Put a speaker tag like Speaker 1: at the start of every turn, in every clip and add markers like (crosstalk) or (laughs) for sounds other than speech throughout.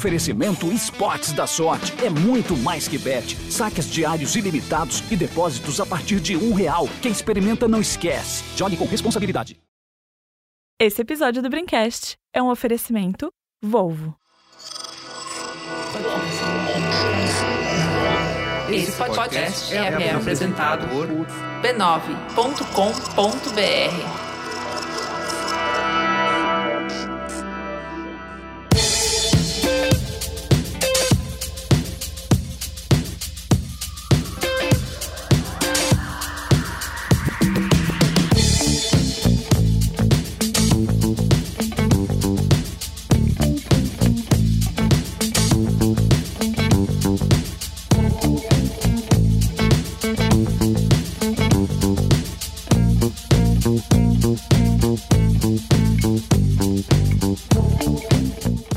Speaker 1: Oferecimento Esportes da Sorte é muito mais que bet. Saques diários ilimitados e depósitos a partir de um real. Quem experimenta não esquece. Jogue com responsabilidade.
Speaker 2: Esse episódio do Brincast é um oferecimento Volvo.
Speaker 3: Esse podcast é apresentado por b9.com.br.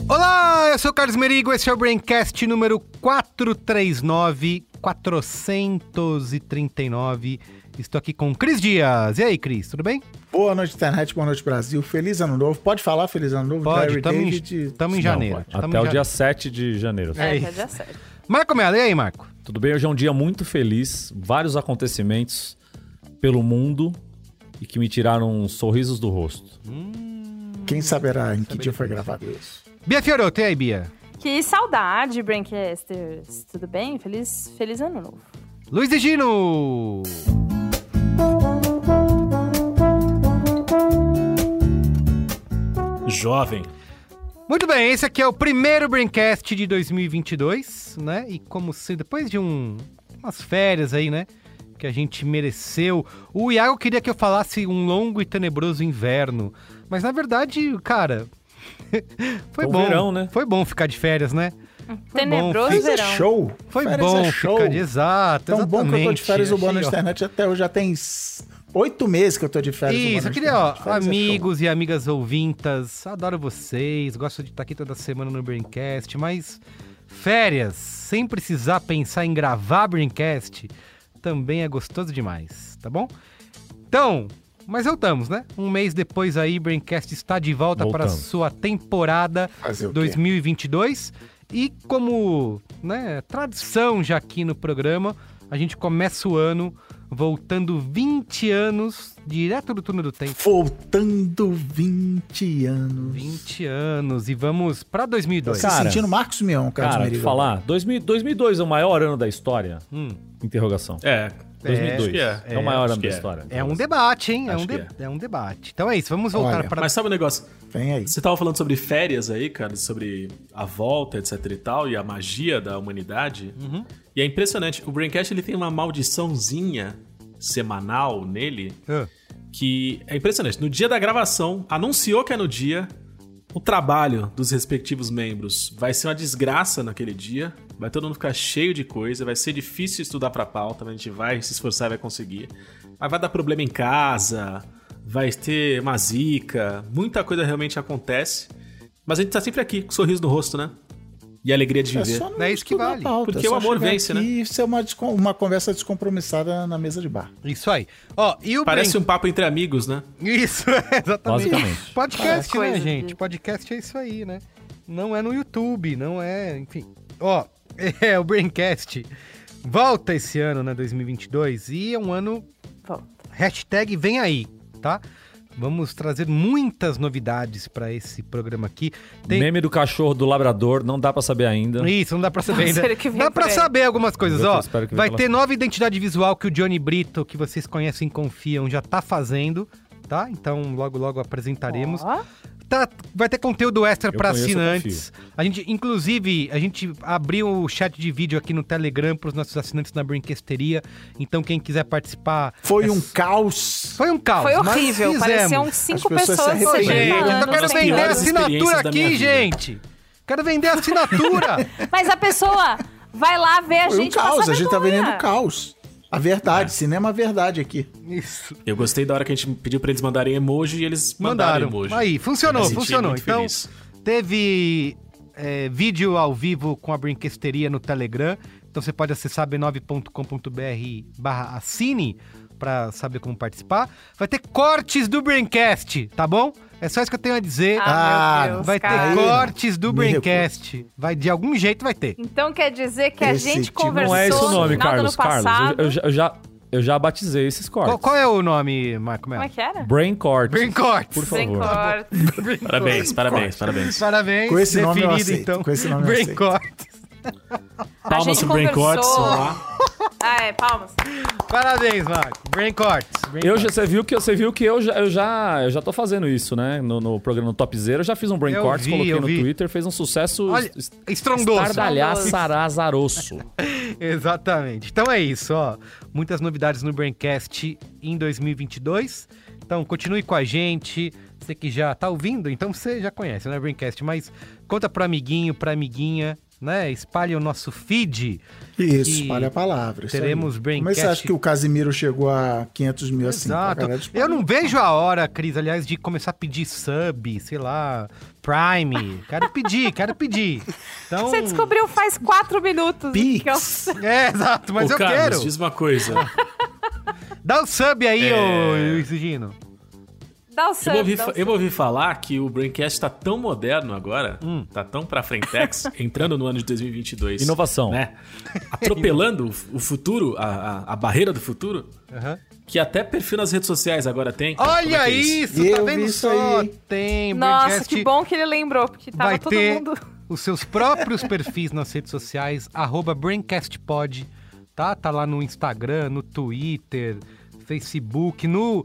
Speaker 4: Olá, eu sou o Carlos Merigo, esse é o Braincast número 439, 439. Estou aqui com Cris Dias. E aí, Cris, tudo bem?
Speaker 5: Boa noite, internet. Boa noite, Brasil. Feliz ano novo. Pode falar feliz ano novo?
Speaker 4: Pode,
Speaker 5: Larry
Speaker 4: estamos
Speaker 5: David.
Speaker 4: em, tamo em
Speaker 6: Não,
Speaker 4: janeiro.
Speaker 6: pode.
Speaker 4: tamo
Speaker 6: Até
Speaker 4: em
Speaker 6: o
Speaker 4: jane-
Speaker 6: dia 7 de janeiro.
Speaker 4: É
Speaker 2: até
Speaker 4: isso.
Speaker 2: dia certo.
Speaker 4: Marco Mello, e aí, Marco?
Speaker 6: Tudo bem? Hoje é um dia muito feliz. Vários acontecimentos pelo mundo e que me tiraram sorrisos do rosto.
Speaker 5: Quem saberá em que dia foi gravado isso?
Speaker 4: Bia Fiorotto, e aí, Bia?
Speaker 7: Que saudade, Braincasters! Tudo bem? Feliz, feliz ano novo.
Speaker 4: Luiz e Gino!
Speaker 8: Jovem.
Speaker 4: Muito bem, esse aqui é o primeiro Braincast de 2022, né? E como se depois de um, umas férias aí, né? Que a gente mereceu. O Iago queria que eu falasse um longo e tenebroso inverno. Mas na verdade, cara. (laughs) foi
Speaker 6: Ou
Speaker 4: bom.
Speaker 6: verão, né?
Speaker 4: Foi bom ficar de férias, né?
Speaker 7: Tenebroso
Speaker 4: fiz-
Speaker 5: Fez é
Speaker 7: verão.
Speaker 5: show.
Speaker 4: Foi
Speaker 5: Férias
Speaker 4: bom
Speaker 5: é show.
Speaker 4: ficar de exato.
Speaker 5: Tão bom que eu tô de
Speaker 4: exatamente.
Speaker 5: férias do Boa
Speaker 4: Achei,
Speaker 5: Noite
Speaker 4: ó.
Speaker 5: Internet até hoje. Já tem s- oito meses que eu tô de férias do Boa
Speaker 4: Isso, eu
Speaker 5: Noite
Speaker 4: queria, ó,
Speaker 5: Internet. Férias é
Speaker 4: amigos e amigas ouvintas, adoro vocês, gosto de estar aqui toda semana no Braincast, mas férias, sem precisar pensar em gravar Braincast, também é gostoso demais, tá bom? Então, mas voltamos, né? Um mês depois aí, Braincast está de volta para a
Speaker 6: Voltamos.
Speaker 4: sua temporada
Speaker 5: show. Fazer o quê?
Speaker 4: 2022. E como né, tradição já aqui no programa, a gente começa o ano voltando 20 anos direto do turno do tempo.
Speaker 5: Voltando 20 anos.
Speaker 4: 20 anos e vamos pra
Speaker 5: Tô
Speaker 4: 2002.
Speaker 5: Tá se
Speaker 6: Cara,
Speaker 5: sentindo Marcos Mion, Carlos
Speaker 6: Cara, te
Speaker 5: Merigo.
Speaker 6: falar, 2000 2002 é o maior ano da história?
Speaker 4: Hum,
Speaker 6: Interrogação.
Speaker 8: É. acho
Speaker 6: 2002.
Speaker 8: que
Speaker 6: É,
Speaker 8: é.
Speaker 6: o maior
Speaker 8: acho
Speaker 6: ano
Speaker 8: que
Speaker 6: da
Speaker 8: é.
Speaker 6: história.
Speaker 4: é um debate, hein? É
Speaker 6: Acho
Speaker 4: um, de-
Speaker 6: que
Speaker 4: é um debate. Então é isso, vamos voltar
Speaker 5: Olha,
Speaker 4: pra.
Speaker 8: Mas sabe um negócio?
Speaker 5: Vem aí.
Speaker 8: Você tava falando sobre férias aí, cara, sobre a volta, etc e tal, e a magia da humanidade. E é impressionante, o Braincast ele tem uma maldiçãozinha semanal nele,
Speaker 4: Ah,
Speaker 8: que é impressionante. No dia da gravação, anunciou que é no dia, o trabalho dos respectivos membros vai ser uma desgraça naquele dia, vai todo mundo ficar cheio de coisa, vai ser difícil estudar pra pauta, mas a gente vai se esforçar e vai conseguir. Mas vai dar problema em casa, vai ter uma zica, muita coisa realmente acontece. Mas a gente tá sempre aqui, com um sorriso no rosto, né? E a alegria de
Speaker 5: É
Speaker 8: viver.
Speaker 5: só não
Speaker 4: É isso que
Speaker 5: estudar
Speaker 4: vale.
Speaker 5: pauta, é
Speaker 8: Porque
Speaker 5: só
Speaker 8: o amor
Speaker 5: chegar
Speaker 8: vence, né?
Speaker 5: aqui E isso é uma, descom- uma conversa descompromissada na mesa de bar.
Speaker 4: Isso aí. Ó, e o
Speaker 8: Parece
Speaker 4: Brain-
Speaker 8: um papo entre amigos, né?
Speaker 4: Isso, (laughs) exatamente.
Speaker 6: Basicamente.
Speaker 4: Podcast,
Speaker 7: Coisa
Speaker 4: né,
Speaker 7: de-
Speaker 4: gente? Podcast é isso aí, né? Não é no YouTube, não é. Enfim. Ó, (laughs) é o Braincast. Volta esse ano, né? 2022. E é um ano.
Speaker 7: Volta.
Speaker 4: Hashtag vem aí, tá? Vamos trazer muitas novidades pra esse programa aqui. Tem-
Speaker 6: Meme do cachorro do labrador, não dá pra saber ainda.
Speaker 4: Isso, não dá pra saber ainda.
Speaker 7: Será que vem
Speaker 4: Dá
Speaker 7: por
Speaker 4: pra
Speaker 7: aí?
Speaker 4: saber algumas coisas,
Speaker 6: Eu
Speaker 4: ó.
Speaker 6: espero que
Speaker 4: Vai
Speaker 6: venha
Speaker 4: ter nova identidade visual que o Johnny Brito, que vocês conhecem e confiam, já tá fazendo, tá? Então logo, logo apresentaremos.
Speaker 7: Ó,
Speaker 4: Tá, vai ter conteúdo extra
Speaker 6: Eu
Speaker 4: para
Speaker 6: conheço, eu
Speaker 4: assinantes. A gente, inclusive, a gente abriu o chat de vídeo aqui no Telegram para os nossos assinantes na Brinquesteria. Então, quem quiser participar.
Speaker 5: Foi
Speaker 4: é-
Speaker 5: um caos.
Speaker 4: Foi um caos.
Speaker 7: foi
Speaker 4: mas
Speaker 7: horrível. um
Speaker 4: fizemos.
Speaker 7: Pareciam cinco
Speaker 5: pessoas se
Speaker 7: pessoas se (laughs)
Speaker 5: arrependeram.
Speaker 4: Gente, eu
Speaker 7: falando.
Speaker 4: tô querendo
Speaker 8: Uma das
Speaker 4: vender
Speaker 8: piores
Speaker 4: assinatura
Speaker 8: experiências da
Speaker 4: aqui,
Speaker 8: minha vida.
Speaker 4: gente. Quero vender assinatura.
Speaker 8: (laughs)
Speaker 7: Mas a pessoa vai lá ver a
Speaker 5: Foi um
Speaker 7: É, gente. passar
Speaker 5: caos, a gente tá
Speaker 7: vergonha.
Speaker 5: vendendo caos. A verdade, cinema é verdade aqui.
Speaker 4: Isso.
Speaker 8: Eu gostei da hora que a gente pediu pra eles mandarem emoji e eles mandaram,
Speaker 4: Mandaram.
Speaker 8: emoji.
Speaker 4: Aí,
Speaker 8: Eu
Speaker 4: funcionou,
Speaker 8: me senti
Speaker 4: funcionou.
Speaker 8: é muito
Speaker 4: Então,
Speaker 8: feliz.
Speaker 4: Teve é, vídeo ao vivo com a Brinquesteria no Telegram. Então você pode acessar b9.com.br barra assine pra saber como participar. Vai ter cortes do Braincast, tá bom? É só isso que eu tenho a dizer.
Speaker 5: Ah,
Speaker 7: Ah, meu Deus,
Speaker 4: vai ter
Speaker 7: cara.
Speaker 4: cortes do
Speaker 5: Me
Speaker 4: Braincast. Vai, de algum jeito vai ter.
Speaker 7: Então quer dizer que a
Speaker 5: Esse
Speaker 7: gente
Speaker 5: tipo-
Speaker 7: conversou
Speaker 6: Não é esse o nome,
Speaker 7: no final do
Speaker 6: Carlos.
Speaker 7: ano passado.
Speaker 6: Carlos, eu, eu já, eu, já, eu já batizei esses cortes.
Speaker 4: Qual, qual é o nome, Marco
Speaker 7: Como
Speaker 4: Melo?
Speaker 7: é que era?
Speaker 6: Brain Cortes.
Speaker 4: Brain Cortes.
Speaker 6: Por
Speaker 7: Sem
Speaker 6: favor.
Speaker 7: corte.
Speaker 8: Parabéns, parabéns, parabéns.
Speaker 4: (laughs) Parabéns.
Speaker 5: Com esse nome eu
Speaker 4: definido,
Speaker 5: aceito,
Speaker 4: então.
Speaker 5: com esse nome eu
Speaker 4: Brain
Speaker 5: aceito.
Speaker 4: Cortes.
Speaker 7: A
Speaker 8: Palmas
Speaker 7: gente
Speaker 8: pro Brain Cortes,
Speaker 7: conversou.
Speaker 8: vamos lá.
Speaker 7: Ah, é, palmas.
Speaker 4: Parabéns, Marco. Brain Cortes. Brain
Speaker 6: Eu
Speaker 4: Cortes.
Speaker 6: já, você viu que, você viu que eu, já, eu, já, eu já tô fazendo isso, né? No, no programa Top Zero. Eu já fiz um Brain
Speaker 4: Eu
Speaker 6: Cortes,
Speaker 4: vi,
Speaker 6: coloquei
Speaker 4: eu
Speaker 6: no
Speaker 4: vi.
Speaker 6: Twitter, fez um sucesso
Speaker 4: Olha,
Speaker 6: es-
Speaker 4: estrondoso.
Speaker 6: estardalhaçarazarosso.
Speaker 4: Exatamente. Então é isso, ó. Muitas novidades no Braincast em 2022. Então continue com a gente. Você que já tá ouvindo, então você já conhece, né, Braincast? Mas conta pro amiguinho, pra amiguinha, né? Espalhe o nosso feed. E
Speaker 5: Isso, espalha a palavra. isso aí.
Speaker 4: teremos
Speaker 5: Como é que
Speaker 4: Braincast.
Speaker 5: você acha que o Casimiro chegou a 500 mil assim? pra
Speaker 4: Exato.
Speaker 5: galera? Tipo,
Speaker 4: Eu não vejo a hora, Cris, aliás, de começar a pedir sub, sei lá, Prime. Quero pedir, quero pedir. Então.
Speaker 7: Você descobriu faz quatro minutos.
Speaker 5: Pix.
Speaker 7: que eu-
Speaker 4: É, exato, mas
Speaker 8: Ô,
Speaker 4: eu
Speaker 8: Carlos,
Speaker 4: quero.
Speaker 8: diz uma coisa.
Speaker 4: Dá o sub aí,
Speaker 8: É.
Speaker 4: ô Gino.
Speaker 7: Dá o
Speaker 8: Eu
Speaker 7: sangue.
Speaker 8: ouvi,
Speaker 7: dá o
Speaker 8: fa-
Speaker 7: sangue.
Speaker 8: eu ouvi falar que o Braincast tá tão moderno agora, tá tão pra frentex, entrando no ano de 2022.
Speaker 4: (laughs)
Speaker 6: Inovação.
Speaker 8: Né? Atropelando o f- o futuro, a, a- a barreira do futuro,
Speaker 4: Aham.
Speaker 8: que até perfil nas redes sociais agora tem. Como é
Speaker 4: Olha
Speaker 8: que é
Speaker 4: isso,
Speaker 5: Eu
Speaker 4: tá
Speaker 5: vi
Speaker 4: vendo
Speaker 5: isso
Speaker 4: só?
Speaker 5: aí.
Speaker 4: Tem,
Speaker 7: Nossa,
Speaker 4: Braincast
Speaker 7: que bom que ele lembrou, porque tava
Speaker 4: vai
Speaker 7: todo
Speaker 4: ter
Speaker 7: mundo.
Speaker 4: os seus próprios perfis nas redes sociais, (laughs) arroba BraincastPod, tá? Tá lá no Instagram, no Twitter, Facebook, no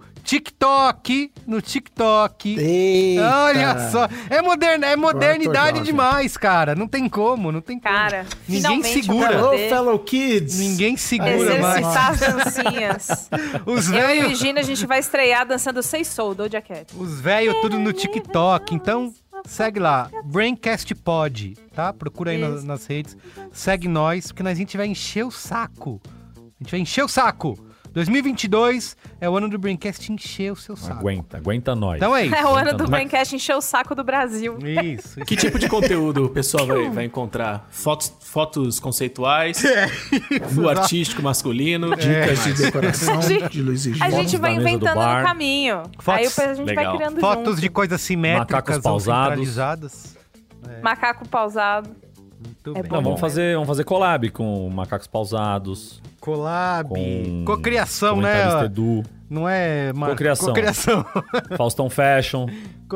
Speaker 4: TikTok, no TikTok.
Speaker 5: Eita.
Speaker 4: Olha só, é, moderna, é modernidade
Speaker 5: jovem.
Speaker 4: demais, cara. Não tem como, não tem como.
Speaker 7: Cara,
Speaker 4: Ninguém
Speaker 7: finalmente eu
Speaker 4: segura.
Speaker 7: vou
Speaker 5: Hello,
Speaker 7: poder
Speaker 5: fellow kids!
Speaker 4: Ninguém segura mais.
Speaker 7: Exercitar as dancinhas.
Speaker 4: Os
Speaker 7: Eu e
Speaker 4: velhos,
Speaker 7: Regina, a gente vai estrear dançando Sei Soul, do Cat.
Speaker 4: os velhos tudo no TikTok. Então, segue lá, Braincast Pod, tá? Procura aí na- nas,
Speaker 7: Isso.
Speaker 4: redes. Segue nós, porque nós- a gente vai encher o saco. A gente vai encher o saco. 2022 é o ano do Braincast encher o seu saco.
Speaker 6: Aguenta, aguenta nós.
Speaker 4: Então é isso.
Speaker 7: (laughs) É o ano
Speaker 6: Então,
Speaker 7: do
Speaker 6: mas-
Speaker 7: Braincast encher o saco do Brasil.
Speaker 4: (laughs) Isso, isso.
Speaker 8: Que tipo de conteúdo o pessoal vai, vai encontrar? Fotos, fotos conceituais, do artístico masculino,
Speaker 4: é,
Speaker 5: Dicas de decoração
Speaker 7: gente-
Speaker 5: de Luiz e
Speaker 7: (laughs) A
Speaker 5: Gil.
Speaker 6: Fotos
Speaker 7: gente vai
Speaker 6: da mesa do
Speaker 7: inventando
Speaker 6: bar.
Speaker 7: no caminho. Aí
Speaker 4: Fotos-
Speaker 7: o- a gente
Speaker 6: Legal.
Speaker 7: vai criando
Speaker 4: Fotos
Speaker 7: junto.
Speaker 4: de coisas simétricas
Speaker 6: Macacos
Speaker 4: ou
Speaker 6: pausados.
Speaker 4: centralizadas.
Speaker 7: Macaco pausado.
Speaker 4: Muito
Speaker 7: É
Speaker 4: bem.
Speaker 7: bom.
Speaker 6: Não, vamos fazer, vamos fazer collab com Macacos Pausados,
Speaker 4: Collab.
Speaker 6: Com-
Speaker 4: Cocriação, né?
Speaker 6: comentarista Edu,
Speaker 4: Não é... Mar-
Speaker 6: Cocriação.
Speaker 4: Cocriação.
Speaker 6: Faustão Fashion.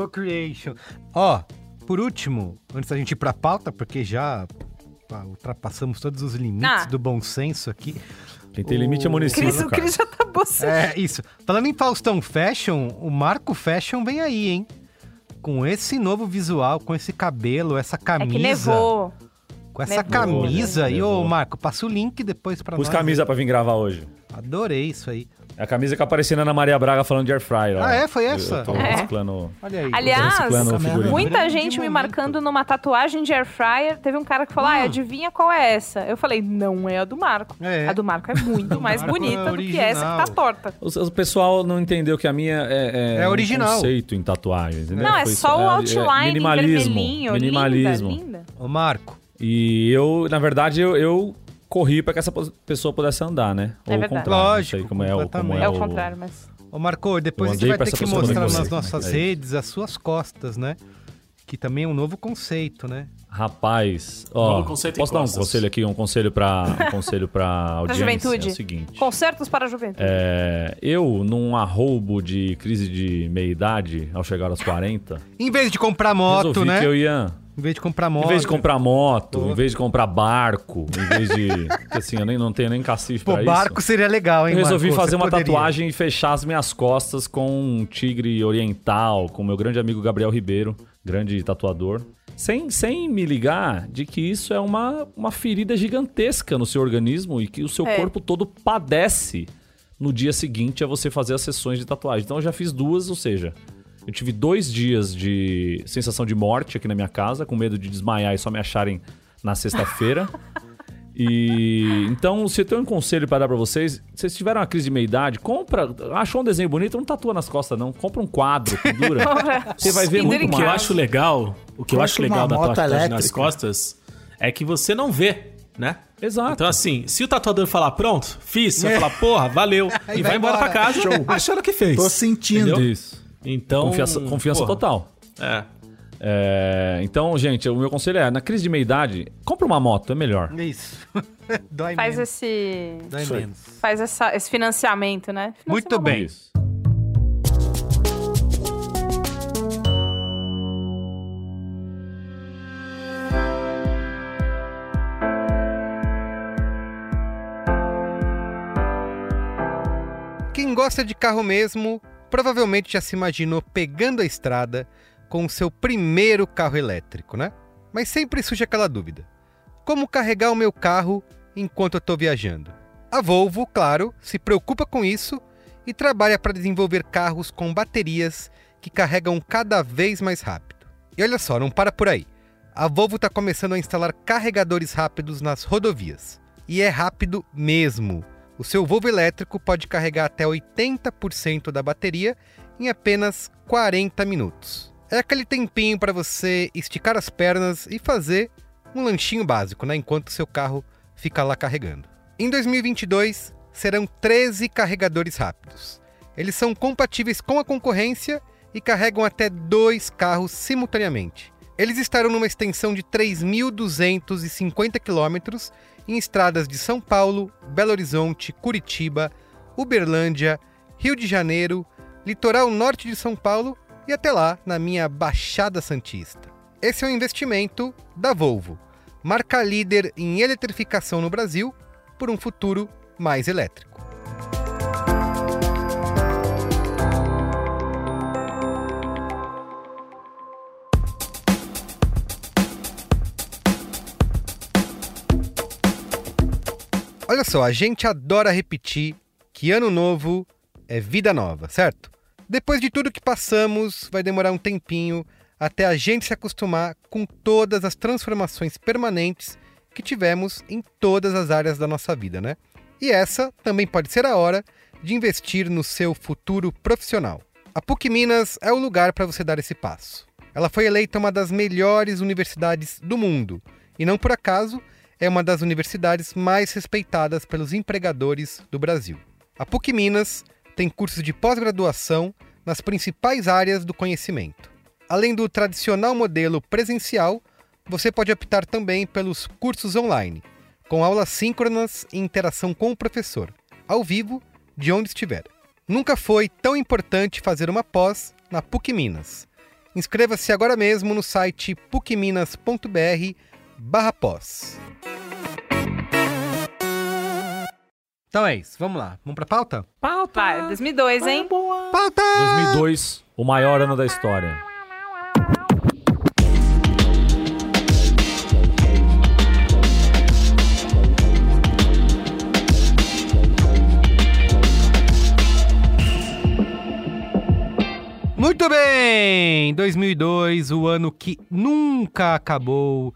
Speaker 4: Co-creation. Ó, por último, antes da gente ir pra pauta, porque já pá, ultrapassamos todos os limites
Speaker 7: Ah.
Speaker 4: do bom senso aqui.
Speaker 6: Quem tem
Speaker 4: O-
Speaker 6: limite é município,
Speaker 7: Cris, o
Speaker 6: cara.
Speaker 7: Cris já tá bocejando.
Speaker 4: É, isso. Falando em Faustão Fashion, o Marco Fashion vem aí, hein? Com esse novo visual, com esse cabelo, essa
Speaker 7: É
Speaker 4: camisa.
Speaker 7: que nevou.
Speaker 4: Com essa
Speaker 7: Nevou,
Speaker 4: camisa
Speaker 6: né?
Speaker 4: aí, ô
Speaker 6: Nevou.
Speaker 4: Marco, passa o link depois pra
Speaker 6: Pus
Speaker 4: nós.
Speaker 6: camisa pra vir gravar hoje.
Speaker 4: Adorei isso aí.
Speaker 6: É a camisa que apareceu na Ana Maria Braga falando de Air Fryer. ó.
Speaker 4: Ah, é? Foi
Speaker 6: Tá. Eu-
Speaker 4: essa?
Speaker 6: Eu tô
Speaker 7: É.
Speaker 6: reciclando,
Speaker 4: Olha aí.
Speaker 6: tô
Speaker 7: Aliás,
Speaker 6: reciclando o
Speaker 5: essa
Speaker 6: figurino.
Speaker 5: merda.
Speaker 7: Muita
Speaker 4: Grande
Speaker 7: gente me
Speaker 4: momento.
Speaker 7: marcando numa tatuagem de air fryer. Teve um cara que falou: Ah, adivinha qual é essa? Eu falei: Não é a do Marco.
Speaker 4: É.
Speaker 7: A do Marco é
Speaker 6: (laughs)
Speaker 7: muito mais
Speaker 4: Marco é
Speaker 7: bonita do que
Speaker 4: original.
Speaker 7: essa que tá torta.
Speaker 6: O, o pessoal não entendeu que a minha é,
Speaker 4: É
Speaker 6: um
Speaker 4: original.
Speaker 6: conceito em tatuagem, entendeu?
Speaker 7: Não, é
Speaker 6: Foi
Speaker 7: só o
Speaker 6: é- é
Speaker 7: outline
Speaker 6: minimalismo,
Speaker 7: vermelhinho.
Speaker 6: Minimalismo.
Speaker 7: Linda, linda.
Speaker 4: Ô Marco,
Speaker 6: E eu, na verdade, eu, eu corri pra que essa pos- pessoa pudesse andar, né?
Speaker 7: É
Speaker 6: Ou o
Speaker 7: verdade.
Speaker 6: contrário. não
Speaker 4: Lógico,
Speaker 6: sei como é, o- como
Speaker 4: completamente.
Speaker 7: É o contrário, mas.
Speaker 4: Ô, Marco, depois
Speaker 6: Eu
Speaker 4: a gente
Speaker 6: mandei
Speaker 4: vai
Speaker 6: pra
Speaker 4: ter
Speaker 6: essa
Speaker 4: que
Speaker 6: pessoa
Speaker 4: mostrar
Speaker 6: também,
Speaker 4: nas
Speaker 6: você,
Speaker 4: nossas
Speaker 6: mas é isso.
Speaker 4: redes as suas costas, né? Que também é um novo conceito, né?
Speaker 6: Rapaz, ó,
Speaker 8: Novo conceito em
Speaker 6: posso dar um
Speaker 8: costas.
Speaker 6: conselho aqui, um conselho pra,
Speaker 7: (laughs)
Speaker 6: um conselho pra audiência?
Speaker 7: juventude.
Speaker 6: É o seguinte,
Speaker 7: Concertos para a juventude.
Speaker 6: é, eu num arroubo de crise de meia-idade, ao chegar aos 40,
Speaker 4: Em vez de comprar moto,
Speaker 6: resolvi
Speaker 4: né?
Speaker 6: que eu ia...
Speaker 4: Em vez de comprar moto.
Speaker 6: Em vez de comprar moto,
Speaker 4: Boa.
Speaker 6: em vez de comprar barco, em vez de... (laughs) Porque assim, eu nem, não tenho nem cacife
Speaker 4: Pô,
Speaker 6: pra
Speaker 4: barco
Speaker 6: isso.
Speaker 4: seria legal, hein,
Speaker 6: Eu resolvi
Speaker 4: Marco?
Speaker 6: fazer
Speaker 4: Você
Speaker 6: uma
Speaker 4: poderia.
Speaker 6: tatuagem e fechar as minhas costas com um tigre oriental, com meu grande amigo Gabriel Ribeiro, grande tatuador. Sem, sem me ligar de que isso é uma, uma ferida gigantesca no seu organismo e que o seu
Speaker 7: É.
Speaker 6: corpo todo padece no dia seguinte a você fazer as sessões de tatuagem. Então eu já fiz duas, ou seja, eu tive dois dias de sensação de morte aqui na minha casa, com medo de desmaiar e só me acharem na sexta-feira. E então, se eu tenho um conselho pra dar pra vocês, se vocês tiveram uma crise de meia-idade, compra, achou um desenho bonito, não tatua nas costas não, compra um quadro, pendura. Você vai ver
Speaker 7: Pendura
Speaker 6: muito
Speaker 7: em
Speaker 8: O que eu
Speaker 7: Mas-
Speaker 6: mais.
Speaker 8: acho legal, o que eu
Speaker 5: Compre
Speaker 8: acho legal
Speaker 5: uma
Speaker 8: da
Speaker 5: moto
Speaker 8: tatuagem nas
Speaker 5: elétrica.
Speaker 8: costas é que você não vê, né?
Speaker 6: Exato.
Speaker 8: Então assim, se o tatuador falar
Speaker 5: É. (laughs)
Speaker 8: pronto, fiz, você vai falar porra, valeu e vai,
Speaker 4: vai
Speaker 8: embora pra
Speaker 4: embora.
Speaker 8: casa achando que fez.
Speaker 5: Tô sentindo.
Speaker 6: Entendeu? Isso.
Speaker 8: Então.
Speaker 6: Confiança, confiança
Speaker 8: porra,
Speaker 6: total.
Speaker 8: É.
Speaker 6: É, então, gente, o meu conselho é, na crise de meia-idade, compra uma moto, é melhor.
Speaker 4: É isso. (laughs)
Speaker 6: É.
Speaker 4: Dói
Speaker 7: Faz
Speaker 4: menos.
Speaker 7: esse.
Speaker 4: Dói
Speaker 5: Isso aí.
Speaker 4: menos.
Speaker 7: Faz essa- esse financiamento, né? Financia
Speaker 4: Muito
Speaker 7: uma
Speaker 4: bem.
Speaker 6: Isso.
Speaker 4: Quem gosta de carro mesmo, provavelmente já se imaginou pegando a estrada com o seu primeiro carro elétrico, né? Mas sempre surge aquela dúvida: como carregar o meu carro enquanto eu estou viajando? A Volvo, claro, se preocupa com isso e trabalha para desenvolver carros com baterias que carregam cada vez mais rápido. E olha só, não para por aí. A Volvo está começando a instalar carregadores rápidos nas rodovias. E é rápido mesmo. O seu Volvo elétrico pode carregar até 80% da bateria em apenas 40 minutos. É aquele tempinho para você esticar as pernas e fazer um lanchinho básico, né, enquanto seu carro fica lá carregando. Em 2022, serão 13 carregadores rápidos. Eles são compatíveis com a concorrência e carregam até dois carros simultaneamente. Eles estarão numa extensão de 3.250 quilômetros em estradas de São Paulo, Belo Horizonte, Curitiba, Uberlândia, Rio de Janeiro, litoral norte de São Paulo e até lá na minha Baixada Santista. Esse é um investimento da Volvo, marca líder em eletrificação no Brasil por um futuro mais elétrico. Olha só, a gente adora repetir que ano novo é vida nova, certo? Depois de tudo que passamos, vai demorar um tempinho até a gente se acostumar com todas as transformações permanentes que tivemos em todas as áreas da nossa vida, né? E essa também pode ser a hora de investir no seu futuro profissional. A PUC Minas é o lugar para você dar esse passo. Ela foi eleita uma das melhores universidades do mundo e não por acaso é uma das universidades mais respeitadas pelos empregadores do Brasil. A PUC Minas tem cursos de pós-graduação nas principais áreas do conhecimento. Além do tradicional modelo presencial, você pode optar também pelos cursos online, com aulas síncronas e interação com o professor, ao vivo, de onde estiver. Nunca foi tão importante fazer uma pós na PUC Minas. Inscreva-se agora mesmo no site pucminas.br barra pós. Então é isso, vamos lá. Vamos pra pauta?
Speaker 7: Pauta. Vai, 2002, hein?
Speaker 4: Pauta!
Speaker 6: 2002, o maior ano da história.
Speaker 4: Muito bem! 2002, o ano que nunca acabou,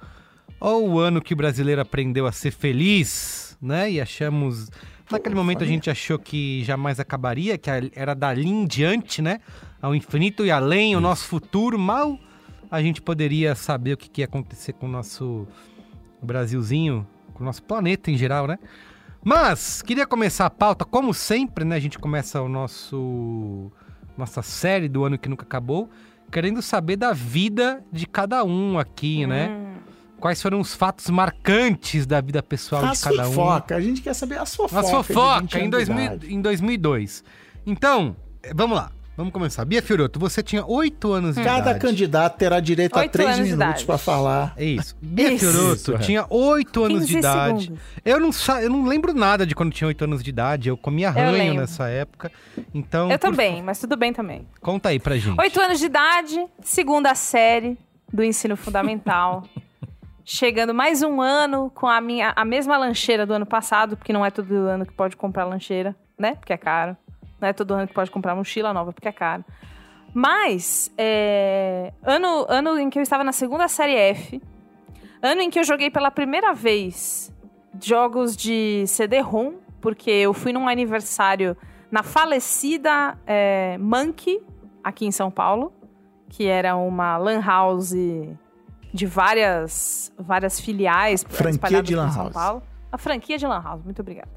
Speaker 4: ou o ano que o brasileiro aprendeu a ser feliz, né? E achamos. Naquele momento a gente achou que jamais acabaria, que era dali em diante, né? Ao infinito e além, o nosso futuro. Mal a gente poderia saber o que que ia acontecer com o nosso Brasilzinho, com o nosso planeta em geral, né? Mas, queria começar a pauta, como sempre, né? A gente começa o nosso nossa série do ano que nunca acabou, querendo saber da vida de cada um aqui, né?
Speaker 6: Hum.
Speaker 4: Quais foram os fatos marcantes da vida pessoal
Speaker 5: As
Speaker 4: de cada um.
Speaker 5: fofoca. A gente quer saber as fofocas.
Speaker 4: As
Speaker 5: de
Speaker 4: fofoca
Speaker 5: 20
Speaker 4: em,
Speaker 5: anos de
Speaker 4: 2000,
Speaker 5: idade.
Speaker 4: em 2002. Então, eh, vamos lá. Vamos começar. Bia Fioroto, você tinha oito anos de
Speaker 5: Cada
Speaker 4: idade.
Speaker 5: candidato terá direito a
Speaker 7: Oito
Speaker 5: três
Speaker 7: anos de
Speaker 5: minutos
Speaker 7: idade.
Speaker 5: pra falar.
Speaker 4: É isso. Bia
Speaker 7: Isso.
Speaker 4: Fioroto
Speaker 6: Isso, é.
Speaker 4: tinha oito anos de
Speaker 7: 15
Speaker 4: idade.
Speaker 7: segundos.
Speaker 4: Eu não, sa- eu não lembro nada de quando eu tinha oito anos de idade. Eu comia ranho
Speaker 7: lembro.
Speaker 4: nessa época. Então,
Speaker 7: Eu
Speaker 4: por-
Speaker 7: também, mas tudo bem também.
Speaker 4: conta aí pra gente.
Speaker 7: Oito anos de idade, segunda série do ensino fundamental. Chegando mais um ano com a minha a mesma lancheira do ano passado, porque não é todo ano que pode comprar lancheira, né? Porque é caro. Não é todo ano que pode comprar mochila nova, porque é caro. Mas, é, ano, ano em que eu estava na segunda série F, ano em que eu joguei pela primeira vez jogos de CD-ROM, porque eu fui num aniversário na falecida é, Monkey, aqui em São Paulo, que era uma lan house de várias, várias filiais
Speaker 5: Franquia
Speaker 7: espalhadas
Speaker 5: de lan
Speaker 7: por São
Speaker 5: house.
Speaker 7: Paulo. A franquia de lan house, muito obrigada.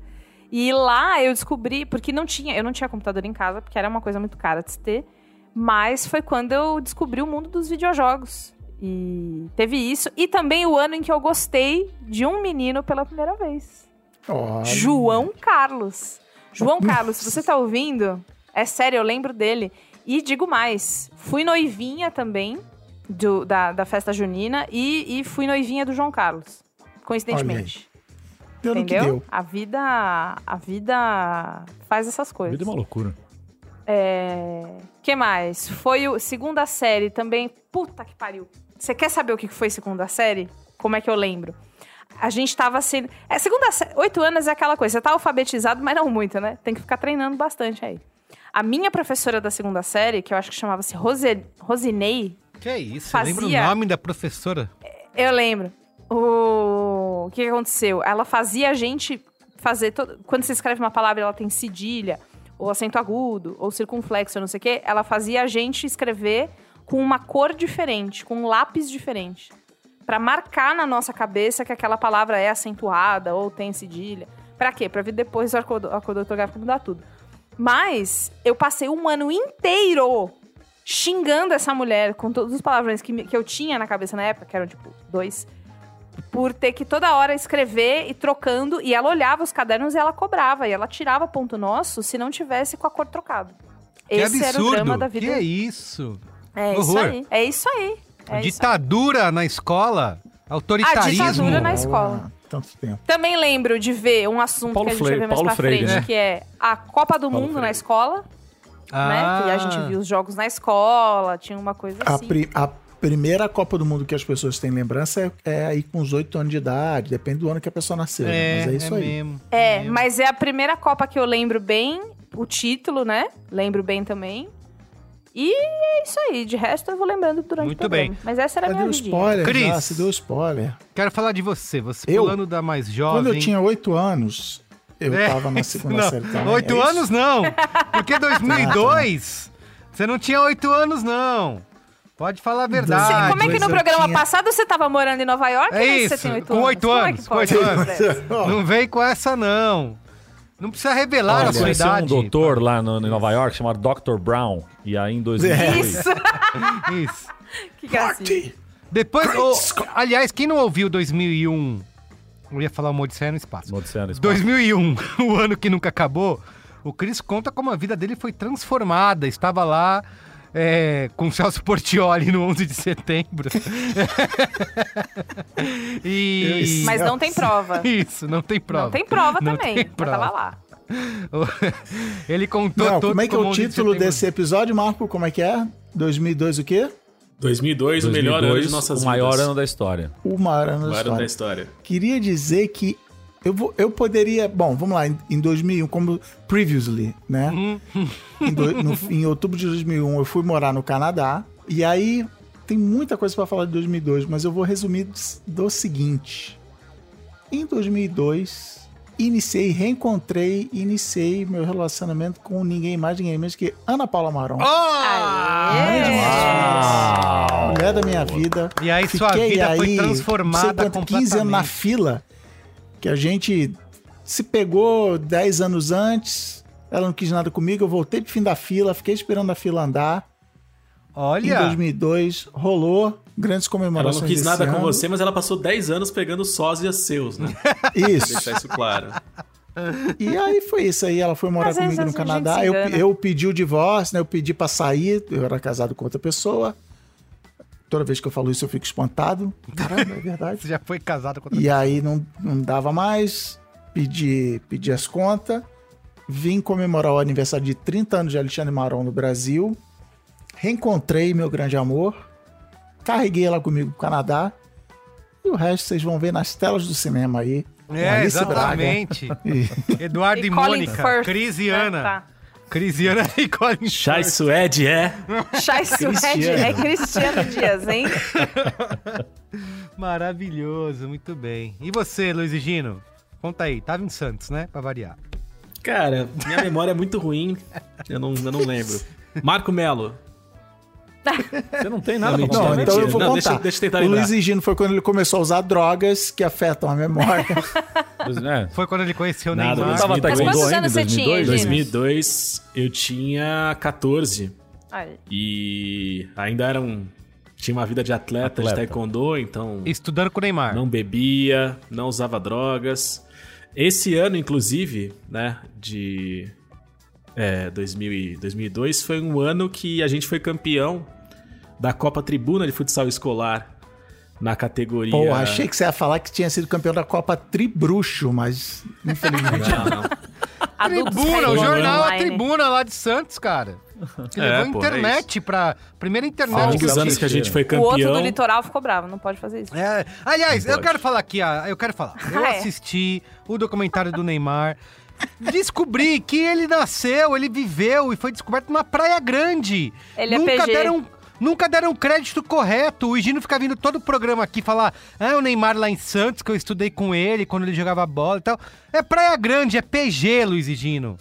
Speaker 7: E lá eu descobri, porque não tinha, eu não tinha computador em casa, porque era uma coisa muito cara de se ter. Mas foi quando eu descobri o mundo dos videojogos. E teve isso. E também o ano em que eu gostei de um menino pela primeira vez.
Speaker 5: Olha.
Speaker 7: João Carlos. João Carlos, se você tá ouvindo, é sério, eu lembro dele. E digo mais, fui noivinha também do- da, da festa junina e, e fui noivinha do João Carlos, coincidentemente.
Speaker 5: Deu no que
Speaker 7: Entendeu?
Speaker 5: deu.
Speaker 7: A vida, a vida faz essas coisas.
Speaker 6: Vida é uma loucura.
Speaker 7: É... que mais? Foi o segunda série também. Puta que pariu. Você quer saber o que foi segunda série? Como é que eu lembro? A gente tava sendo. É, segunda série. Oito anos é aquela coisa. Você tá alfabetizado, mas não muito, né? Tem que ficar treinando bastante aí. A minha professora da segunda série, que eu acho que chamava-se Rose... Rosinei,
Speaker 4: Que é isso?
Speaker 7: Fazia.
Speaker 4: Lembra o nome da professora?
Speaker 7: eu lembro. O, o que que aconteceu? Ela fazia a gente fazer. todo- Quando você escreve uma palavra, ela tem cedilha, ou acento agudo, ou circunflexo, ou não sei o quê. Ela fazia a gente escrever com uma cor diferente, com um lápis diferente. Pra marcar na nossa cabeça que aquela palavra é acentuada ou tem cedilha. Pra quê? Pra vir depois o arco- arcodotográfico mudar tudo. Mas eu passei um ano inteiro xingando essa mulher com todos os palavrões que, me- que eu tinha na cabeça na época, que eram tipo dois, por ter que toda hora escrever e trocando. E ela olhava os cadernos e ela cobrava. E ela tirava ponto nosso se não tivesse com a cor trocada. Esse
Speaker 4: que
Speaker 7: era
Speaker 4: absurdo.
Speaker 7: o drama da vida.
Speaker 4: Que é isso?
Speaker 7: é isso
Speaker 4: horror.
Speaker 7: aí. É isso aí. É isso aí.
Speaker 4: ditadura na escola? Autoritarismo?
Speaker 7: A ditadura na escola.
Speaker 5: Ah, tanto tempo.
Speaker 7: Também lembro de ver um assunto
Speaker 6: Paulo
Speaker 7: que a gente
Speaker 6: Freire-
Speaker 7: vai ver mais
Speaker 6: Paulo
Speaker 7: pra
Speaker 6: Freire,
Speaker 7: frente,
Speaker 6: né?
Speaker 7: que é a Copa do
Speaker 6: Paulo
Speaker 7: Mundo
Speaker 6: Freire.
Speaker 7: na escola,
Speaker 4: Ah,
Speaker 7: né? Que a gente viu os jogos na escola, tinha uma coisa
Speaker 5: Ah. A,
Speaker 7: assim.
Speaker 5: pri- a primeira Copa do Mundo que as pessoas têm lembrança é, é aí com os oito anos de idade, depende do ano que a pessoa nasceu. né?
Speaker 4: É,
Speaker 5: mas é isso
Speaker 4: é
Speaker 5: aí.
Speaker 4: mesmo.
Speaker 7: É, mas é a primeira Copa que eu lembro bem, o título, né? Lembro bem também. E é isso aí, de resto eu vou lembrando durante
Speaker 4: Muito
Speaker 7: o programa.
Speaker 4: bem.
Speaker 7: Mas essa era a
Speaker 5: Já
Speaker 7: minha
Speaker 5: deu
Speaker 7: vidinha.
Speaker 5: spoiler,
Speaker 4: Cris.
Speaker 5: já se deu spoiler.
Speaker 4: Quero falar de você. Você
Speaker 5: Eu?
Speaker 4: pulando da mais jovem.
Speaker 5: Quando eu tinha oito anos, eu
Speaker 4: É,
Speaker 5: tava na segunda
Speaker 4: não,
Speaker 5: série também.
Speaker 4: Oito
Speaker 5: é isso?
Speaker 4: anos não!
Speaker 5: (laughs)
Speaker 4: Porque 2002 você não tinha oito anos não. Pode falar a verdade.
Speaker 5: Você-
Speaker 7: Como é que
Speaker 5: Mas
Speaker 7: no
Speaker 5: Ah, eu
Speaker 7: programa
Speaker 5: tinha-
Speaker 7: passado você tava morando em Nova York,
Speaker 4: É
Speaker 7: né? que
Speaker 4: isso,
Speaker 7: você tem oito
Speaker 4: com
Speaker 7: anos?
Speaker 4: oito
Speaker 7: Como é
Speaker 4: anos,
Speaker 7: que
Speaker 4: com
Speaker 7: pode
Speaker 4: oito
Speaker 7: uma
Speaker 4: anos.
Speaker 7: coisa dessa?
Speaker 5: (laughs) Ó,
Speaker 4: Não vem com essa não. Não precisa revelar
Speaker 6: Ah,
Speaker 4: a sua
Speaker 5: é
Speaker 6: conheceu
Speaker 4: idade.
Speaker 6: um doutor lá no, em Nova York chamado Dr. Brown. E aí em 2002...
Speaker 7: Isso,
Speaker 4: Isso.
Speaker 7: (laughs) que gracinha.
Speaker 4: Depois, ô, aliás, quem não ouviu 2001? Eu ia falar uma Odisseia no Espaço.
Speaker 6: Uma Odisseia no Espaço.
Speaker 4: 2001, (laughs) o ano que nunca acabou, o Chris conta como a vida dele foi transformada. Estava lá é, com o Celso Portioli no 11 de setembro. (laughs) e...
Speaker 7: (laughs) Mas não tem prova.
Speaker 4: Isso, não tem prova.
Speaker 7: Não tem prova
Speaker 4: Não
Speaker 7: também.
Speaker 4: tem
Speaker 7: mas
Speaker 4: prova.
Speaker 7: Tava lá.
Speaker 4: (laughs) Ele contou
Speaker 5: Não,
Speaker 4: todo
Speaker 5: como é que é
Speaker 4: como
Speaker 5: o
Speaker 4: 11 de
Speaker 5: título
Speaker 4: setembro.
Speaker 5: desse episódio, Marco? Como é que é? 2002 o quê?
Speaker 8: 2002, o melhor ano de
Speaker 6: 2002,
Speaker 8: nossas
Speaker 6: o maior
Speaker 8: vidas.
Speaker 6: ano da história.
Speaker 5: Uma hora na
Speaker 8: O maior ano da
Speaker 5: história.
Speaker 8: história.
Speaker 5: Queria dizer que eu, vou, eu poderia... Bom, vamos lá. Em, em 2001, como previously, né? em, do- no- em outubro de 2001, eu fui morar no Canadá. E aí, tem muita coisa pra falar de 2002, mas eu vou resumir do, do seguinte. Em 2002, iniciei, reencontrei, iniciei meu relacionamento com ninguém mais, ninguém menos que Ana Paula Maron.
Speaker 6: Uau!
Speaker 5: mulher da minha vida.
Speaker 4: E aí sua
Speaker 5: Fiquei
Speaker 4: vida foi
Speaker 5: aí,
Speaker 4: transformada
Speaker 5: não sei quanto, 15 anos na
Speaker 4: completamente.
Speaker 5: fila, que a gente se pegou 10 anos antes, ela não quis nada comigo, eu voltei pro fim da fila, fiquei esperando a fila andar. Em
Speaker 4: Olha,
Speaker 5: 2002, rolou grandes
Speaker 8: Ela
Speaker 5: comemorações
Speaker 8: não quis
Speaker 5: desse
Speaker 8: nada com
Speaker 5: ano.
Speaker 8: você, mas ela passou 10 anos pegando sósias seus, né?
Speaker 5: Isso.
Speaker 8: Deixar isso (laughs) claro.
Speaker 5: E aí foi isso aí, ela foi morar
Speaker 7: Às vezes
Speaker 5: comigo
Speaker 7: a
Speaker 5: no
Speaker 7: gente
Speaker 5: Canadá,
Speaker 7: se
Speaker 5: eu,
Speaker 7: engana.
Speaker 5: eu pedi o divórcio, né? Eu pedi pra sair, eu era casado com outra pessoa. Toda vez que eu falo isso eu fico espantado. Caramba, é verdade.
Speaker 4: você já foi casado com
Speaker 8: (laughs)
Speaker 4: outra
Speaker 5: E é aí não, não dava mais, pedi, pedi as contas, vim comemorar o aniversário de 30 anos de Alexandre Maron no Brasil, reencontrei meu grande amor, carreguei ela comigo pro Canadá, e o resto vocês vão ver nas telas do cinema aí. com
Speaker 4: É,
Speaker 5: Alice (laughs)
Speaker 4: exatamente. Eduardo e,
Speaker 7: E Colin
Speaker 4: Mônica,
Speaker 7: Firth,
Speaker 4: Cris e
Speaker 7: né?
Speaker 4: Ana.
Speaker 7: Tá.
Speaker 4: Cris e Ana (laughs) e Colin
Speaker 8: Chai Suede é.
Speaker 7: Chai Suede é Cristiano Dias, hein?
Speaker 4: Firth. Maravilhoso, muito bem. E você, Luiz e Gino? Conta aí, tava em Santos, né? Pra variar.
Speaker 8: Cara, minha memória é muito ruim. Eu não, eu não lembro. Marco Melo.
Speaker 6: Você não tem nada pra
Speaker 8: mentira,
Speaker 5: Não,
Speaker 6: contar.
Speaker 8: mentira.
Speaker 5: então eu
Speaker 8: (laughs)
Speaker 5: vou
Speaker 8: Não,
Speaker 5: contar.
Speaker 8: deixa- deixa eu tentar
Speaker 5: o
Speaker 8: lembrar.
Speaker 5: Luiz e Gino foi quando ele começou a usar drogas que afetam
Speaker 8: (laughs)
Speaker 5: a memória.
Speaker 6: Pois, né?
Speaker 4: Foi quando ele conheceu o
Speaker 6: Nada,
Speaker 4: Neymar.
Speaker 6: eu tava
Speaker 7: Mas
Speaker 6: taekwondo
Speaker 7: quantos
Speaker 6: ainda,
Speaker 7: anos você tinha,
Speaker 6: 2002?
Speaker 7: Gino?
Speaker 8: 2002, eu tinha 14.
Speaker 7: Aí.
Speaker 8: E ainda era um. Tinha uma vida de atleta, de
Speaker 6: Atleta.
Speaker 8: taekwondo, então
Speaker 4: Estudando com o Neymar.
Speaker 8: não bebia, não usava drogas. Esse ano, inclusive, né, de é, 2000 e 2002, foi um ano que a gente foi campeão da Copa Tribuna de Futsal Escolar na categoria.
Speaker 5: Pô, achei que você ia falar que tinha sido campeão da Copa Tribruxo, mas infelizmente.
Speaker 8: Não, não.
Speaker 7: Adultos
Speaker 4: Tribuna, o
Speaker 7: Caimão
Speaker 4: jornal A
Speaker 7: Online.
Speaker 4: Tribuna lá de Santos,
Speaker 8: (laughs)
Speaker 4: cara. Que
Speaker 8: É,
Speaker 4: levou
Speaker 8: pô, é
Speaker 4: internet pra. Primeira
Speaker 8: Há
Speaker 4: internet.
Speaker 6: Fala
Speaker 4: que eu
Speaker 8: uns um anos que a gente foi
Speaker 7: O outro do
Speaker 8: campeão.
Speaker 7: litoral ficou bravo, não pode fazer isso.
Speaker 4: É, aliás,
Speaker 6: Não
Speaker 4: eu
Speaker 6: pode.
Speaker 4: quero falar aqui, ah, eu quero falar. Eu
Speaker 7: Ah, é.
Speaker 4: assisti o documentário do Neymar, descobri que ele nasceu, ele viveu e foi descoberto numa praia grande.
Speaker 7: Ele é
Speaker 4: nunca
Speaker 7: PG.
Speaker 4: deram um, Nunca deram crédito correto. O Higino fica vindo todo o programa aqui falar: ah, o Neymar lá em Santos, que eu estudei com ele quando ele jogava bola e tal. É Praia Grande, é PG, Luiz Higino.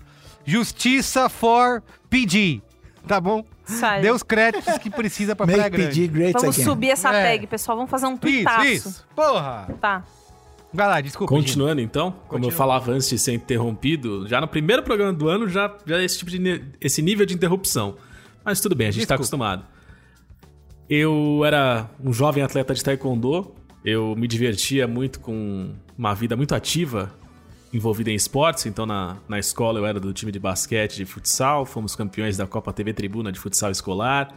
Speaker 4: Justiça for PG. Tá bom?
Speaker 7: Sai.
Speaker 4: Dê os créditos que precisa pra Praia
Speaker 5: Make
Speaker 4: Grande.
Speaker 5: PG great
Speaker 7: Vamos
Speaker 5: again.
Speaker 7: subir essa
Speaker 4: É.
Speaker 7: tag, pessoal. Vamos fazer um
Speaker 4: Isso,
Speaker 7: tuitaço.
Speaker 4: isso. Porra.
Speaker 7: Tá.
Speaker 4: Vai lá, desculpa. Higino.
Speaker 8: Continuando então, como eu falava antes de ser interrompido, já no primeiro programa do ano já, já esse tipo de ni- esse nível de interrupção. Mas tudo bem, a gente está
Speaker 4: Desculpa.
Speaker 8: acostumado. Eu era um jovem atleta de taekwondo, eu me divertia muito com uma vida muito ativa envolvida em esportes, então na, na escola eu era do time de basquete, de futsal, fomos campeões da Copa TV Tribuna de futsal escolar.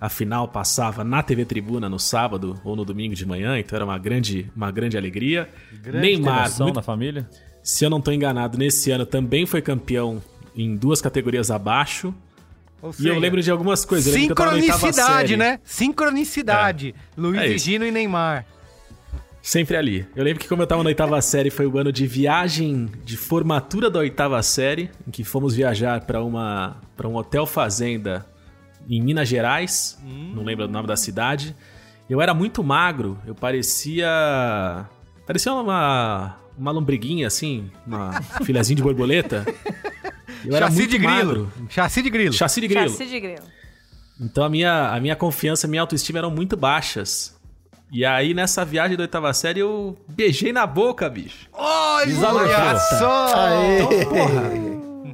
Speaker 8: A final passava na TV Tribuna no sábado ou no domingo de manhã, então era uma grande, uma grande alegria. Neymar,
Speaker 6: Emoção
Speaker 4: né?
Speaker 8: muito-
Speaker 6: na família?
Speaker 8: se eu não tô enganado, nesse ano também foi campeão em duas categorias abaixo.
Speaker 4: Ou
Speaker 8: E eu
Speaker 4: seja,
Speaker 8: lembro de algumas coisas. eu lembro que eu tava na oitava
Speaker 4: Sincronicidade,
Speaker 8: série,
Speaker 4: né? Sincronicidade. Luiz
Speaker 8: É
Speaker 4: e
Speaker 8: isso.
Speaker 4: Gino e Neymar.
Speaker 8: Sempre ali. Eu lembro que como eu tava na oitava série, foi o ano de viagem de formatura da oitava série, em que fomos viajar para uma para um hotel fazenda em Minas Gerais, não lembro o nome da cidade. Eu era muito magro, eu parecia parecia uma uma lombriguinha assim,
Speaker 4: (laughs)
Speaker 8: uma filezinha de borboleta. Eu era
Speaker 4: Chassi
Speaker 8: muito
Speaker 4: de grilo.
Speaker 8: magro.
Speaker 4: Chassi de grilo.
Speaker 8: Chassi de grilo.
Speaker 7: Chassi de grilo.
Speaker 8: Então a minha, a minha confiança, a minha autoestima eram muito baixas. E aí, nessa viagem da oitava série, eu beijei na boca, bicho.
Speaker 4: Olha só! Então,
Speaker 5: Aê.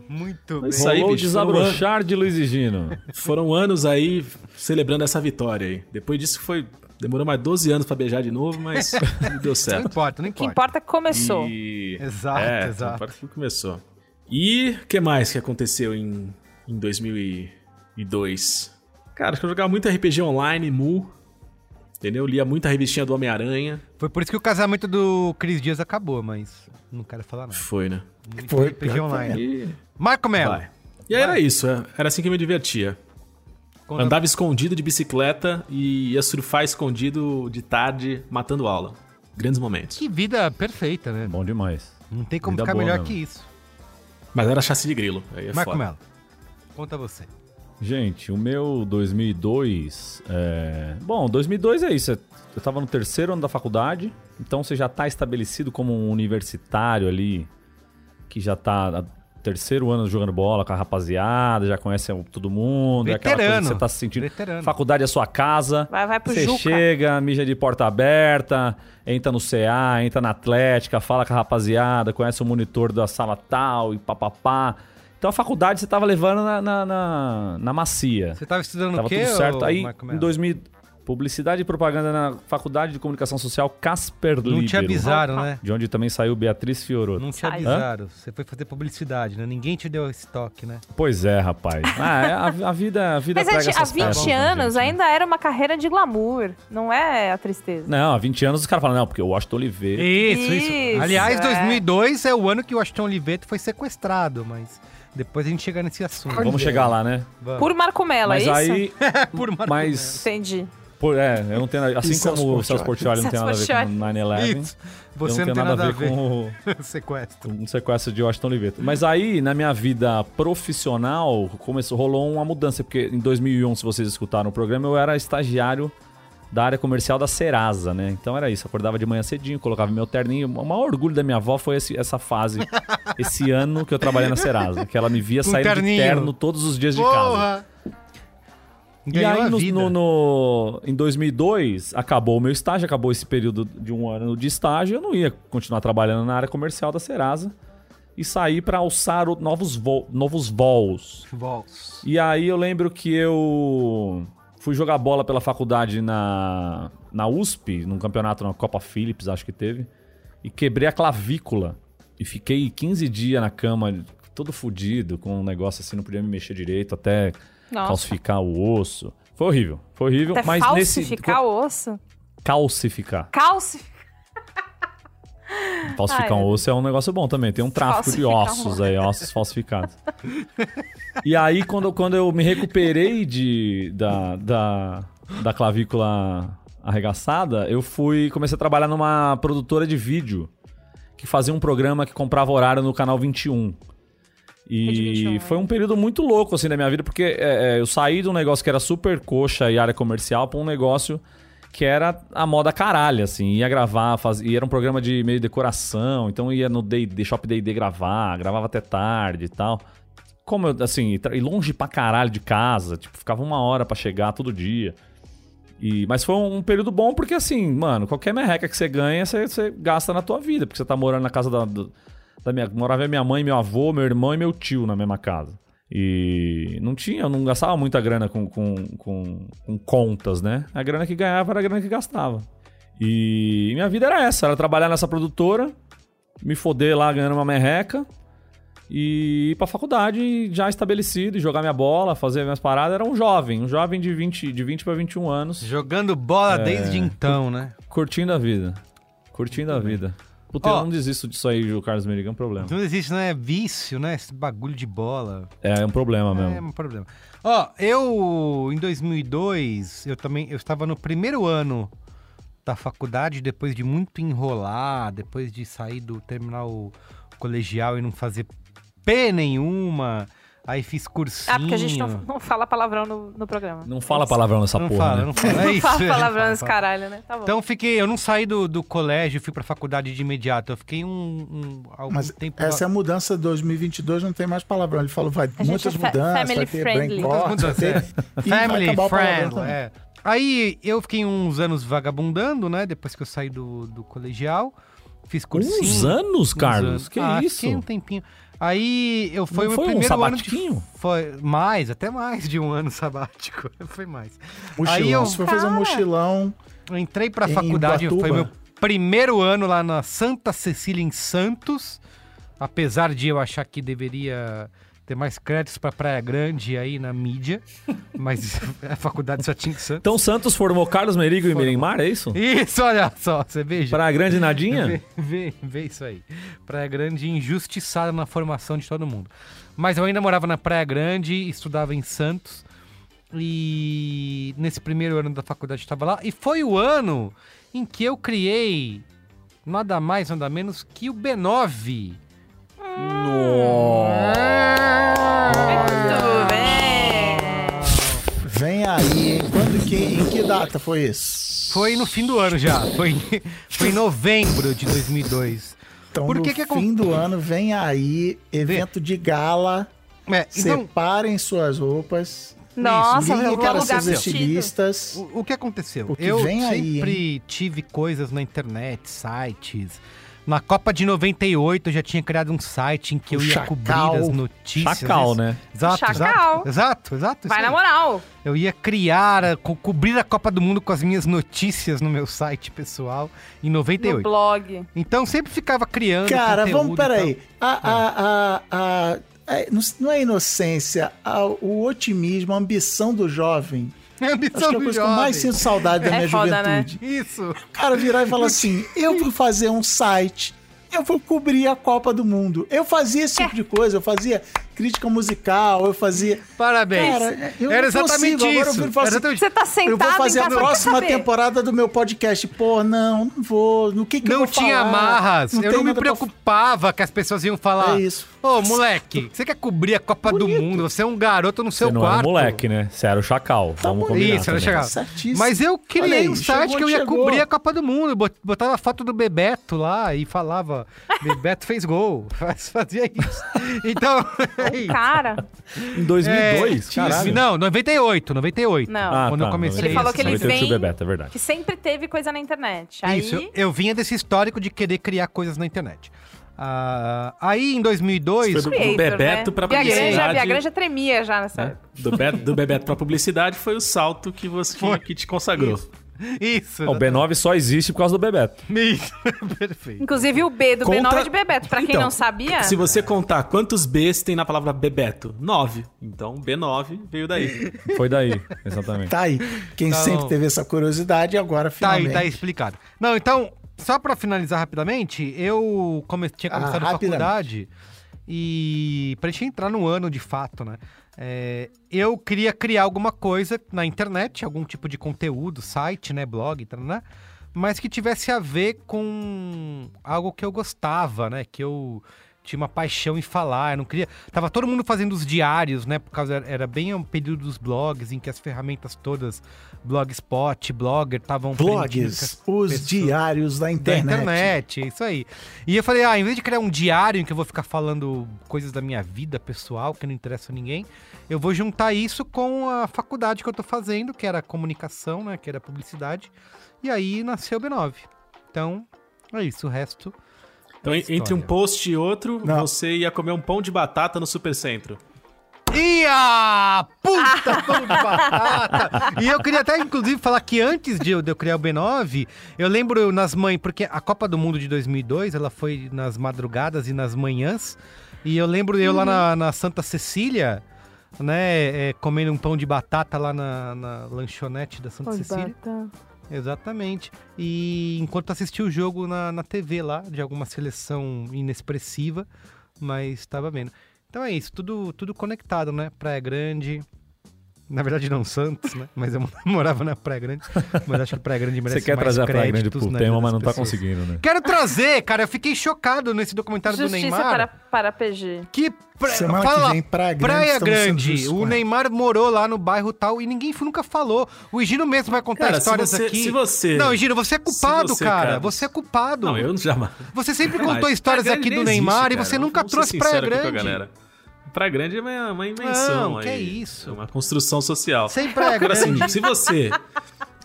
Speaker 4: Muito
Speaker 8: Mas
Speaker 4: bem.
Speaker 8: Isso aí,
Speaker 6: Rolou o
Speaker 8: bicho, foi um
Speaker 6: desabrochar de Luiz e Gino.
Speaker 8: Foram anos aí celebrando essa vitória aí. Depois disso foi. Demorou mais 12 anos pra beijar de novo, mas tudo deu
Speaker 4: Não
Speaker 8: certo.
Speaker 4: importa, não
Speaker 7: O que
Speaker 4: importa.
Speaker 7: importa é que começou.
Speaker 8: E...
Speaker 4: Exato,
Speaker 8: é,
Speaker 4: exato.
Speaker 8: a partir que começou. E o que mais que aconteceu em, em 2002? Cara, acho que eu jogava muito RPG online, Mu. Entendeu? Lia muita revistinha do Homem-Aranha.
Speaker 4: Foi por isso que o casamento do Cris Dias acabou, mas não quero falar nada.
Speaker 8: Foi, né?
Speaker 5: Foi, pior
Speaker 4: RPG
Speaker 5: que
Speaker 4: online.
Speaker 8: E
Speaker 4: Marco Melo.
Speaker 8: Vai. E aí era isso, é- era assim que eu me divertia.
Speaker 4: Conta-
Speaker 8: Andava escondido de bicicleta e ia surfar escondido de tarde, matando aula. Grandes momentos.
Speaker 4: Que vida perfeita, né?
Speaker 6: Bom demais.
Speaker 4: Não tem como
Speaker 6: vida
Speaker 4: ficar
Speaker 6: boa
Speaker 4: melhor
Speaker 6: mesmo.
Speaker 4: que isso.
Speaker 8: Mas era chassi de grilo. Aí é
Speaker 4: Marco
Speaker 8: foda.
Speaker 4: Melo. Conta você.
Speaker 6: Gente, o meu 2002. É... Bom, 2002 é isso. Eu tava no terceiro ano da faculdade, então você já tá estabelecido como um universitário ali, que já tá há terceiro ano jogando bola com a rapaziada, já conhece todo mundo. é aquela coisa que
Speaker 4: Veterano.
Speaker 6: você tá se sentindo.
Speaker 4: Veterano.
Speaker 6: Faculdade é sua casa.
Speaker 7: Vai, vai pro
Speaker 6: Você
Speaker 7: Juca.
Speaker 6: chega, mija de porta aberta, entra no CA, entra na Atlética, fala com a rapaziada, conhece o monitor da sala tal e papapá. Então a faculdade você tava levando na, na, na, na macia.
Speaker 4: Você tava estudando
Speaker 6: Tava
Speaker 4: o quê,
Speaker 6: tudo certo.
Speaker 4: ô
Speaker 6: Aí,
Speaker 4: Marco
Speaker 6: em
Speaker 4: Melo?
Speaker 6: 2000, publicidade e propaganda na Faculdade de Comunicação Social Casper
Speaker 4: Não te
Speaker 6: Libero,
Speaker 4: avisaram, né?
Speaker 6: De onde também saiu Beatriz Fiorotto.
Speaker 4: Não te
Speaker 7: Saiu.
Speaker 4: avisaram. Você foi fazer publicidade, né? Ninguém te deu esse toque, né?
Speaker 6: Pois
Speaker 4: (laughs)
Speaker 6: é, rapaz. Ah, é, a, a vida, a vida
Speaker 7: Mas
Speaker 6: prega
Speaker 7: gente, há
Speaker 6: essas
Speaker 7: 20
Speaker 6: peças, né,
Speaker 7: anos
Speaker 6: gente?
Speaker 7: ainda era uma carreira de glamour. Não é a tristeza.
Speaker 6: Não, há 20 anos os caras falam, não, porque o Washington Oliveira...
Speaker 4: Isso, isso.
Speaker 7: Isso,
Speaker 4: Aliás,
Speaker 7: é.
Speaker 4: 2002 é o ano que o Washington Oliveto foi sequestrado, mas depois a gente chega nesse assunto.
Speaker 6: Vamos chegar lá, né?
Speaker 4: Vamos.
Speaker 7: Por Marco Mello, é
Speaker 6: Mas
Speaker 7: isso?
Speaker 6: aí...
Speaker 4: Por (laughs) Marco
Speaker 6: mas...
Speaker 7: Entendi.
Speaker 6: Por, é, eu não tenho nada... Assim
Speaker 4: um
Speaker 5: Celso
Speaker 6: como o Celso Portioli não tem nada a ver
Speaker 7: Portiolli.
Speaker 6: com 9-11,
Speaker 4: Isso.
Speaker 6: eu
Speaker 4: Você não tem nada a ver
Speaker 6: com o...
Speaker 4: (laughs) com sequestro.
Speaker 6: Um sequestro de Washington Oliveto. Mas aí, na minha vida profissional, começou, rolou uma mudança, porque em 2001, se vocês escutaram o programa, eu era estagiário da área comercial da Serasa, né? Então era isso, acordava de manhã cedinho, colocava meu terninho. O maior orgulho da minha avó foi esse-
Speaker 4: (laughs)
Speaker 6: essa fase, esse ano que eu trabalhei na Serasa, que ela me via
Speaker 4: Com
Speaker 6: sair de
Speaker 4: terninho.
Speaker 6: terno todos os dias de casa.
Speaker 4: Porra!
Speaker 6: E
Speaker 4: Ganhou
Speaker 6: aí,
Speaker 4: a
Speaker 6: no-
Speaker 4: vida.
Speaker 6: no- no- em 2002, acabou o meu estágio, acabou esse período de um ano de estágio. Eu não ia continuar trabalhando na área comercial da Serasa. e saí pra alçar o- novos, vo- novos voos.
Speaker 4: Volts.
Speaker 6: E aí eu lembro que eu fui jogar bola pela faculdade na, na USP, num campeonato na Copa Philips, acho que teve, e quebrei a clavícula. E fiquei 15 dias na cama, todo fudido, com um negócio assim, não podia me mexer direito, até
Speaker 7: Nossa.
Speaker 6: calcificar o osso. Foi horrível, foi horrível,
Speaker 7: Até
Speaker 6: mas
Speaker 7: falsificar
Speaker 6: nesse...
Speaker 7: o osso?
Speaker 6: Calcificar.
Speaker 7: Calcificar.
Speaker 6: Falsificar
Speaker 7: Ai,
Speaker 6: um
Speaker 7: meu
Speaker 6: osso é um negócio bom também. Tem um tráfico de
Speaker 7: Falsificar
Speaker 6: ossos aí, ossos falsificados. e aí, quando, quando eu me recuperei de, da, da, da clavícula arregaçada, eu fui comecei a trabalhar numa produtora de vídeo que fazia um programa que comprava horário no canal 21.
Speaker 7: Rede
Speaker 6: E
Speaker 7: 21, né?
Speaker 6: foi um período muito louco assim da minha vida, porque é, é, eu saí de um negócio que era super coxa e área comercial pra um negócio que era a moda caralho, assim, ia gravar, faz... e era um programa de meio decoração, então ia no D&D, Shop D&D gravar, gravava até tarde e tal. Como eu, assim, e tra- e longe pra caralho de casa, tipo, ficava uma hora pra chegar todo dia. E, mas foi um período bom porque, assim, mano, qualquer merreca que você ganha, você, você gasta na tua vida, porque você tá morando na casa da, do- da minha. Morava minha mãe, meu avô, meu irmão e meu tio na mesma casa. E não tinha, eu não gastava muita grana com, com, com, com contas, né? A grana que ganhava era a grana que gastava. E minha vida era essa, era trabalhar nessa produtora, me foder lá ganhando uma merreca e ir pra faculdade já estabelecido, e jogar minha bola, fazer minhas paradas. Era um jovem, um jovem de 20, de 20 para 21 anos
Speaker 4: Jogando
Speaker 6: É.
Speaker 4: bola desde então, né?
Speaker 6: curtindo a vida. Curtindo a vida. Puta,
Speaker 4: Ó.
Speaker 6: eu não desisto disso aí, o Carlos Merigan, é um problema.
Speaker 4: Não existe, não é vício, né? Esse bagulho de bola.
Speaker 6: É, é um problema
Speaker 4: É
Speaker 6: mesmo.
Speaker 4: um problema. Ó, eu em 2002, eu também eu estava no primeiro ano da faculdade, depois de muito enrolar, depois de sair do terminal colegial e não fazer P nenhuma, aí fiz cursinho.
Speaker 7: Ah, porque a gente não, não fala palavrão no, no programa.
Speaker 6: Não fala palavrão nessa
Speaker 4: não
Speaker 6: porra,
Speaker 4: fala,
Speaker 6: né?
Speaker 4: não fala. É
Speaker 7: Não
Speaker 4: isso,
Speaker 7: fala
Speaker 4: é,
Speaker 7: palavrão
Speaker 4: fala,
Speaker 6: (laughs)
Speaker 7: nesse
Speaker 4: fala.
Speaker 7: caralho, né? Tá bom.
Speaker 4: Então fiquei, eu não saí do, do colégio, fui pra faculdade de imediato. Eu fiquei um, um algum
Speaker 5: Mas
Speaker 4: tempo
Speaker 5: essa é a mudança 2022, não tem mais palavrão. Ele falou, vai
Speaker 7: A gente
Speaker 5: muitas
Speaker 7: é fa-
Speaker 5: mudanças, vai
Speaker 7: family
Speaker 5: ter
Speaker 7: friendly.
Speaker 5: brain
Speaker 4: Mudança, é. Family friend, é. Aí eu fiquei uns anos vagabundando, né? Depois que eu saí do, do colegial, fiz cursinho.
Speaker 6: Uns anos,
Speaker 4: uns
Speaker 6: Carlos?
Speaker 4: anos.
Speaker 6: Que
Speaker 4: Ah,
Speaker 6: isso?
Speaker 4: Fiquei um tempinho. Aí eu foi
Speaker 6: Não
Speaker 4: o
Speaker 6: foi um
Speaker 4: primeiro ano
Speaker 6: sabatiquinho?
Speaker 4: de foi mais, até mais de um ano sabático. (laughs) Foi mais. Aí
Speaker 5: Mochilão.
Speaker 4: eu-
Speaker 5: Se for fazer um
Speaker 7: Cara.
Speaker 5: mochilão,
Speaker 4: Eu entrei pra
Speaker 5: Em
Speaker 4: faculdade,
Speaker 5: Ubatuba?
Speaker 4: foi meu primeiro ano lá na Santa Cecília em Santos. Apesar de eu achar que deveria ter mais créditos pra Praia Grande aí na mídia, mas (laughs) a faculdade só tinha em Santos.
Speaker 6: Então Santos formou Carlos Merigo e Mirimar, é isso?
Speaker 4: Isso, olha só, você veja.
Speaker 6: Pra grande nadinha?
Speaker 4: Vê, (laughs) vê, vê isso aí. Praia Grande injustiçada na formação de todo mundo. Mas eu ainda morava na Praia Grande, estudava em Santos. E nesse primeiro ano da faculdade eu estava lá. E foi o ano em que eu criei nada mais, nada menos que o B9.
Speaker 7: Muito bem.
Speaker 5: vem aí, hein? Quando e que, em que data foi isso?
Speaker 4: Foi no fim do ano já. Foi, (laughs) foi em novembro de 2002.
Speaker 5: Então,
Speaker 4: Por
Speaker 5: no
Speaker 4: que que acon-
Speaker 5: fim do ano, vem aí, evento de gala,
Speaker 4: É, então,
Speaker 5: separem suas roupas,
Speaker 7: Nossa,
Speaker 4: Isso,
Speaker 7: eu
Speaker 5: liguem
Speaker 7: vou
Speaker 5: para
Speaker 7: alugar
Speaker 5: seus
Speaker 7: vestido.
Speaker 5: estilistas.
Speaker 4: O, o que aconteceu?
Speaker 5: O que
Speaker 4: eu
Speaker 5: vem aí,
Speaker 4: sempre tive coisas na internet, sites. Na Copa de 98 eu já tinha criado um site em que
Speaker 5: O
Speaker 4: eu ia
Speaker 5: Chacal.
Speaker 4: cobrir as notícias.
Speaker 6: Chacal,
Speaker 4: Isso.
Speaker 6: né?
Speaker 4: Exato,
Speaker 7: Chacal.
Speaker 4: exato. Exato, exato.
Speaker 7: Vai
Speaker 4: isso
Speaker 7: na
Speaker 4: aí.
Speaker 7: moral.
Speaker 4: Eu ia criar, a- co- cobrir a Copa do Mundo com as minhas notícias no meu site pessoal em
Speaker 7: No
Speaker 4: 98.
Speaker 7: blog.
Speaker 4: Então sempre ficava criando.
Speaker 5: Cara,
Speaker 4: conteúdo
Speaker 5: vamos,
Speaker 4: e tal. Ah.
Speaker 5: peraí. A, a, a, a- é, não- não é inocência, a- o otimismo, a ambição do jovem.
Speaker 4: (laughs) É a
Speaker 5: Acho
Speaker 4: ambição
Speaker 5: que é a
Speaker 4: do
Speaker 5: coisa que eu mais
Speaker 4: jovem.
Speaker 5: sinto saudade da
Speaker 7: É
Speaker 5: minha
Speaker 7: foda, né?
Speaker 5: juventude.
Speaker 4: Isso.
Speaker 5: O cara virar e falar assim: eu vou fazer um site, eu vou cobrir a Copa do Mundo. Eu fazia esse
Speaker 4: É.
Speaker 5: tipo de coisa, eu fazia crítica musical, eu fazia.
Speaker 4: Parabéns.
Speaker 5: Cara, eu
Speaker 4: Era
Speaker 5: não consigo,
Speaker 4: exatamente
Speaker 5: agora eu
Speaker 4: isso.
Speaker 5: viro e falo
Speaker 4: Era
Speaker 5: assim,
Speaker 4: exatamente-
Speaker 7: Você tá
Speaker 5: Eu vou
Speaker 7: sentado
Speaker 5: fazer
Speaker 7: em
Speaker 5: a
Speaker 7: casa pra
Speaker 5: próxima
Speaker 7: saber.
Speaker 5: temporada do meu podcast. Pô, não, não vou. No que que eu
Speaker 4: não
Speaker 5: vou
Speaker 4: tinha
Speaker 5: falar?
Speaker 4: amarras. eu
Speaker 5: tenho
Speaker 4: não me
Speaker 5: nada pra
Speaker 4: preocupava que as pessoas iam falar.
Speaker 5: É isso.
Speaker 4: Ô, moleque, você quer cobrir a Copa do Mundo? Você é um garoto no seu
Speaker 6: Você não
Speaker 4: quarto.
Speaker 6: era moleque, né? Você era o chacal. Vamos
Speaker 5: bom.
Speaker 6: combinar.
Speaker 4: Isso, era
Speaker 6: também.
Speaker 4: chegar.
Speaker 5: Certíssimo.
Speaker 4: Mas eu
Speaker 5: Olha
Speaker 4: criei
Speaker 5: aí,
Speaker 4: um site
Speaker 5: chegou
Speaker 4: que eu ia
Speaker 5: onde chegou.
Speaker 4: cobrir a Copa do Mundo. Bot- Botava a foto do Bebeto lá e falava: Bebeto fez gol. (laughs) Faz- Fazia isso. Então. (laughs) é isso.
Speaker 7: Cara,
Speaker 6: Em 2002,
Speaker 4: É,
Speaker 6: caralho.
Speaker 4: Não, 98, 98.
Speaker 7: Não.
Speaker 6: Ah,
Speaker 4: Quando eu
Speaker 6: tá,
Speaker 4: comecei.
Speaker 7: Ele falou
Speaker 4: esse
Speaker 7: que ele
Speaker 4: site.
Speaker 6: 98
Speaker 7: vem-
Speaker 6: Bebeto, é verdade.
Speaker 7: que sempre teve coisa na internet. Aí,
Speaker 4: Isso, eu, eu vinha desse histórico de querer criar coisas na internet. Ah, aí em 2002,
Speaker 8: Foi do-
Speaker 7: Creator,
Speaker 8: Bebeto
Speaker 7: né?
Speaker 8: pra
Speaker 7: Bia Granja-
Speaker 8: publicidade.
Speaker 7: Bia Granja tremia já
Speaker 4: É.
Speaker 7: nessa
Speaker 8: né?
Speaker 7: época.
Speaker 8: Do, Be do Bebeto pra publicidade
Speaker 4: (laughs)
Speaker 8: foi o salto que você
Speaker 4: Foi.
Speaker 8: que te consagrou.
Speaker 4: (laughs) isso.
Speaker 6: Ah, O B9 só existe por causa do Bebeto.
Speaker 4: Isso, perfeito.
Speaker 7: Inclusive o B do B9
Speaker 8: Conta-
Speaker 7: é de Bebeto. Pra quem
Speaker 8: Então,
Speaker 7: não sabia,
Speaker 8: Se você contar quantos Bs tem na palavra Bebeto? Nove. Então, B9 veio daí.
Speaker 4: (laughs)
Speaker 6: Foi daí, exatamente.
Speaker 5: Tá aí. Quem
Speaker 4: Tá
Speaker 5: sempre
Speaker 4: bom.
Speaker 5: teve essa curiosidade, agora
Speaker 4: Tá aí,
Speaker 5: finalmente.
Speaker 4: tá explicado. Não, então, só pra finalizar rapidamente, eu come- tinha
Speaker 5: Ah,
Speaker 4: começado a
Speaker 5: rapidamente.
Speaker 4: faculdade e pra gente entrar no ano de fato, né? é, eu queria criar alguma coisa na internet, algum tipo de conteúdo, site, né, blog, tal, né? mas que tivesse a ver com algo que eu gostava, né? Que eu tinha uma paixão em falar, eu não queria. Tava todo mundo fazendo os diários, né? Por causa era bem um período dos blogs em que as ferramentas todas, blogspot, blogger, estavam permitindo que as
Speaker 5: Blogs, os
Speaker 4: pessoas-
Speaker 5: diários da
Speaker 4: da
Speaker 5: internet.
Speaker 4: internet, isso aí. E eu falei, ah, em vez de criar um diário em que eu vou ficar falando coisas da minha vida pessoal, que não interessa a ninguém, eu vou juntar isso com a faculdade que eu tô fazendo, que era comunicação, né, que era publicidade, e aí nasceu o B9. Então, é isso, o resto...
Speaker 8: Então,
Speaker 4: é
Speaker 8: en- entre
Speaker 4: história.
Speaker 8: um post e outro,
Speaker 5: Não.
Speaker 8: você ia comer um pão de batata no supercentro.
Speaker 4: Ia! Puta pão de batata! E eu queria até, inclusive, falar que antes de eu, de eu criar o B9, eu lembro nas mães, porque a Copa do Mundo de 2002, ela foi nas madrugadas e nas manhãs, e eu lembro eu lá na, na Santa Cecília, né, é, comendo um pão de batata lá na, na lanchonete da Santa Cecília. Exatamente. E enquanto assistia o jogo na, na TV lá, de alguma seleção inexpressiva, mas estava vendo. Então é isso, tudo, tudo conectado, né? Praia Grande. Na verdade, não Santos, né? Mas eu (laughs) morava na Praia Grande. Mas acho que Praia Grande merece
Speaker 6: Você quer
Speaker 4: mais
Speaker 6: trazer a Praia
Speaker 4: créditos
Speaker 6: Grande pro
Speaker 4: na
Speaker 6: tema,
Speaker 4: vida das
Speaker 6: mas não tá
Speaker 4: pessoas.
Speaker 6: conseguindo, né?
Speaker 4: Quero trazer, cara. Eu fiquei chocado nesse documentário do
Speaker 7: justiça
Speaker 4: Neymar.
Speaker 7: para, para PG.
Speaker 4: Que pra...
Speaker 5: Semana
Speaker 4: fala,
Speaker 5: que vem, Praia Grande.
Speaker 4: Praia
Speaker 5: estamos sendo
Speaker 4: Grande.
Speaker 5: justos
Speaker 4: O
Speaker 5: com ela.
Speaker 4: Neymar morou lá no bairro tal e ninguém nunca falou. O Egino mesmo vai contar
Speaker 8: Cara, se
Speaker 4: histórias
Speaker 8: você-
Speaker 4: aqui.
Speaker 8: se você-
Speaker 4: Não, Egino, você é culpado,
Speaker 8: você,
Speaker 4: cara.
Speaker 8: cara.
Speaker 4: Você é culpado.
Speaker 8: Não, eu não jamais.
Speaker 4: Você sempre
Speaker 8: Jamais.
Speaker 4: contou histórias
Speaker 8: Praia
Speaker 4: aqui
Speaker 8: Grande
Speaker 4: do
Speaker 8: nem existe,
Speaker 4: Neymar e
Speaker 8: cara.
Speaker 4: você
Speaker 8: Vamos-
Speaker 4: nunca
Speaker 8: vamos ser
Speaker 4: trouxe Praia
Speaker 8: sincero aqui com a
Speaker 4: Grande.
Speaker 8: galera. Praia Grande é uma, uma invenção
Speaker 4: Não,
Speaker 8: aí.
Speaker 4: que isso.
Speaker 8: É uma construção social.
Speaker 4: Sem Praia
Speaker 8: Agora, assim,
Speaker 4: Grande.
Speaker 8: se você.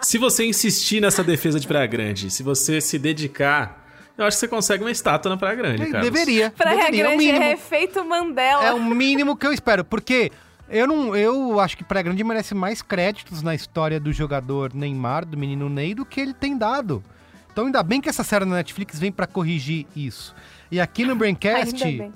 Speaker 8: Se você insistir nessa defesa de Praia Grande, se você se dedicar, eu acho que você consegue uma estátua na Praia Grande, cara.
Speaker 4: Deveria.
Speaker 7: Praia
Speaker 4: deveria, é o
Speaker 7: Grande
Speaker 4: mínimo.
Speaker 7: é efeito Mandela.
Speaker 4: É o mínimo que eu espero, porque eu não, eu acho que Praia Grande merece mais créditos na história do jogador Neymar, do menino Ney, do que ele tem dado. Então ainda bem que essa série na Netflix vem pra corrigir isso. E aqui no
Speaker 7: Ainda
Speaker 4: Braincast
Speaker 7: bem.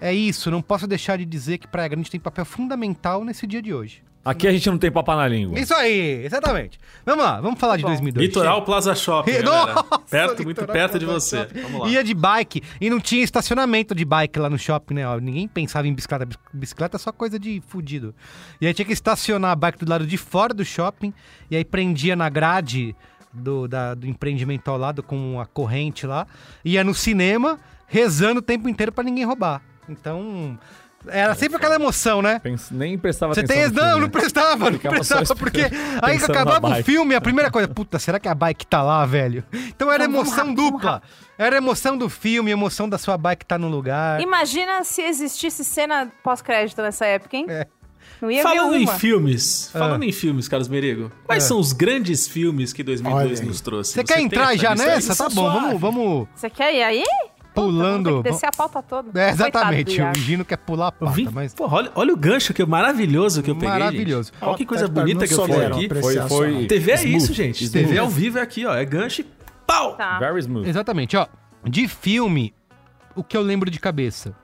Speaker 4: é isso, não posso deixar de dizer que Praia Grande tem papel fundamental nesse dia de hoje.
Speaker 6: Aqui a gente não tem papo na língua.
Speaker 4: Isso aí, exatamente. Vamos lá, vamos falar de 2002.
Speaker 8: Litoral Plaza Shopping, né, galera.
Speaker 4: (laughs) Nossa,
Speaker 8: Perto, muito
Speaker 4: Litoral
Speaker 8: perto de
Speaker 4: Plaza
Speaker 8: você.
Speaker 4: Shopping.
Speaker 8: Vamos lá.
Speaker 4: Ia de bike e não tinha estacionamento de bike lá no shopping, né? Ó, Ninguém pensava em bicicleta. Bis- Bicicleta é só coisa de fudido. E aí tinha que estacionar a bike do lado de fora do shopping e aí prendia na grade do, da- do empreendimento ao lado com a corrente lá. Ia no cinema rezando o tempo inteiro pra ninguém roubar. Então, era sempre aquela emoção, né?
Speaker 6: Pens- Nem prestava
Speaker 4: Você
Speaker 6: atenção.
Speaker 4: tem.
Speaker 6: no
Speaker 4: Não,
Speaker 6: filme. né?
Speaker 4: não prestava, não
Speaker 6: Ficava só
Speaker 4: prestava,
Speaker 6: esperando-
Speaker 4: porque aí que
Speaker 6: pensando na
Speaker 4: acabava o
Speaker 6: bike.
Speaker 4: filme, a primeira coisa, puta, será que a bike tá lá, velho? Então era
Speaker 7: Então, vamos
Speaker 4: emoção
Speaker 7: rápido, vamos
Speaker 4: dupla. Era emoção do filme, emoção da sua bike tá no lugar.
Speaker 7: Imagina se existisse cena pós-crédito nessa época, hein?
Speaker 4: É.
Speaker 7: Não ia
Speaker 8: Falando
Speaker 7: ver
Speaker 8: em
Speaker 7: uma.
Speaker 8: filmes,
Speaker 4: Ah.
Speaker 8: falando em filmes, Carlos Merigo, quais são os grandes filmes que 2002
Speaker 5: Olha aí.
Speaker 8: nos trouxe?
Speaker 4: Você quer
Speaker 8: tem
Speaker 4: entrar
Speaker 8: essa
Speaker 4: já
Speaker 8: lista aí?
Speaker 4: nessa?
Speaker 8: Isso
Speaker 4: Tá
Speaker 8: é
Speaker 4: bom,
Speaker 8: suave.
Speaker 4: vamos, vamos
Speaker 7: Você quer ir aí? Vamos
Speaker 4: pulando.
Speaker 7: ter que descer a pauta toda.
Speaker 4: É,
Speaker 7: Coitado
Speaker 4: exatamente,
Speaker 7: do
Speaker 4: o
Speaker 7: Iago.
Speaker 4: Gino quer pular a
Speaker 8: Eu
Speaker 4: pauta,
Speaker 8: vim-
Speaker 4: mas...
Speaker 8: Porra, olha, olha o gancho que maravilhoso que eu peguei. gente.
Speaker 4: Maravilhoso.
Speaker 8: Olha que coisa
Speaker 5: Tá, tá,
Speaker 8: bonita
Speaker 5: não
Speaker 8: que eu fiz
Speaker 5: souberam
Speaker 8: aqui.
Speaker 5: apreciar
Speaker 6: Foi- foi-
Speaker 5: só.
Speaker 8: TV é
Speaker 6: Smooth,
Speaker 8: isso, gente.
Speaker 6: smooth.
Speaker 8: TV ao vivo é aqui, ó. É gancho e pau!
Speaker 7: Tá.
Speaker 6: Very smooth.
Speaker 4: Exatamente, ó. De filme, o que eu lembro de cabeça.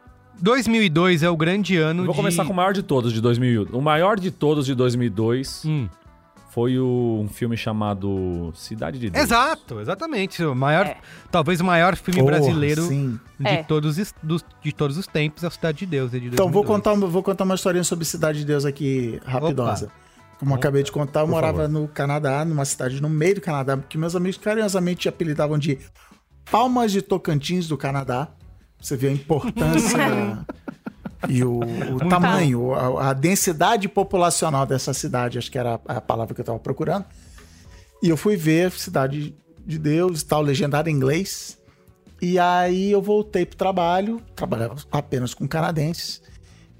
Speaker 4: 2002 é o grande ano
Speaker 6: Vou
Speaker 4: de...
Speaker 6: começar com o maior de todos de 2001. O maior de todos de 2002
Speaker 4: Hum.
Speaker 6: foi o- um filme chamado Cidade de Deus.
Speaker 4: Exato, exatamente. O maior,
Speaker 7: É.
Speaker 4: Talvez o maior filme
Speaker 5: Porra,
Speaker 4: brasileiro
Speaker 5: sim.
Speaker 4: de,
Speaker 7: É.
Speaker 4: todos, os- dos- de todos os tempos, a Cidade de Deus. é de
Speaker 5: Então, vou
Speaker 4: 2002.
Speaker 5: contar, uma- vou contar uma historinha sobre Cidade de Deus aqui, rapidosa. Como eu acabei de contar, eu morava no Canadá, numa cidade no meio do Canadá, que meus amigos carinhosamente apelidavam de Palmas de Tocantins do Canadá. Você vê a importância e o, o tamanho, a, a densidade populacional dessa cidade, acho que era a, a palavra que eu estava procurando. E eu fui ver Cidade de Deus e tal, legendado em inglês. E aí eu voltei pro trabalho, trabalhava apenas com canadenses.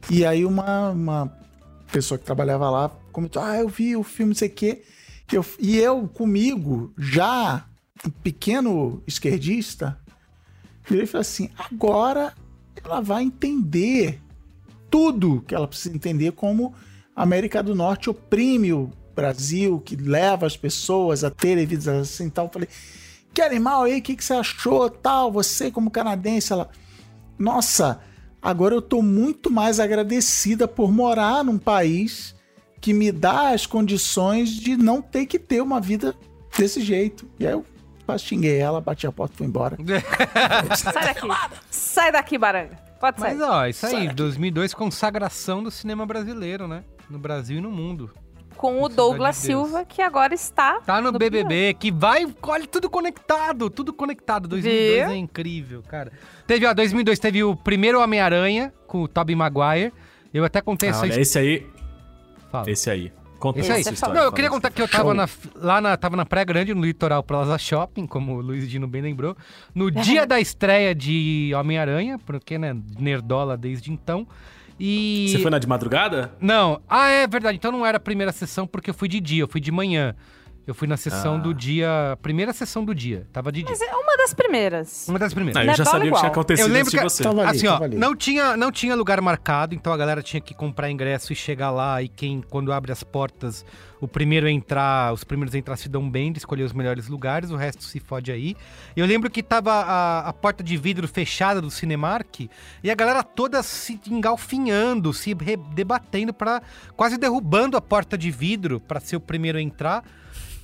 Speaker 5: E aí uma, uma pessoa que trabalhava lá comentou: Ah, eu vi o filme, não sei o quê. E eu, e eu, comigo, já um pequeno esquerdista, Virei e falei assim: agora ela vai entender tudo que ela precisa entender como a América do Norte oprime o Brasil, que leva as pessoas a terem vidas assim e tal. Eu Falei, que animal aí, o que, que você achou, tal, você como canadense? Ela, nossa, agora eu tô muito mais agradecida por morar num país que me dá as condições de não ter que ter uma vida desse jeito. E aí eu xinguei ela, bati a porta e fui embora.
Speaker 7: Tá, Sai daqui. Sai daqui, baranga. Pode sair.
Speaker 4: Mas ó, isso aí, 2002, consagração do cinema brasileiro, né? No Brasil e no mundo.
Speaker 7: Com o
Speaker 4: Cidade
Speaker 7: Douglas
Speaker 4: de Deus.
Speaker 7: Silva, que agora está.
Speaker 4: Tá no
Speaker 7: No
Speaker 4: BBB, que vai, olha, tudo conectado, tudo conectado. 2002 é incrível, cara. Teve, ó, 2002 teve o primeiro Homem-Aranha com o Tobey Maguire. Eu até contei essa
Speaker 8: Ah, olha,
Speaker 4: história.
Speaker 8: esse aí.
Speaker 4: É Fala.
Speaker 8: Esse aí. Conta
Speaker 4: Isso aí.
Speaker 8: essa história.
Speaker 4: Não, eu
Speaker 8: fala
Speaker 4: queria
Speaker 8: essa
Speaker 4: contar que eu tava na, lá na, tava na Praia Grande, no Litoral Plaza Shopping, como o Luiz Dino bem lembrou, (laughs) no dia da estreia de Homem-Aranha, porque, né, nerdola desde então. E...
Speaker 8: Você foi na de madrugada?
Speaker 4: Não. Ah, é verdade. Então não era a primeira sessão porque eu fui de dia, eu fui de manhã. Eu fui na sessão
Speaker 8: Ah.
Speaker 4: do dia. Primeira sessão do dia. Tava de dia.
Speaker 7: Mas é uma das primeiras.
Speaker 4: Uma das
Speaker 8: Não,
Speaker 4: primeiras.
Speaker 8: eu
Speaker 7: Na
Speaker 8: já
Speaker 7: bola
Speaker 8: sabia o que tinha
Speaker 7: igual.
Speaker 8: acontecido
Speaker 4: é Eu lembro
Speaker 8: antes de
Speaker 4: que-
Speaker 8: você.
Speaker 5: Tava ali,
Speaker 4: assim, ó,
Speaker 5: tava ali.
Speaker 4: não tinha, não tinha lugar marcado, então a galera tinha que comprar ingresso e chegar lá. E quem, quando abre as portas, o primeiro a entrar, os primeiros a entrar se dão bem, de escolher os melhores lugares, o resto se fode aí. Eu lembro que tava a, a porta de vidro fechada do Cinemark e a galera toda se engalfinhando, se re- debatendo para quase derrubando a porta de vidro para ser o primeiro a entrar.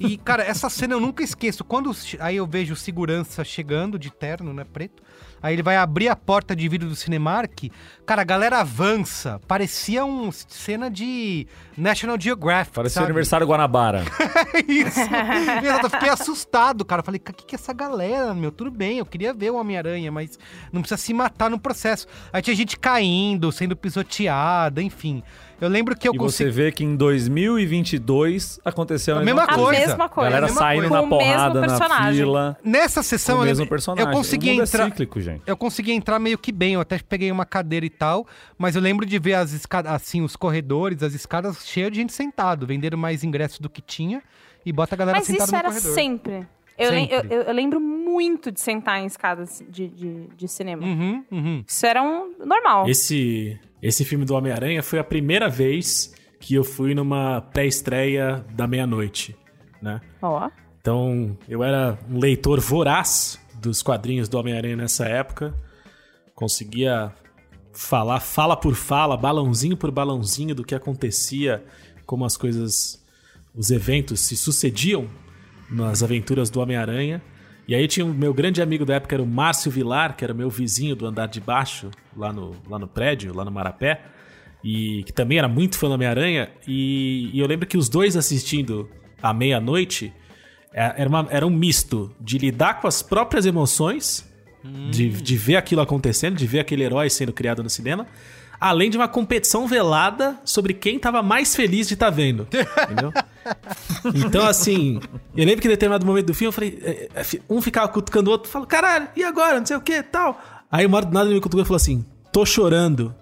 Speaker 4: E, cara, essa cena eu nunca esqueço. Quando che- aí eu vejo o segurança chegando de terno, né, preto. Aí ele vai abrir a porta de vidro do Cinemark. Cara, a galera avança. Parecia uma cena de National Geographic.
Speaker 6: Parece
Speaker 4: sabe?
Speaker 6: aniversário Guanabara.
Speaker 7: (laughs)
Speaker 4: isso. Exato, eu fiquei assustado, cara. Eu Falei, o que, que é essa galera, meu? Tudo bem, eu queria ver o Homem-Aranha, mas não precisa se matar no processo. Aí tinha gente caindo, sendo pisoteada, enfim. Eu lembro que (laughs) eu
Speaker 6: e você
Speaker 4: consegui.
Speaker 6: vê que em 2022 aconteceu
Speaker 4: A mesma
Speaker 7: A
Speaker 4: coisa.
Speaker 7: mesma coisa.
Speaker 6: Galera
Speaker 4: a mesma
Speaker 6: saindo
Speaker 4: coisa.
Speaker 6: na
Speaker 7: Com o mesmo
Speaker 6: porrada, na
Speaker 7: personagem.
Speaker 6: fila.
Speaker 4: Nessa
Speaker 6: Com
Speaker 4: sessão
Speaker 6: o
Speaker 4: eu
Speaker 6: mesmo
Speaker 4: lembro-
Speaker 6: personagem.
Speaker 4: eu consegui
Speaker 6: o mundo
Speaker 4: entrar.
Speaker 6: É cíclico, gente.
Speaker 4: Eu consegui entrar meio que bem, eu até peguei uma cadeira e tal, mas eu lembro de ver as escadas, assim, os corredores, as escadas cheias de gente sentado, venderam mais ingressos do que tinha e bota a galera
Speaker 7: Mas
Speaker 4: sentada
Speaker 7: isso
Speaker 4: no
Speaker 7: era
Speaker 4: corredor.
Speaker 7: sempre. Eu, lem-
Speaker 4: Sempre.
Speaker 7: eu- eu- eu lembro muito de sentar em escadas de, de, de cinema.
Speaker 4: Uhum, uhum.
Speaker 7: Isso era um normal.
Speaker 8: Esse, esse filme do Homem-Aranha foi a primeira vez que eu fui numa pré-estreia da meia-noite, né?
Speaker 7: Ó.
Speaker 8: Então, eu era um leitor voraz dos quadrinhos do Homem-Aranha nessa época. Conseguia falar fala por fala, balãozinho por balãozinho do que acontecia, como as coisas, os eventos se sucediam nas aventuras do Homem-Aranha. E aí tinha o meu grande amigo da época, era o Márcio Vilar, que era o meu vizinho do andar de baixo, lá no, lá no prédio, lá no Marapé, e que também era muito fã do Homem-Aranha. E, e eu lembro que os dois assistindo à meia-noite, é- era, uma- era um misto de lidar com as próprias emoções, de, de ver aquilo acontecendo, de ver aquele herói sendo criado no cinema, além de uma competição velada sobre quem tava mais feliz de estar vendo. Entendeu? Então, assim, eu lembro que em determinado momento do filme eu falei, eh, eh, fi- um ficava cutucando o outro, falou, caralho, e agora? Não sei o que tal. Aí uma hora do nada ele me cutucou e falou assim: tô
Speaker 4: (laughs)
Speaker 8: chorando.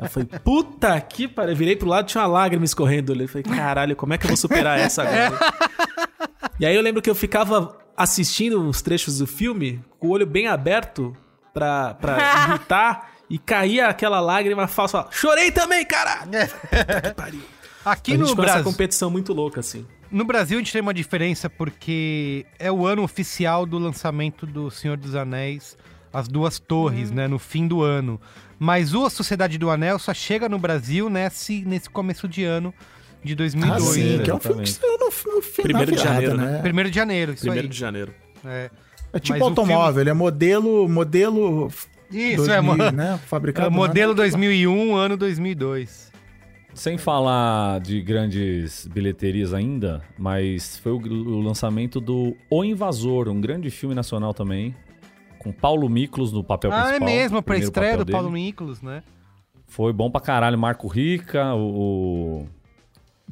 Speaker 8: Eu falei, puta que pariu. Eu virei pro lado tinha uma lágrima escorrendo. Eu falei, caralho, como é que eu vou superar essa
Speaker 4: (laughs)
Speaker 8: agora? E aí eu lembro que eu ficava assistindo uns trechos do filme com o olho bem aberto pra, pra irritar e caía aquela lágrima falsa. ó, Chorei também, caralho! Puta que pariu.
Speaker 4: Aqui
Speaker 8: a gente
Speaker 4: no
Speaker 8: ficou nessa
Speaker 4: Brasil,
Speaker 8: competição muito louca, assim.
Speaker 4: no Brasil a gente tem uma diferença porque é o ano oficial do lançamento do Senhor dos Anéis, As Duas Torres, né, no fim do ano. Mas o A Sociedade do Anel só chega no Brasil nesse, nesse começo de ano de
Speaker 5: Ah,
Speaker 4: 2002.
Speaker 5: sim,
Speaker 6: né?
Speaker 5: que é um filme que estreou no, no final
Speaker 8: Primeiro de
Speaker 5: virada,
Speaker 8: janeiro, né?
Speaker 4: Primeiro de janeiro, isso
Speaker 8: Primeiro
Speaker 4: aí.
Speaker 8: de janeiro.
Speaker 4: É.
Speaker 5: É tipo
Speaker 4: Mas o
Speaker 5: automóvel, ele é modelo, modelo
Speaker 4: Isso,
Speaker 5: 2000,
Speaker 4: é, mano.
Speaker 5: né? Fabricado
Speaker 4: É,
Speaker 5: no
Speaker 4: modelo 2001, ano 2002.
Speaker 6: Sem falar de grandes bilheterias ainda, mas foi o, o lançamento do O Invasor, um grande filme nacional também, com Paulo Miklos no papel
Speaker 4: ah, é
Speaker 6: principal.
Speaker 4: mesmo, a
Speaker 6: primeiro
Speaker 4: pré-estreia
Speaker 6: papel
Speaker 4: do Paulo
Speaker 6: dele.
Speaker 4: Miklos, né?
Speaker 6: Foi bom pra caralho. Marco Rica, o, o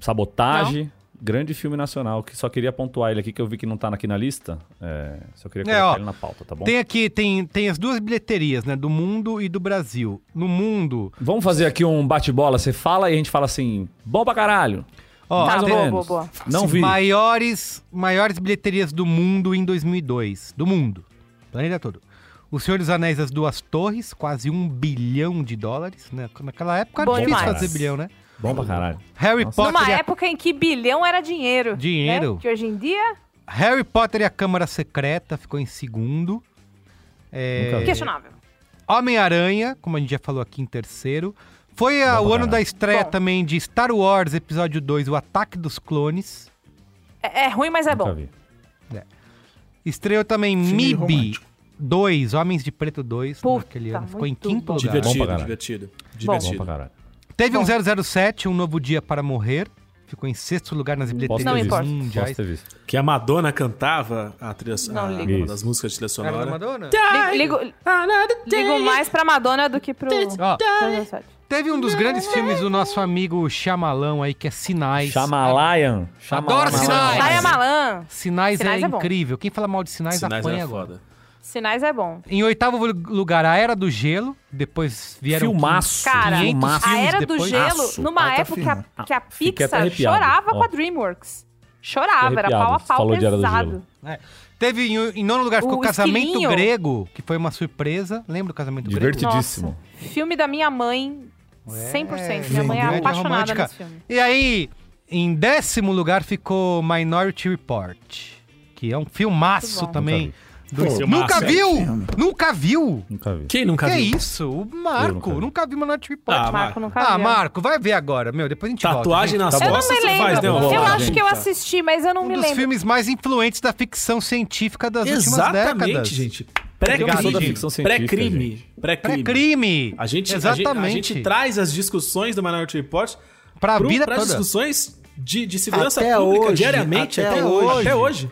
Speaker 6: Sabotage. Grande filme nacional, que só queria pontuar ele aqui, que eu vi que não tá aqui na lista. É, só queria
Speaker 4: É,
Speaker 6: colocar
Speaker 4: ó,
Speaker 6: ele na pauta, tá bom?
Speaker 4: Tem aqui, tem, tem as duas bilheterias, né? Do mundo e do Brasil. No mundo,
Speaker 6: Vamos fazer aqui um bate-bola. Você fala e a gente fala assim, bom pra caralho.
Speaker 4: ó,
Speaker 7: Tá,
Speaker 6: mais ou
Speaker 7: boa,
Speaker 6: menos.
Speaker 7: boa, boa.
Speaker 6: Não vi.
Speaker 4: maiores, maiores bilheterias do mundo em 2002. Do mundo. Planeta todo. O Senhor dos Anéis As Duas Torres, quase um bilhão de dólares. Né? Naquela época era
Speaker 7: Bom
Speaker 4: difícil
Speaker 7: demais.
Speaker 4: fazer bilhão, né?
Speaker 6: Bom pra caralho.
Speaker 4: Harry Potter.
Speaker 7: Numa
Speaker 4: e a-
Speaker 7: época em que bilhão era dinheiro.
Speaker 4: Dinheiro. É.
Speaker 7: né? Que hoje em dia,
Speaker 4: Harry Potter e a Câmara Secreta ficou em segundo. É,
Speaker 6: Nunca vi.
Speaker 7: questionável.
Speaker 4: Homem-Aranha, como a gente já falou aqui em terceiro. Foi a-
Speaker 6: Bom pra
Speaker 4: o ano
Speaker 6: caralho.
Speaker 4: da estreia
Speaker 7: Bom.
Speaker 4: também de Star Wars Episódio 2, O Ataque dos Clones.
Speaker 7: É, é ruim, mas é
Speaker 6: Nunca
Speaker 7: bom.
Speaker 6: vi.
Speaker 4: Estreou também
Speaker 5: Filme
Speaker 4: MIB
Speaker 5: romântico.
Speaker 4: 2, Homens de Preto 2,
Speaker 7: Puta,
Speaker 4: naquele ano. Ficou em
Speaker 7: muito
Speaker 4: quinto
Speaker 7: bom.
Speaker 4: lugar.
Speaker 6: Bom pra
Speaker 8: Divertido,
Speaker 6: caralho.
Speaker 8: divertido.
Speaker 6: Bom
Speaker 8: Divertido.
Speaker 6: pra caralho.
Speaker 4: Teve um 007, Um Novo Dia para Morrer. Ficou em sexto lugar nas
Speaker 6: Posso
Speaker 4: bilheterias
Speaker 7: Não
Speaker 6: ter visto.
Speaker 7: importa.
Speaker 6: Posso
Speaker 4: mundiais.
Speaker 6: ter visto.
Speaker 8: Que a Madonna cantava a trilha,
Speaker 7: Não
Speaker 8: a-
Speaker 7: ligo.
Speaker 8: uma das músicas de trilha
Speaker 4: Era da
Speaker 8: sonora.
Speaker 4: Madonna?
Speaker 7: Ligo, ligo- ligo mais pra Madonna do que pro.
Speaker 4: Ó,
Speaker 7: pro
Speaker 4: teve um dos grandes filmes do nosso amigo Chamalão aí, que é Sinais.
Speaker 6: Chamalayan.
Speaker 4: Adoro sinais.
Speaker 7: Daria Malan.
Speaker 4: Sinais,
Speaker 7: Sinais
Speaker 4: é,
Speaker 7: é bom.
Speaker 4: incrível. Quem fala mal de Sinais,
Speaker 8: Sinais
Speaker 4: apanha
Speaker 8: era
Speaker 4: agora.
Speaker 8: foda.
Speaker 7: Sinais é bom.
Speaker 4: Em oitavo lugar, A Era do Gelo. Depois vieram...
Speaker 6: Filmaço.
Speaker 7: Cara,
Speaker 6: filmaço.
Speaker 7: a
Speaker 4: filmes
Speaker 7: Era do
Speaker 4: depois.
Speaker 7: Gelo,
Speaker 6: Aço.
Speaker 7: numa
Speaker 5: Alta
Speaker 7: época que a, que a
Speaker 6: Ah, Fiquei até
Speaker 7: Pixar
Speaker 6: arrepiado,
Speaker 7: chorava
Speaker 6: ó.
Speaker 7: com a DreamWorks. Chorava,
Speaker 6: Fiquei
Speaker 7: era pau a
Speaker 6: arrepiado,
Speaker 7: pau
Speaker 6: falou de Era do
Speaker 7: pesado.
Speaker 6: Gelo.
Speaker 4: né? Teve em, em nono lugar, ficou
Speaker 7: O
Speaker 4: Casamento
Speaker 7: Esquilinho.
Speaker 4: Grego, que foi uma surpresa. Lembra do Casamento Grego?
Speaker 6: Divertidíssimo.
Speaker 7: Filme da minha mãe, 100%. minha mãe é
Speaker 4: comédia
Speaker 7: apaixonada
Speaker 4: romântica.
Speaker 7: nesse filme.
Speaker 4: E aí, em décimo lugar ficou Minority Report, que é um filmaço
Speaker 7: Muito bom.
Speaker 4: também. Do...
Speaker 5: Pô,
Speaker 4: Nunca
Speaker 8: um filmaço,
Speaker 4: viu?
Speaker 5: filme.
Speaker 4: Nunca viu?
Speaker 6: Nunca vi.
Speaker 8: Quem nunca
Speaker 4: que
Speaker 8: viu?
Speaker 4: isso? O Marco.
Speaker 6: Eu nunca vi.
Speaker 4: Nunca viu Minority Report.
Speaker 8: Ah,
Speaker 7: Marco nunca
Speaker 4: Ah,
Speaker 7: viu.
Speaker 4: Marco, vai ver agora, meu. Depois a gente
Speaker 8: Tatuagem
Speaker 4: volta.
Speaker 8: nas
Speaker 6: Tá bom.
Speaker 8: costas
Speaker 7: Eu
Speaker 8: você
Speaker 7: não me
Speaker 8: faz, né?
Speaker 7: lembro.
Speaker 8: Romulo?
Speaker 7: eu acho que eu
Speaker 8: Tá.
Speaker 7: assisti, mas eu não
Speaker 4: Um
Speaker 7: me
Speaker 4: dos
Speaker 7: lembro.
Speaker 4: filmes mais influentes da ficção científica das últimas décadas.
Speaker 8: Exatamente, gente.
Speaker 4: Obrigado,
Speaker 8: Pré-crime.
Speaker 4: gente.
Speaker 6: Ficção científica,
Speaker 8: Pré-crime.
Speaker 6: gente.
Speaker 8: Pré-crime.
Speaker 4: Pré-crime.
Speaker 8: A gente, a gente-
Speaker 4: Exatamente.
Speaker 8: A, gente, traz as discussões do Minority Report
Speaker 4: Pra
Speaker 8: pro-
Speaker 4: vida
Speaker 8: pras
Speaker 4: toda.
Speaker 8: discussões de, de segurança
Speaker 5: Até
Speaker 8: pública
Speaker 5: hoje,
Speaker 8: diariamente,
Speaker 5: até
Speaker 8: até,
Speaker 5: hoje.
Speaker 8: hoje. Até hoje.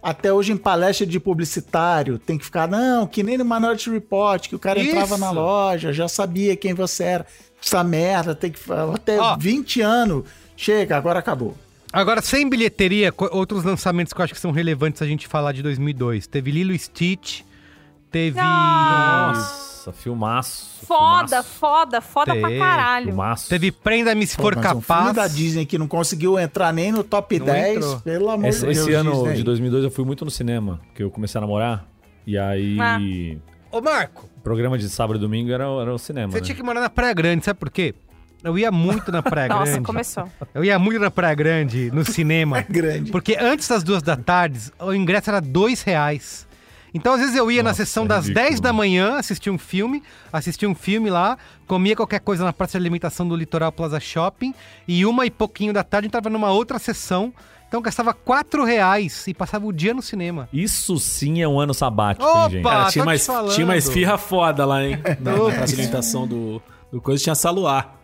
Speaker 5: Até hoje em palestra de publicitário, tem que ficar, não, que nem no Minority Report, que o cara
Speaker 4: Isso.
Speaker 5: entrava na loja, já sabia quem você era. Essa merda, tem que falar até
Speaker 4: Ó.
Speaker 5: 20 anos. Chega, agora acabou.
Speaker 4: Agora, sem bilheteria, co- outros lançamentos que eu acho que são relevantes a gente falar de 2002. Teve Lilo e Stitch, teve...
Speaker 6: Nossa, filmaço.
Speaker 7: Foda,
Speaker 6: filmaço,
Speaker 7: foda, foda pra
Speaker 4: Tem,
Speaker 7: caralho.
Speaker 6: Filmaço.
Speaker 4: Teve Prenda-me se
Speaker 5: Pô,
Speaker 4: for
Speaker 5: mas um filme
Speaker 4: capaz.
Speaker 5: da Disney que não conseguiu entrar nem no top
Speaker 4: Não
Speaker 5: 10,
Speaker 4: entrou.
Speaker 5: pelo amor
Speaker 6: Esse,
Speaker 5: de Deus.
Speaker 6: esse ano
Speaker 8: né?
Speaker 5: Disney. (laughs)
Speaker 6: de 2002 eu fui muito no cinema, porque eu comecei a namorar. E aí.
Speaker 7: Ah.
Speaker 4: Ô, Marco,
Speaker 6: O programa de sábado e domingo era, era o cinema.
Speaker 4: você
Speaker 6: né?
Speaker 4: tinha que morar na Praia Grande, sabe por quê? Eu ia muito na
Speaker 7: (laughs)
Speaker 4: Praia
Speaker 7: Nossa, é
Speaker 4: Grande.
Speaker 7: começou.
Speaker 4: Eu ia muito na Praia Grande, no cinema.
Speaker 5: É Grande.
Speaker 4: Porque antes das duas da tarde, o ingresso era dois reais. Então, às vezes, eu ia na
Speaker 6: Nossa,
Speaker 4: sessão
Speaker 6: é
Speaker 4: das
Speaker 6: ridículo,
Speaker 4: 10 da
Speaker 6: né?
Speaker 4: manhã, assistia um filme, assistia um filme lá, comia qualquer coisa na praça de alimentação do Litoral Plaza Shopping, e uma e pouquinho da tarde eu tava numa outra sessão, então eu gastava quatro reais e passava o dia no cinema.
Speaker 6: Isso sim é um ano sabático,
Speaker 4: Opa!
Speaker 6: hein, gente?
Speaker 4: Ah,
Speaker 8: Cara,
Speaker 4: tô
Speaker 8: tinha,
Speaker 4: te
Speaker 8: uma,
Speaker 4: falando.
Speaker 8: tinha uma esfirra foda lá,
Speaker 4: (laughs)
Speaker 8: hein? Na,
Speaker 4: Nossa.
Speaker 8: na facilitação do, do coisa tinha saluar.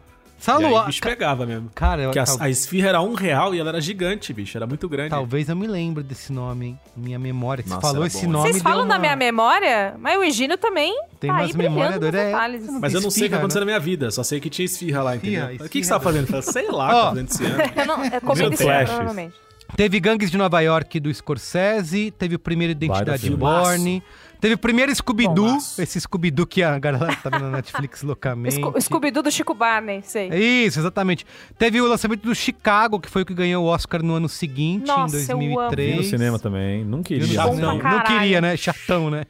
Speaker 8: E aí o
Speaker 4: Saluá.
Speaker 8: bicho pegava mesmo.
Speaker 4: Cara, eu-
Speaker 8: Porque a,
Speaker 4: tal-
Speaker 8: a esfirra era um real e ela era gigante, bicho. Era muito grande.
Speaker 4: talvez eu me lembre desse nome, hein? Minha memória, que você
Speaker 8: Nossa,
Speaker 4: falou
Speaker 8: era
Speaker 4: esse
Speaker 8: bom.
Speaker 4: nome.
Speaker 7: Vocês falam
Speaker 4: deu
Speaker 7: da
Speaker 4: uma-
Speaker 7: minha memória, mas o Higino também
Speaker 4: Tem
Speaker 7: tá
Speaker 4: umas
Speaker 7: aí brilhando
Speaker 4: memórias
Speaker 7: nos
Speaker 4: doidas, é.
Speaker 7: detalhes.
Speaker 4: Não-
Speaker 8: Mas eu não sei o que
Speaker 4: Esfirra,
Speaker 8: aconteceu
Speaker 4: né?
Speaker 8: na minha vida. Só sei que tinha esfirra lá, entendeu?
Speaker 4: Esfirra,
Speaker 8: O que, que você
Speaker 4: esfirra.
Speaker 8: tava fazendo? Eu falei, Sei lá,
Speaker 4: (laughs) Ó.
Speaker 8: tô fazendo esse ano.
Speaker 7: (laughs) Eu não, é comida
Speaker 6: Meus
Speaker 7: esfirra,
Speaker 6: flashes.
Speaker 7: provavelmente.
Speaker 4: Teve Gangues de Nova York do Scorsese, teve o primeiro
Speaker 6: Baita
Speaker 4: Identidade
Speaker 6: filme.
Speaker 4: Borne, teve o primeiro Scooby-Doo,
Speaker 8: Filmaço.
Speaker 4: esse Scooby-Doo que a galera tá vendo na Netflix (laughs) loucamente.
Speaker 7: Sco Scooby-Doo do Chico Barney, sei.
Speaker 4: Isso, exatamente. Teve o lançamento do Chicago, que foi o que ganhou o Oscar no ano seguinte,
Speaker 7: Nossa,
Speaker 4: em
Speaker 7: eu amo.
Speaker 4: 2003.
Speaker 6: Vi no cinema também. Nunca
Speaker 4: Viu no
Speaker 6: iria.
Speaker 7: Bom
Speaker 4: cinema.
Speaker 7: pra
Speaker 4: Não,
Speaker 7: caralho.
Speaker 4: queria, né? Chatão, né?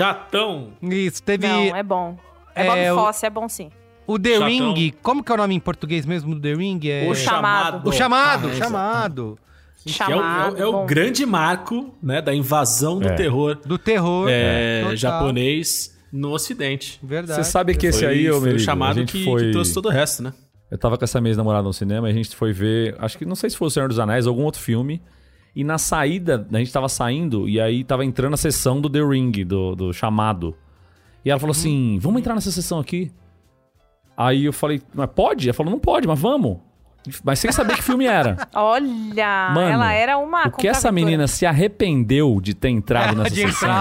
Speaker 8: Chatão!
Speaker 4: Isso, teve
Speaker 7: Não, é bom. É,
Speaker 4: É, o-
Speaker 7: Bob Fosse, é bom sim.
Speaker 4: o The
Speaker 8: Chatão.
Speaker 4: Ring. Como que é o nome em português mesmo do The Ring? É...
Speaker 8: O
Speaker 7: Chamado.
Speaker 8: chamado.
Speaker 4: O chamado,
Speaker 8: Ah,
Speaker 4: chamado.
Speaker 8: Que é o, é
Speaker 7: Chamado.
Speaker 8: o- é o
Speaker 7: bom.
Speaker 8: grande marco né, da invasão do
Speaker 6: É.
Speaker 8: terror
Speaker 4: Do terror.
Speaker 8: é,
Speaker 4: total.
Speaker 8: japonês no ocidente.
Speaker 4: Verdade.
Speaker 6: Você sabe que esse aí, ô
Speaker 8: foi o
Speaker 6: Merigo, a
Speaker 8: chamado
Speaker 6: gente
Speaker 8: que,
Speaker 6: foi...
Speaker 8: que trouxe todo o resto, né?
Speaker 6: Eu tava com essa minha namorada no cinema e a gente foi ver, acho que não sei se foi O Senhor dos Anéis ou algum outro filme. E na saída, a gente tava saindo e aí tava entrando a sessão do The Ring, do, do chamado. E ela falou assim: vamos entrar nessa sessão aqui? Aí eu falei: mas pode? Ela falou: não pode, mas vamos. Mas sem saber que filme era.
Speaker 7: Olha,
Speaker 6: Mano,
Speaker 7: Ah, ela era uma.
Speaker 6: O que essa
Speaker 7: contraventora.
Speaker 6: menina se arrependeu de ter (laughs) entrado nessa
Speaker 4: De
Speaker 6: sessão?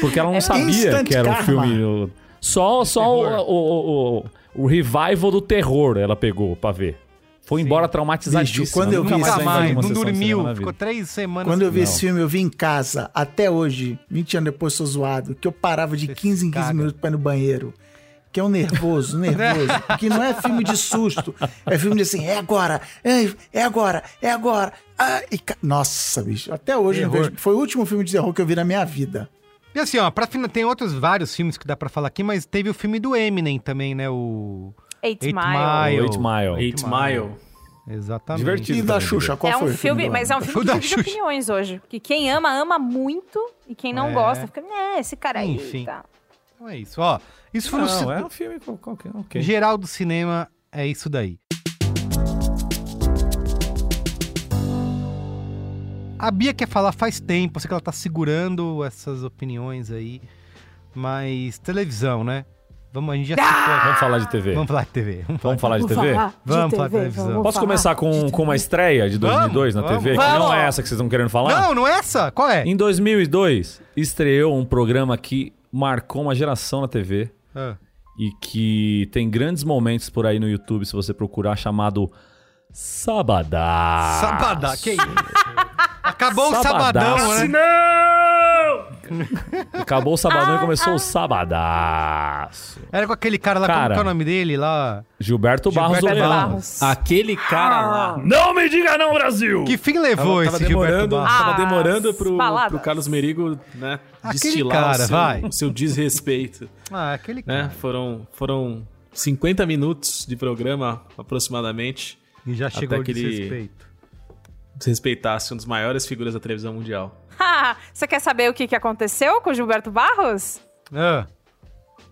Speaker 6: Porque ela não sabia
Speaker 5: instant
Speaker 6: que era um
Speaker 5: karma.
Speaker 6: filme. o- Só, só o,
Speaker 4: terror.
Speaker 6: o- o- o revival do terror ela pegou pra ver. Foi embora traumatizadíssima.
Speaker 5: Bicho, quando eu
Speaker 6: Nunca
Speaker 5: vi
Speaker 6: mais
Speaker 4: Nunca
Speaker 5: Mas
Speaker 6: vai
Speaker 4: mais,
Speaker 6: numa
Speaker 4: não
Speaker 6: sessão de cinema na
Speaker 4: um dormiu.
Speaker 6: vida.
Speaker 4: Ficou três semanas. assim.
Speaker 5: Quando eu vi
Speaker 6: Não.
Speaker 5: esse filme, eu vi em casa, até hoje, 20 anos depois sou zoado, que eu parava de 15 em 15
Speaker 4: caga.
Speaker 5: minutos pra ir no banheiro. Que é um nervoso, nervoso. Porque não é filme de susto. É filme de assim, é agora, é, é agora, é agora. Ah, e ca- Nossa, bicho, até hoje eu não
Speaker 4: Terror.
Speaker 5: vejo. Foi o último filme de terror que eu vi na minha vida.
Speaker 4: E assim, ó, pra fina- tem outros vários filmes que dá pra falar aqui, mas teve o filme do Eminem também, né? O
Speaker 7: Eight,
Speaker 4: Eight
Speaker 7: Mile.
Speaker 4: Mile.
Speaker 6: Eight Mile.
Speaker 8: Eight Mile.
Speaker 4: Exatamente. Então
Speaker 6: Divertido.
Speaker 5: E da
Speaker 6: também,
Speaker 5: Xuxa, qual
Speaker 7: é
Speaker 5: foi?
Speaker 7: um
Speaker 5: o
Speaker 7: filme,
Speaker 5: do
Speaker 7: mas é um filme
Speaker 4: Foi
Speaker 7: que
Speaker 4: da
Speaker 7: divide
Speaker 4: Xuxa.
Speaker 7: opiniões hoje. Que quem ama, ama muito. E quem não
Speaker 4: É.
Speaker 7: gosta, fica, né, esse cara aí.
Speaker 4: Enfim.
Speaker 7: Tá.
Speaker 4: Então é isso, ó. Isso foi
Speaker 6: Não,
Speaker 4: um ci-
Speaker 6: é um filme qual- qualquer. ok.
Speaker 4: geral do cinema, é isso daí. A Bia quer falar faz tempo, eu sei que ela tá segurando essas opiniões aí, mas televisão, né? Vamos, a gente já citou-
Speaker 6: Vamos falar de TV.
Speaker 4: Vamos falar de TV. Vamos
Speaker 6: Vamos falar de TV?
Speaker 4: Vamos falar de televisão.
Speaker 6: Posso começar com, com uma estreia de 2002 na
Speaker 4: Vamos,
Speaker 6: TV?
Speaker 4: vamos.
Speaker 6: Que não é essa que vocês estão querendo falar?
Speaker 4: Não, não é essa? Qual é?
Speaker 6: Em 2002, estreou um programa que marcou uma geração na TV
Speaker 4: Ah,
Speaker 6: e que tem grandes momentos por aí no YouTube, se você procurar, chamado Sabadá.
Speaker 4: Ah, Sabadá, que isso? Acabou o sabadão, né?
Speaker 6: (laughs) Acabou o sabadão e começou o sabadaço.
Speaker 4: Era com aquele cara lá, como
Speaker 6: Cara.
Speaker 4: que é o nome dele lá?
Speaker 6: Gilberto Barros
Speaker 4: Gilberto
Speaker 6: Obama.
Speaker 7: Barros.
Speaker 8: Aquele cara lá.
Speaker 6: Não me diga não, Brasil!
Speaker 4: Que fim levou
Speaker 8: tava
Speaker 4: esse Gilberto
Speaker 8: demorando,
Speaker 4: Barros?
Speaker 8: tava
Speaker 7: Ah,
Speaker 8: demorando pro,
Speaker 7: baladas.
Speaker 8: pro Carlos Merigo, né?
Speaker 4: Aquele
Speaker 8: destilar
Speaker 4: cara,
Speaker 8: o, seu,
Speaker 4: vai.
Speaker 8: o seu desrespeito.
Speaker 4: Ah, aquele
Speaker 8: né?
Speaker 4: cara.
Speaker 8: Foram, foram 50 minutos de programa, aproximadamente.
Speaker 4: E já chegou o
Speaker 8: que ele-
Speaker 4: desrespeito.
Speaker 8: Desrespeitasse um dos maiores figuras da televisão mundial.
Speaker 7: Ah, (laughs) Você quer saber o que, que aconteceu com o Gilberto Barros?
Speaker 4: Ah,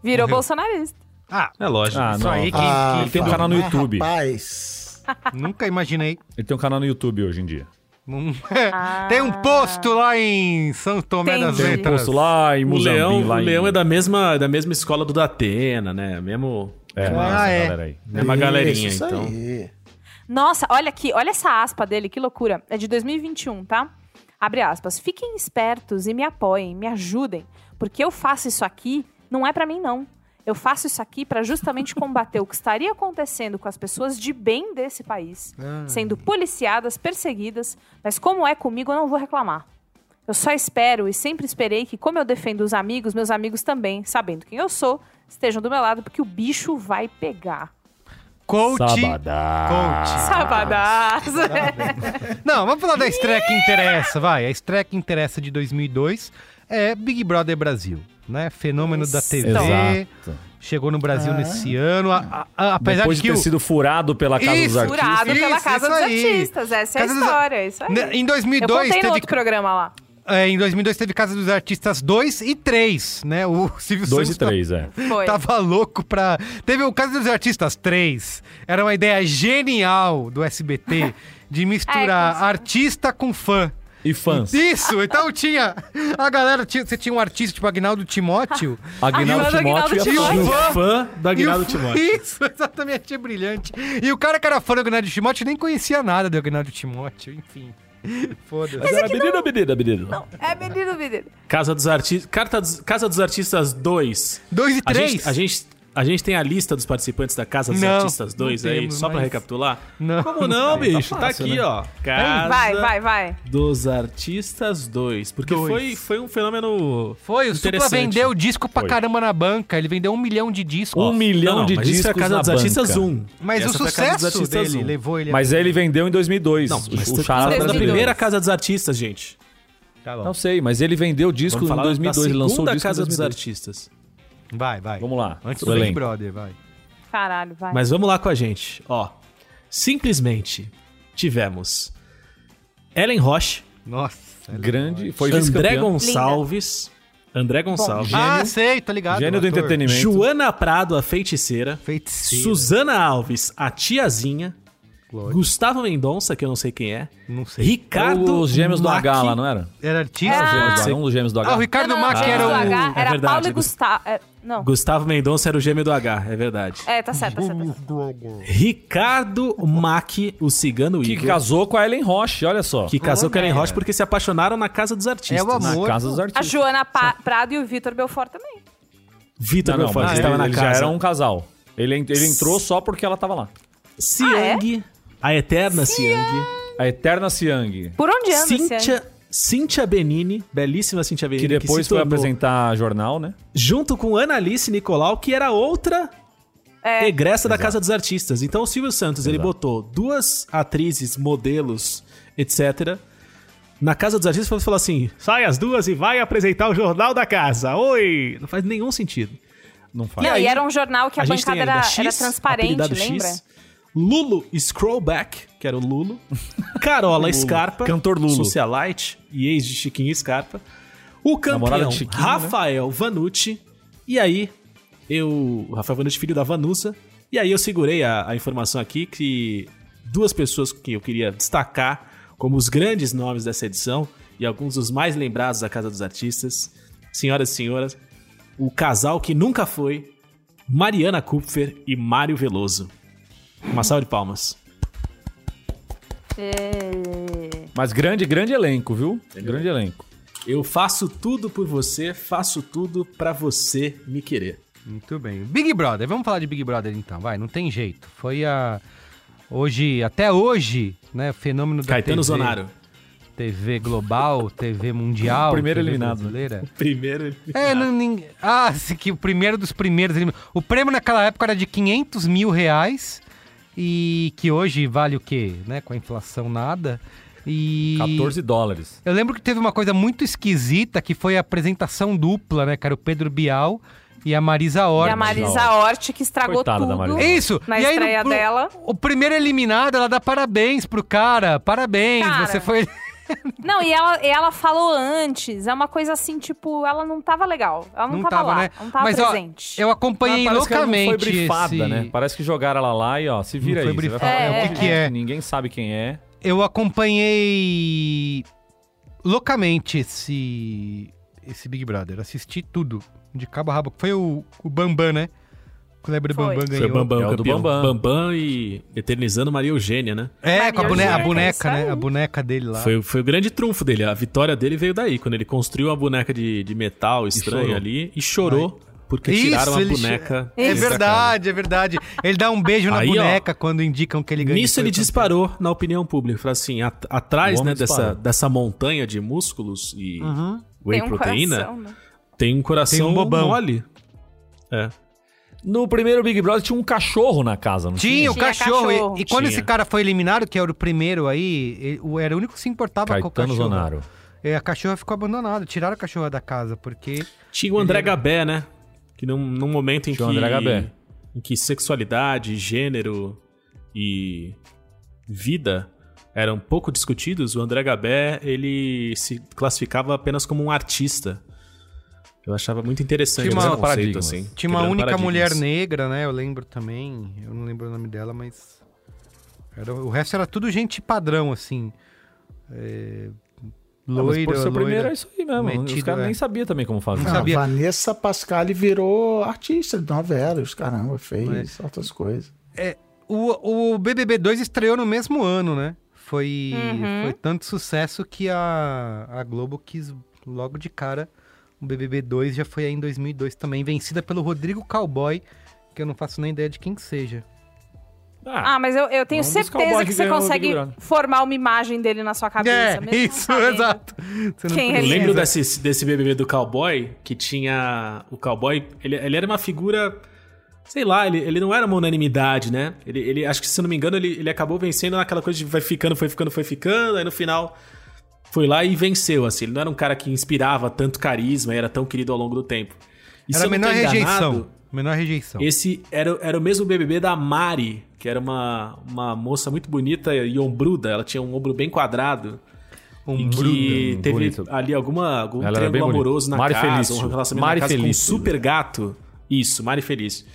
Speaker 7: Virou
Speaker 4: Morreu.
Speaker 7: bolsonarista.
Speaker 4: Ah,
Speaker 8: É lógico.
Speaker 6: Ah,
Speaker 4: isso
Speaker 6: não.
Speaker 4: aí que,
Speaker 5: Ah,
Speaker 6: Ele tem
Speaker 7: é
Speaker 6: um canal no
Speaker 5: mas,
Speaker 6: YouTube.
Speaker 5: Rapaz.
Speaker 4: que nunca imaginei.
Speaker 6: Ele tem um canal no YouTube hoje em dia.
Speaker 4: Não- Tem um posto lá em São Tomé das
Speaker 7: Entendi.
Speaker 6: Tem um
Speaker 4: Letras.
Speaker 6: posto lá em
Speaker 8: O
Speaker 6: Muzambique.
Speaker 8: Leão,
Speaker 6: lá
Speaker 8: o
Speaker 6: em-
Speaker 8: Leão é da mesma, da mesma escola do Datena, né? Mesmo,
Speaker 4: Ah,
Speaker 6: É, essa
Speaker 4: é.
Speaker 6: galera aí.
Speaker 8: mesma galerinha,
Speaker 5: Isso
Speaker 8: então.
Speaker 5: aí.
Speaker 7: Nossa, olha aqui, olha essa aspa dele, que loucura. É de 2021, tá? Abre aspas. Fiquem espertos e me apoiem, me ajudem, porque eu faço isso aqui, não é pra mim não. Eu faço isso aqui pra justamente combater o que estaria acontecendo com as pessoas de bem desse país, sendo policiadas, perseguidas, mas como é comigo, eu não vou reclamar. Eu só espero e sempre esperei que, como eu defendo os amigos, meus amigos também, sabendo quem eu sou, estejam do meu lado, porque o bicho vai pegar.
Speaker 4: Coach.
Speaker 6: Sabadá.
Speaker 4: Coach.
Speaker 7: Sabadaço!
Speaker 4: Não, vamos falar da estreia que interessa, vai. A estreia que interessa de 2002 é Big Brother Brasil, né? Fenômeno da TV.
Speaker 6: Exato.
Speaker 4: Chegou no Brasil nesse ano. a- a- a- apesar
Speaker 6: Depois
Speaker 4: de
Speaker 6: de
Speaker 4: que
Speaker 6: ter
Speaker 4: o-
Speaker 6: sido furado pela Casa dos
Speaker 4: Isso,
Speaker 6: Artistas.
Speaker 7: Curado pela
Speaker 4: Isso,
Speaker 7: Casa
Speaker 4: isso
Speaker 7: dos
Speaker 4: aí.
Speaker 7: Artistas,
Speaker 4: Casa
Speaker 7: essa é a
Speaker 4: dos-
Speaker 7: história, isso aí.
Speaker 4: Né, Em
Speaker 7: Eu
Speaker 4: 2002
Speaker 7: contei no
Speaker 4: teve
Speaker 7: outro programa lá.
Speaker 4: É, em 2002 teve Casa dos Artistas 2 e 3, né? O Silvio
Speaker 6: Dois
Speaker 4: Santos
Speaker 6: e três, é.
Speaker 7: Foi.
Speaker 4: tava louco pra... Teve o Casa dos Artistas 3. Era uma ideia genial do SBT de misturar
Speaker 7: É, com-
Speaker 4: artista com fã.
Speaker 6: E fãs.
Speaker 4: Isso! Então tinha... A galera... Tinha, você tinha um artista tipo
Speaker 8: (laughs)
Speaker 4: Agnaldo Timóteo.
Speaker 6: Aguinaldo Timóteo
Speaker 7: Aguinaldo
Speaker 6: e a
Speaker 7: Timóteo.
Speaker 6: fã.
Speaker 4: fã-
Speaker 8: Fã do
Speaker 4: e o
Speaker 8: Aguinaldo
Speaker 4: fã-
Speaker 8: Timóteo.
Speaker 4: Isso, (laughs) exatamente. Achei brilhante. E o cara que era fã do Agnaldo Timóteo nem conhecia nada do Agnaldo Timóteo. Enfim. (laughs) Foda-se.
Speaker 8: é-
Speaker 5: É
Speaker 6: Era menino, menino, menino.
Speaker 7: É menino, menino.
Speaker 8: Casa dos Artistas. Carta dos- Casa dos Artistas 2.
Speaker 4: 2 e
Speaker 8: A
Speaker 4: 3.
Speaker 8: gente, a, gente, a gente tem a lista dos participantes da Casa dos
Speaker 4: Não,
Speaker 8: Artistas 2
Speaker 4: não
Speaker 8: aí,
Speaker 4: temos,
Speaker 8: só pra
Speaker 4: mas-
Speaker 8: recapitular.
Speaker 4: Não.
Speaker 8: Como não, bicho? Tá, aqui,
Speaker 4: né?
Speaker 8: ó. Casa
Speaker 7: Vai, vai, vai.
Speaker 8: dos Artistas 2. Porque
Speaker 4: Dois.
Speaker 8: foi, foi um fenômeno.
Speaker 4: Foi, o Supla
Speaker 8: Interessante.
Speaker 4: vendeu disco pra
Speaker 6: Foi.
Speaker 4: caramba na banca. Ele vendeu um milhão de discos.
Speaker 6: Um milhão
Speaker 8: Não,
Speaker 6: de
Speaker 8: mas isso é a
Speaker 6: discos
Speaker 8: Casa
Speaker 6: na
Speaker 8: dos Artistas
Speaker 6: banca.
Speaker 8: 1.
Speaker 4: Mas
Speaker 8: Essa
Speaker 4: o
Speaker 8: foi a Casa dos
Speaker 4: sucesso
Speaker 8: Artistas
Speaker 4: dele
Speaker 8: 1.
Speaker 4: levou ele... é a-
Speaker 6: Mas ele vendeu em 2002.
Speaker 8: Não,
Speaker 6: o-
Speaker 8: mas
Speaker 6: o
Speaker 8: tô
Speaker 6: charada
Speaker 8: falando da
Speaker 6: brasileiro.
Speaker 8: primeira Casa dos Artistas, gente.
Speaker 4: Tá bom.
Speaker 6: Não sei, mas ele vendeu disco
Speaker 8: Vamos
Speaker 6: em
Speaker 8: falar
Speaker 6: 2002.
Speaker 8: da
Speaker 6: Ele lançou o
Speaker 8: segunda
Speaker 6: disco
Speaker 8: Casa
Speaker 6: em
Speaker 8: dos
Speaker 6: 2002.
Speaker 8: Artistas.
Speaker 4: Vai, vai.
Speaker 6: Vamos lá.
Speaker 4: Antes
Speaker 6: o
Speaker 4: do Big
Speaker 6: elenco.
Speaker 4: Brother, vai.
Speaker 7: Caralho, vai.
Speaker 8: Mas vamos lá com a gente. Ó, simplesmente tivemos Ellen Roche,
Speaker 4: Nossa. é ela-
Speaker 6: Grande, foi
Speaker 8: André
Speaker 6: vice-campeão.
Speaker 8: Gonçalves, André Gonçalves,
Speaker 4: Ah, sei, tô ligado.
Speaker 6: Gênio do
Speaker 4: ator.
Speaker 6: entretenimento.
Speaker 8: Joana Prado, a feiticeira,
Speaker 4: Feiticeira.
Speaker 8: Suzana Alves, a tiazinha,
Speaker 4: Lógico.
Speaker 8: Gustavo Mendonça, que eu não sei quem é,
Speaker 4: Não sei.
Speaker 8: Ricardo
Speaker 6: Os gêmeos
Speaker 8: Mack,
Speaker 6: do H lá, não era?
Speaker 4: Era
Speaker 6: Os
Speaker 4: artista?
Speaker 6: gêmeos do H, um dos gêmeos do H.
Speaker 4: Ah, o Ricardo
Speaker 7: não, não,
Speaker 4: Mack
Speaker 7: não,
Speaker 4: era
Speaker 7: do
Speaker 4: o...
Speaker 7: H,
Speaker 8: É
Speaker 7: Era
Speaker 8: verdade,
Speaker 7: Paulo e
Speaker 8: Gus-
Speaker 7: Gustavo. é, não.
Speaker 8: Gustavo Mendonça era o gêmeo do H, é verdade.
Speaker 7: É, tá certo, tá certo. tá certo.
Speaker 8: Ricardo Mack, o cigano
Speaker 6: Que
Speaker 8: Igor,
Speaker 6: casou com a Ellen Roche, olha só.
Speaker 8: que casou com Ellen Roche porque se apaixonaram na Casa dos Artistas.
Speaker 4: É o
Speaker 6: Na
Speaker 4: amor.
Speaker 6: casa dos
Speaker 7: A
Speaker 6: artistas.
Speaker 7: Joana Pa- Prado e o Vitor Belfort também.
Speaker 8: Vitor
Speaker 6: Não, não,
Speaker 8: Belfort
Speaker 6: mas ele,
Speaker 8: estava na
Speaker 6: ele
Speaker 8: casa.
Speaker 6: já era um casal. Ele, en- ele entrou só porque ela tava lá.
Speaker 8: Siang,
Speaker 6: Ah, é?
Speaker 8: a eterna Siang,
Speaker 6: A Eterna Siang,
Speaker 7: Por onde anda esse ano?
Speaker 8: Cíntia, Cíntia Benini, belíssima Cíntia Benini,
Speaker 6: que depois
Speaker 8: se
Speaker 6: foi
Speaker 8: tornou,
Speaker 6: apresentar jornal, né?
Speaker 8: junto com Analice Nicolau, que era outra
Speaker 7: É,
Speaker 8: egressa da Casa dos Artistas. Então o Silvio Santos, ele
Speaker 6: Exato.
Speaker 8: botou duas atrizes, modelos, etc., Na casa dos artistas, você fala assim: sai às duas e vai apresentar o jornal da casa. Oi! Não faz nenhum sentido.
Speaker 6: Não faz.
Speaker 7: Não,
Speaker 8: aí,
Speaker 7: e era um jornal que a,
Speaker 8: gente
Speaker 7: bancada
Speaker 8: tem ainda
Speaker 7: era,
Speaker 8: X,
Speaker 7: era transparente,
Speaker 8: apelidado
Speaker 7: lembra?
Speaker 8: X, Lulo Scrollback, que era o Lulo. Carola Scarpa.
Speaker 6: Cantor Lulo.
Speaker 8: Socialite e ex de Chiquinho Scarpa. O
Speaker 6: Namorada
Speaker 8: campeão
Speaker 6: de Chiquinho, né?
Speaker 8: Rafael Vanucci. E aí, eu... o Rafael Vanucci, filho da Vanusa. E aí eu segurei a, a informação aqui que duas pessoas que eu queria destacar como os grandes nomes dessa edição e alguns dos mais lembrados da Casa dos Artistas. Senhoras e senhores, o casal que nunca foi, Mariana Kupfer e Mário Veloso. Uma salva de palmas.
Speaker 6: Mas grande, grande elenco, viu? Grande elenco.
Speaker 8: Eu faço tudo por você, faço tudo pra você me querer.
Speaker 4: Muito bem. Big Brother, vamos falar de Big Brother então, vai, não tem jeito. Foi a. Hoje, até hoje, né? o Fenômeno
Speaker 6: Tá,
Speaker 4: da
Speaker 8: Caetano
Speaker 4: TV,
Speaker 8: Zonaro.
Speaker 4: TV global, TV mundial.
Speaker 6: Primeiro
Speaker 4: TV
Speaker 6: eliminado, né?
Speaker 4: Brasileira.
Speaker 8: Primeiro.
Speaker 6: Tá.
Speaker 4: É, não, nin- ah, (laughs) esse que o primeiro dos primeiros. elimin- O prêmio naquela época era de 500 mil reais e que hoje vale o quê? Né? Com a inflação nada. E
Speaker 6: 14 dólares.
Speaker 4: eu lembro que teve uma coisa muito esquisita que foi a apresentação dupla, né? Que era o Pedro Bial e a Marisa Hort.
Speaker 7: E a Marisa Hort, que estragou
Speaker 6: Coitada da
Speaker 7: tudo.
Speaker 6: Marisa.
Speaker 4: Isso!
Speaker 7: Na
Speaker 4: e aí, no-
Speaker 7: estreia
Speaker 4: pro-
Speaker 7: dela.
Speaker 4: O primeiro eliminado, ela dá parabéns pro cara. Parabéns,
Speaker 7: Cara.
Speaker 4: você foi.
Speaker 7: Não, e ela, e ela falou antes. É uma coisa assim, tipo, ela não tava legal. Ela não, tava, lá.
Speaker 4: né?
Speaker 7: Não tava
Speaker 4: Mas, ó,
Speaker 7: presente.
Speaker 4: eu acompanhei
Speaker 6: Mas Ah, parece que ela não
Speaker 4: loucamente.
Speaker 6: foi brifada,
Speaker 4: esse-
Speaker 6: né? Parece que jogaram ela lá e ó, se vira
Speaker 4: Não foi
Speaker 6: aí. você vai
Speaker 4: brifada.
Speaker 6: falar,
Speaker 7: É,
Speaker 6: "Não,
Speaker 7: é,
Speaker 6: o que, que
Speaker 4: é.
Speaker 6: é? Ninguém sabe quem é.
Speaker 4: Eu acompanhei loucamente esse esse Big Brother. Assisti tudo, de cabo a rabo. Foi o, o Bambam, né? O Kleber
Speaker 7: Foi.
Speaker 4: Bambam
Speaker 8: Foi
Speaker 4: ganhou.
Speaker 8: o Bambam,
Speaker 6: É o do
Speaker 8: campeão.
Speaker 6: Bambam.
Speaker 8: Bambam e eternizando Maria Eugênia, né?
Speaker 4: É, com a,
Speaker 7: Maria
Speaker 4: bone- a
Speaker 7: Eugênia,
Speaker 4: boneca,
Speaker 7: isso
Speaker 4: né?
Speaker 7: aí.
Speaker 4: A boneca dele lá.
Speaker 8: Foi, foi o grande trunfo dele. A vitória dele veio daí, quando ele construiu uma boneca de, de metal estranha
Speaker 6: chorou.
Speaker 8: ali e chorou porque
Speaker 4: Isso,
Speaker 8: tiraram a
Speaker 4: ele
Speaker 8: boneca.
Speaker 4: É
Speaker 8: dele da casa.
Speaker 4: verdade, é verdade. Ele dá um beijo na
Speaker 8: Aí, ó,
Speaker 4: boneca quando indicam que ele ganhou.
Speaker 8: Nisso ele disparou na opinião pública. Falou assim, at- atrás
Speaker 6: O homem
Speaker 8: né, dessa,
Speaker 6: disparou.
Speaker 8: dessa montanha de músculos e whey
Speaker 7: Tem um
Speaker 8: proteína,
Speaker 7: coração, né?
Speaker 8: tem um coração
Speaker 4: Tem um bobão.
Speaker 8: mole. É.
Speaker 6: No primeiro Big Brother tinha um cachorro na casa, não
Speaker 4: Tinha
Speaker 6: tinha?
Speaker 4: o
Speaker 7: Tinha
Speaker 4: cachorro. e-
Speaker 7: cachorro.
Speaker 4: E, quando
Speaker 8: Tinha.
Speaker 4: esse cara foi eliminado, que era o primeiro aí, ele- o- era o único que se importava com o
Speaker 6: Caetano
Speaker 4: cachorro.
Speaker 6: Zonaro.
Speaker 4: É, a cachorra ficou abandonada. Tiraram a cachorra da casa, porque...
Speaker 8: Tinha o André Gabé, né? Que num, num momento em
Speaker 6: Tinha o
Speaker 8: que.
Speaker 6: André Gabé.
Speaker 8: Em que sexualidade, gênero e vida eram pouco discutidos, o André Gabé ele se classificava apenas como um artista. Eu achava muito interessante
Speaker 4: Tinha
Speaker 8: esse
Speaker 4: uma-
Speaker 8: conceito,
Speaker 6: paradigmas.
Speaker 8: assim.
Speaker 4: Tinha uma
Speaker 8: quebrando
Speaker 4: única
Speaker 8: paradigmas.
Speaker 4: mulher negra, né? Eu lembro também. Eu não lembro o nome dela, mas. era- o resto era tudo gente padrão, assim. É,
Speaker 6: Ah, mas
Speaker 4: loira,
Speaker 6: por ser o
Speaker 4: loira.
Speaker 6: primeiro é isso aí mesmo.
Speaker 4: metido,
Speaker 6: Os caras
Speaker 4: é.
Speaker 6: nem sabiam também como fazer.
Speaker 4: Não sabia.
Speaker 5: Vanessa Pascali virou artista de novelas, caramba, fez outras coisas.
Speaker 4: O, o BBB2 estreou no mesmo ano, né? Foi,
Speaker 7: Uhum.
Speaker 4: foi tanto sucesso que a, a Globo quis logo de cara. O BBB2 já foi aí em 2002 também, vencida pelo Rodrigo Cowboy, que eu não faço nem ideia de quem que seja.
Speaker 6: Ah,
Speaker 7: Ah, mas eu, eu tenho
Speaker 6: Vamos buscar o
Speaker 7: certeza
Speaker 6: bode
Speaker 7: que
Speaker 6: que
Speaker 7: você
Speaker 6: ganhou o
Speaker 7: consegue
Speaker 6: Big Brother.
Speaker 7: formar uma imagem dele na sua cabeça. mesmo
Speaker 4: é,
Speaker 7: não
Speaker 4: isso,
Speaker 7: sabendo.
Speaker 4: (laughs) exato. Você não
Speaker 7: Quem é
Speaker 8: Eu
Speaker 4: precisa.
Speaker 8: lembro desse, desse BBB do cowboy, que tinha. O cowboy, ele, ele era uma figura. Sei lá, ele, ele não era uma unanimidade, né? Ele, ele, acho que, se eu não me engano, ele, ele acabou vencendo naquela coisa de vai ficando, foi ficando, foi ficando, aí no final foi lá e venceu, assim. Ele não era um cara que inspirava tanto carisma e era tão querido ao longo do tempo. E se
Speaker 4: Era a
Speaker 8: eu não tô
Speaker 4: menor
Speaker 8: enganado,
Speaker 4: rejeição. Menor rejeição.
Speaker 8: esse era, era o mesmo BBB da Mari, que era uma, uma moça muito bonita e ombruda. Ela tinha um ombro bem quadrado.
Speaker 4: Um
Speaker 8: Em que
Speaker 6: Bruno,
Speaker 8: teve
Speaker 6: bonito.
Speaker 8: ali alguma, algum
Speaker 6: Ela era bem
Speaker 8: triângulo
Speaker 6: bonita.
Speaker 8: amoroso na
Speaker 6: Mari
Speaker 8: casa,
Speaker 6: Felício.
Speaker 8: um relacionamento
Speaker 6: Mari
Speaker 8: na casa
Speaker 6: Felício.
Speaker 8: com um super gato. Isso, Mari Feliz.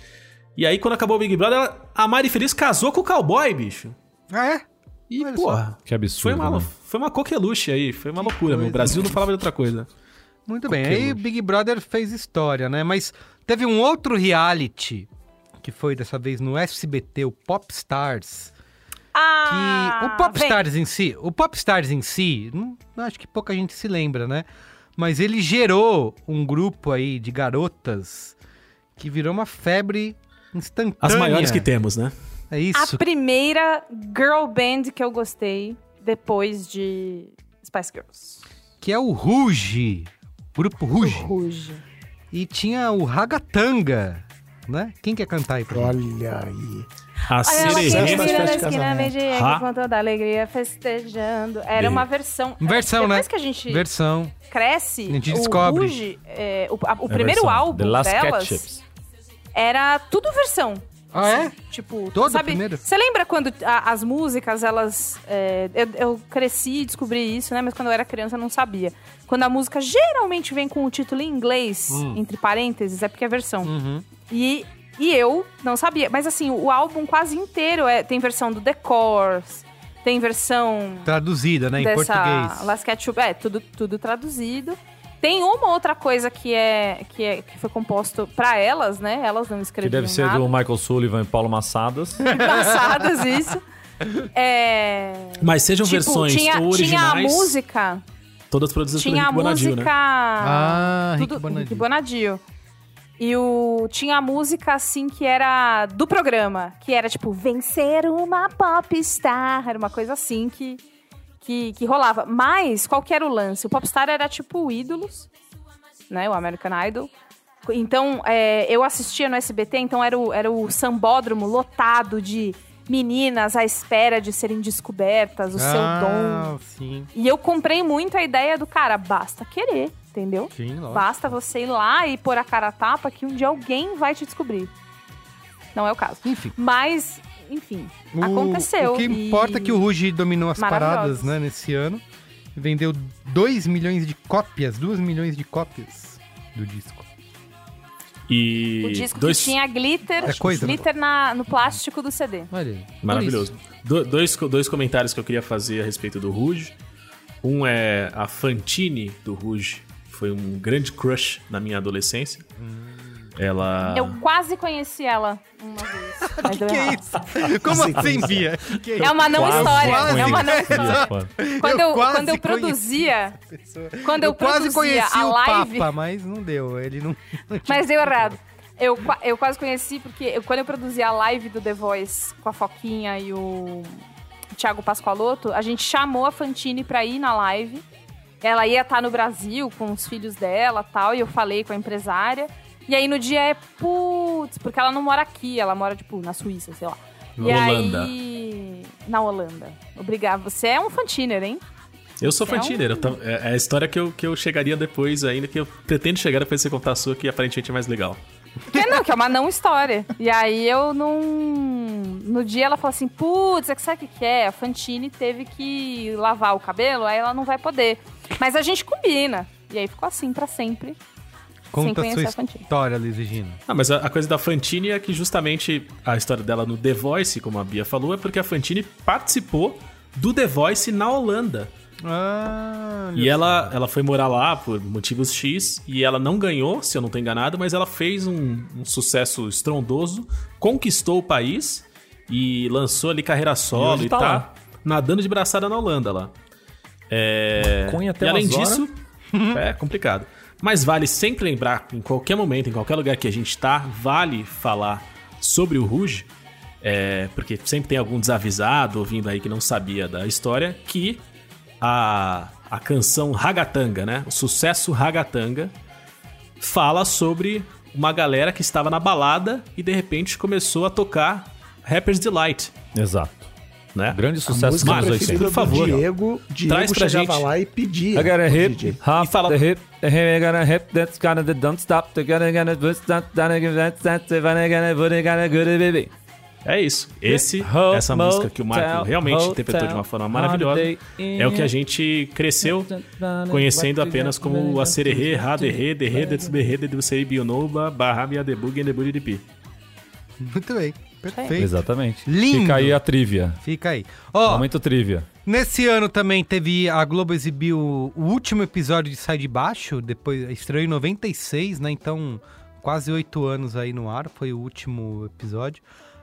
Speaker 8: E aí, quando acabou o Big Brother, ela- a Mari Feliz casou com o cowboy, bicho.
Speaker 4: Ah, é?
Speaker 8: E,
Speaker 4: Olha
Speaker 8: porra,
Speaker 6: Que absurdo.
Speaker 8: foi uma,
Speaker 6: né?
Speaker 8: foi uma coqueluche aí, foi uma loucura, meu.
Speaker 4: coisa.
Speaker 8: O Brasil não falava de outra coisa.
Speaker 4: Muito bem. Aí Big Brother fez história, né? Mas teve um outro reality que foi dessa vez no SBT, o Popstars. Que
Speaker 7: Ah,
Speaker 4: o Popstars em si, o Popstars em si, não, acho que pouca gente se lembra, né? Mas ele gerou um grupo aí de garotas que virou uma febre instantânea.
Speaker 8: As maiores que temos, né?
Speaker 4: É
Speaker 7: vem.
Speaker 4: isso.
Speaker 7: A primeira girl band que eu gostei depois de Spice Girls.
Speaker 4: Que é o Ruge. Grupo Ruge.
Speaker 7: Ruge.
Speaker 4: E tinha o Ragatanga, né? Quem quer cantar aí pra gente?
Speaker 5: Olha aí.
Speaker 8: A
Speaker 7: Olha ela
Speaker 5: Sererê.
Speaker 7: quem
Speaker 5: Festa
Speaker 7: vira
Speaker 5: de
Speaker 7: na esquina,
Speaker 5: casamento.
Speaker 7: meio-dia,
Speaker 6: Ha.
Speaker 7: com toda a alegria, festejando. Era uma versão.
Speaker 4: Versão,
Speaker 7: Depois
Speaker 4: né?
Speaker 7: que a gente
Speaker 4: Versão.
Speaker 7: cresce,
Speaker 4: A gente
Speaker 7: o
Speaker 4: descobre.
Speaker 7: Rouge, é, o, a-
Speaker 6: É
Speaker 7: o
Speaker 6: a
Speaker 7: primeiro
Speaker 6: versão.
Speaker 7: álbum
Speaker 6: The Last
Speaker 7: delas
Speaker 6: Ketchups.
Speaker 7: era tudo versão.
Speaker 4: Ah, é?
Speaker 7: Tipo,
Speaker 4: Todo
Speaker 7: sabe?
Speaker 4: primeiro?
Speaker 7: Você lembra quando a- as músicas, elas. é, eu, eu cresci e descobri isso, né? Mas quando eu era criança eu não sabia. Quando a música geralmente vem com o título em inglês,
Speaker 6: Hum.
Speaker 7: entre parênteses, é porque é versão.
Speaker 6: Uhum.
Speaker 7: E, e eu não sabia. Mas assim, o álbum quase inteiro é, tem versão do The Course, tem versão
Speaker 4: Traduzida, né? Em
Speaker 7: dessa
Speaker 4: português.
Speaker 7: Las Ketchup. É, tudo, tudo traduzido. Tem uma outra coisa que é que, é, que foi composto pra elas, né? Elas não
Speaker 6: Que
Speaker 7: escreveram
Speaker 6: deve ser
Speaker 7: (laughs) nada.
Speaker 6: do
Speaker 4: (laughs)
Speaker 6: Michael Sullivan e Paulo Massadas.
Speaker 7: Passadas, isso. É...
Speaker 8: Mas sejam
Speaker 7: tipo,
Speaker 8: versões
Speaker 7: tinha,
Speaker 8: originais,
Speaker 7: tinha a música,
Speaker 8: todas produzidas por
Speaker 7: tinha a
Speaker 8: Henrique Bonadio,
Speaker 7: música...
Speaker 8: né?
Speaker 4: Ah,
Speaker 7: tudo,
Speaker 4: Rick Bonadio.
Speaker 7: Rick Bonadio. E o... tinha a música, assim, que era do programa. Que era, tipo, vencer uma popstar. Era uma coisa assim que, que, que rolava. Mas, qual que era o lance? O popstar era, tipo, o Ídolos, né? O American Idol. Então, é, eu assistia no SBT, então era o, era o sambódromo lotado de meninas à espera de serem descobertas, o seu dom.
Speaker 4: Ah, sim.
Speaker 7: E eu comprei muito a ideia do cara, basta querer, entendeu?
Speaker 4: Sim, lógico.
Speaker 7: Basta você ir lá e pôr a cara a tapa que um dia alguém vai te descobrir. Não é o caso.
Speaker 4: Enfim.
Speaker 7: Mas, enfim,
Speaker 4: O-
Speaker 7: aconteceu.
Speaker 4: O que
Speaker 7: e-
Speaker 4: importa é que o Ruge dominou as paradas,
Speaker 7: Maravilhosos.
Speaker 4: né, nesse ano. Vendeu 2 milhões de cópias, 2 milhões de cópias do disco.
Speaker 8: E
Speaker 7: o disco
Speaker 8: dois,
Speaker 7: que tinha glitter,
Speaker 4: É coisa, né?
Speaker 7: glitter na, no plástico do CD.
Speaker 4: Olha aí.
Speaker 8: Maravilhoso. Do- dois, dois comentários que eu queria fazer a respeito do Ruge. Um é a Fantine do Ruge. Foi um grande crush na minha adolescência. Ela.
Speaker 7: Eu quase conheci ela uma vez. mas deu
Speaker 4: Que é
Speaker 7: errado.
Speaker 4: isso? Como assim, Bia? Que
Speaker 7: É uma não
Speaker 6: Quase
Speaker 7: história. É
Speaker 6: conheci.
Speaker 7: uma não (laughs) história. Quando eu,
Speaker 4: quase
Speaker 7: quando eu
Speaker 4: conheci
Speaker 7: produzia.
Speaker 4: pessoa.
Speaker 7: Quando eu,
Speaker 4: eu quase
Speaker 7: produzia
Speaker 4: conheci
Speaker 7: a
Speaker 4: o
Speaker 7: live.
Speaker 4: Papa, mas não deu. Ele não.
Speaker 7: Mas deu errado. Eu, qua- eu quase conheci, porque eu- quando eu produzi a live do The Voice com a Foquinha e o Thiago Pascoaloto, a gente chamou a Fantine pra ir na live. Ela ia estar no Brasil com os filhos dela tal, e eu falei com a empresária. E aí no dia é, putz, porque ela não mora aqui, ela mora, tipo, na Suíça, sei lá. E
Speaker 6: Holanda.
Speaker 7: aí. Na Holanda. Obrigada. Você é um fantiner, hein?
Speaker 8: Eu sou
Speaker 7: Então-
Speaker 8: Fantine. eu tam- É é a história que eu, que eu chegaria depois, ainda que eu pretendo chegar depois de você contar a sua, que aparentemente é mais legal.
Speaker 7: É, não, que é uma não história. E aí eu não. No dia ela falou assim: putz, é que sabe o que que é? A Fantine teve que lavar o cabelo, aí ela não vai poder. Mas a gente combina. E aí ficou assim pra sempre.
Speaker 4: Conta a
Speaker 7: conhecer
Speaker 4: sua
Speaker 7: a Fantine.
Speaker 4: história, Luiz Regina.
Speaker 8: Ah, mas a, a coisa da Fantine é que justamente a história dela no The Voice, como a Bia falou, é porque a Fantine participou do The Voice na Holanda.
Speaker 4: Ah,
Speaker 8: E ela, ela foi morar lá por motivos X e ela não ganhou, se eu não tô enganado, mas ela fez um, um sucesso estrondoso, conquistou o país e lançou ali carreira solo
Speaker 6: hoje
Speaker 8: e
Speaker 6: tá
Speaker 8: tá,
Speaker 6: lá.
Speaker 8: nadando de braçada na Holanda lá. É...
Speaker 6: Maconha até
Speaker 8: e além
Speaker 6: umas
Speaker 8: disso, (laughs) é complicado. Mas vale sempre lembrar, em qualquer momento, em qualquer lugar que a gente tá, vale falar sobre o Ruge, é, porque sempre tem algum desavisado ouvindo aí que não sabia da história, que a, a canção Ragatanga, né? O sucesso Ragatanga fala sobre uma galera que estava na balada e de repente começou a tocar Rapper's Delight,
Speaker 6: Exato.
Speaker 8: né?
Speaker 6: Grande
Speaker 5: A
Speaker 6: sucesso
Speaker 5: música
Speaker 6: dos anos
Speaker 8: Marcos,
Speaker 5: preferida
Speaker 6: 80.
Speaker 8: por favor,
Speaker 5: Do
Speaker 8: ó.
Speaker 5: Diego, Diego
Speaker 8: Traz pra
Speaker 5: chegava
Speaker 8: gente.
Speaker 5: lá e pedia.
Speaker 6: I
Speaker 5: pro
Speaker 6: gotta hip,
Speaker 5: DJ.
Speaker 6: half
Speaker 8: E fala-
Speaker 6: the hip, the hip, I gotta hip, that's kinda the don't stop, the gotta gotta boost, that, that, that, that, that, that, gotta, gotta, gotta, gotta, baby.
Speaker 8: É isso. Esse,
Speaker 6: Hotel,
Speaker 8: essa música que o Marco realmente
Speaker 6: hotel,
Speaker 8: interpretou de uma forma maravilhosa
Speaker 6: holiday inn.
Speaker 8: é o que a gente cresceu conhecendo apenas como a Sererê, Raderê, Derê, Detsberê, Dedusei, Bionoba, Barrabi, Adebug, Endebulidipi.
Speaker 4: Muito bem. Perfeito.
Speaker 6: Exatamente.
Speaker 4: Lindo.
Speaker 6: Fica aí a trivia.
Speaker 4: Fica aí. Ó,
Speaker 6: Momento trivia.
Speaker 4: nesse ano também teve. A Globo exibiu o último episódio de Sai de Baixo, depois estreou em 96, né? Então, quase oito anos aí no ar. Foi o último episódio.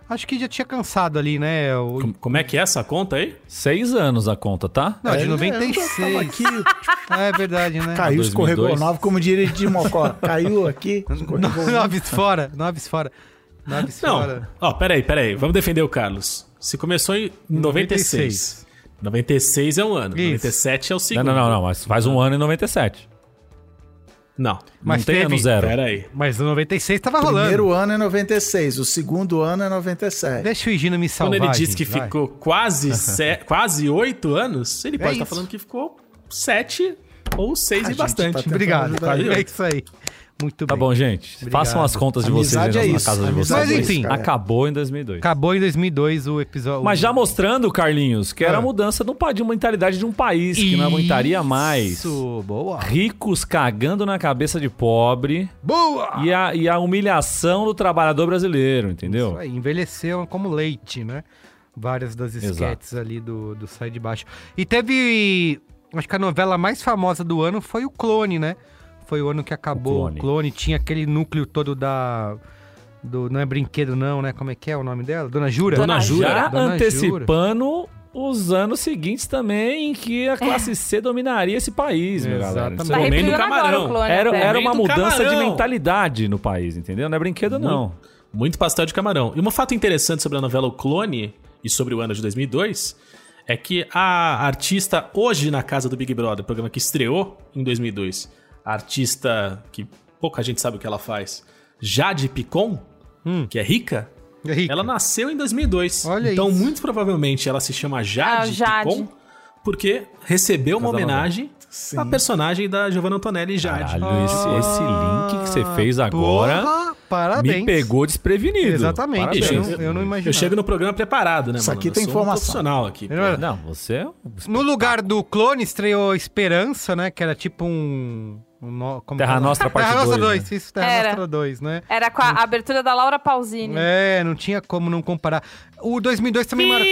Speaker 4: Acho que já tinha cansado ali, né? O-
Speaker 8: Com- Como é que é essa conta aí?
Speaker 6: Seis anos a conta, tá?
Speaker 4: Não, de
Speaker 5: É, eu
Speaker 4: 96.
Speaker 5: tava aqui,
Speaker 8: né?
Speaker 4: É verdade, né?
Speaker 5: caiu,
Speaker 6: 2002.
Speaker 5: escorregou nove, como diria de Mocó.
Speaker 8: (laughs)
Speaker 5: Caiu aqui, escorregou.
Speaker 8: tá
Speaker 4: Noves fora, noves fora. Noves
Speaker 8: Não.
Speaker 4: fora.
Speaker 8: Ó, peraí, peraí. Vamos defender o Carlos. Se começou em 96. 96 é um ano.
Speaker 4: Isso.
Speaker 8: 97 é o segundo.
Speaker 6: Não, não, não, não, mas faz um ano e 97.
Speaker 8: Não.
Speaker 4: Mas
Speaker 6: não tem
Speaker 4: teve-
Speaker 6: ano zero.
Speaker 8: Pera aí.
Speaker 4: Mas no 96 tava rolando.
Speaker 5: Primeiro ano é 96, o segundo ano é 97.
Speaker 4: Deixa o Higino me
Speaker 8: Quando
Speaker 4: salvar.
Speaker 8: ele disse que
Speaker 4: gente, Então, vai.
Speaker 8: ficou
Speaker 4: (laughs)
Speaker 8: quase, se... quase oito anos, ele
Speaker 4: É
Speaker 8: pode estar
Speaker 4: isso.
Speaker 8: falando que ficou sete ou seis
Speaker 5: A
Speaker 8: e
Speaker 5: gente
Speaker 8: bastante.
Speaker 5: tá
Speaker 4: Obrigado.
Speaker 5: Tentando ajudar
Speaker 4: É isso aí. Muito
Speaker 6: Tá
Speaker 4: bem.
Speaker 6: bom, gente.
Speaker 4: Obrigado.
Speaker 6: Façam as contas de vocês aí
Speaker 5: Amizade
Speaker 6: na,
Speaker 5: é
Speaker 6: na
Speaker 5: isso.
Speaker 6: casa de vocês.
Speaker 5: Amizade
Speaker 4: Mas,
Speaker 5: é isso,
Speaker 4: enfim,
Speaker 5: cara.
Speaker 6: Acabou em 2002.
Speaker 4: Acabou em 2002 o episódio.
Speaker 6: Mas já mostrando, Carlinhos, que era
Speaker 4: Ah.
Speaker 6: a mudança de, um, pa- de uma mentalidade de um país que não aguentaria mais.
Speaker 4: Isso, boa.
Speaker 6: Ricos cagando na cabeça de pobre
Speaker 4: Boa!
Speaker 6: e a, e a humilhação do trabalhador brasileiro, entendeu?
Speaker 4: Isso aí, envelheceram como leite, né? Várias das
Speaker 6: Exato.
Speaker 4: esquetes ali do, do Sai de Baixo. E teve. Acho que a novela mais famosa do ano foi o Clone, né? Foi o ano que acabou o Clone.
Speaker 6: Clone.
Speaker 4: tinha aquele núcleo todo da. Do, não é brinquedo, não, né? Como é que é o nome dela? Dona Jura?
Speaker 6: Dona Jura
Speaker 4: Já Dona Jura.
Speaker 6: antecipando os anos seguintes também em que a classe C dominaria esse país, meu galera.
Speaker 4: Exatamente.
Speaker 6: Isso
Speaker 7: Tá
Speaker 6: aí
Speaker 8: Comendo
Speaker 7: replicando agora
Speaker 8: camarão.
Speaker 7: o clone.
Speaker 6: Era,
Speaker 7: até.
Speaker 6: era uma
Speaker 8: Comendo
Speaker 6: mudança de
Speaker 8: camarão.
Speaker 6: mentalidade no país, entendeu? Não é brinquedo, não.
Speaker 8: Muito pastel de camarão. E um fato interessante sobre a novela O Clone e sobre o ano de 2002 é que a artista hoje na casa do Big Brother, programa que estreou em 2002, a artista que pouca gente sabe o que ela faz, Jade Picon,
Speaker 4: Hum.
Speaker 8: que é rica,
Speaker 4: É rica.
Speaker 8: ela nasceu em 2002.
Speaker 4: Olha
Speaker 8: então,
Speaker 4: isso.
Speaker 8: muito provavelmente ela se chama
Speaker 7: Ah,
Speaker 8: Jade,
Speaker 7: Jade.
Speaker 8: Picon porque recebeu uma
Speaker 6: Mas ela não é.
Speaker 8: homenagem
Speaker 5: Sim.
Speaker 8: à personagem da Giovanna Antonelli Jade.
Speaker 6: Caralho, esse, esse link que você fez agora
Speaker 4: Ah, Porra, parabéns.
Speaker 6: me pegou desprevenido.
Speaker 4: Exatamente,
Speaker 6: Parabéns.
Speaker 4: eu não- eu não imaginava.
Speaker 8: Eu chego no programa preparado, né,
Speaker 5: Isso
Speaker 8: mano?
Speaker 5: aqui
Speaker 8: Eu
Speaker 5: tem
Speaker 8: sou um
Speaker 5: informação.
Speaker 8: profissional aqui. pô.
Speaker 4: Não,
Speaker 6: Não, você é um
Speaker 4: No lugar do clone estreou Esperança, né? Que era tipo um. um no- como
Speaker 6: Terra
Speaker 4: que é o nome?
Speaker 6: Nostra parte
Speaker 4: Terra Nostra
Speaker 6: dois, né?
Speaker 4: 2, isso, Terra
Speaker 7: Era.
Speaker 4: Nostra 2, né?
Speaker 7: Era com a abertura da Laura Pausini.
Speaker 4: É, não tinha como não comparar. O 2002 também marcou.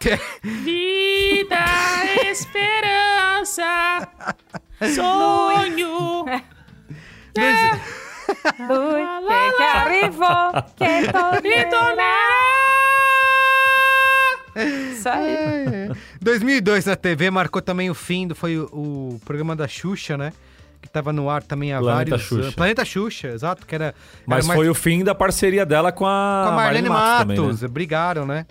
Speaker 3: Vida!
Speaker 4: (laughs)
Speaker 3: Vida!
Speaker 4: (laughs)
Speaker 3: Esperança! Sonho!
Speaker 7: Ui, que, que
Speaker 4: (laughs)
Speaker 7: arrivou, que tornerá. Isso aí.
Speaker 4: É. 2002 na TV marcou também o fim do. Foi o, o programa da Xuxa, né? Que tava no ar também há
Speaker 6: Planeta
Speaker 4: vários
Speaker 6: Xuxa.
Speaker 4: anos. Planeta Xuxa, exato, que era.
Speaker 6: Mas
Speaker 4: era mais-
Speaker 6: foi o fim da parceria dela com a,
Speaker 4: com a Marlene Matos.
Speaker 6: também, né?
Speaker 4: Brigaram, né?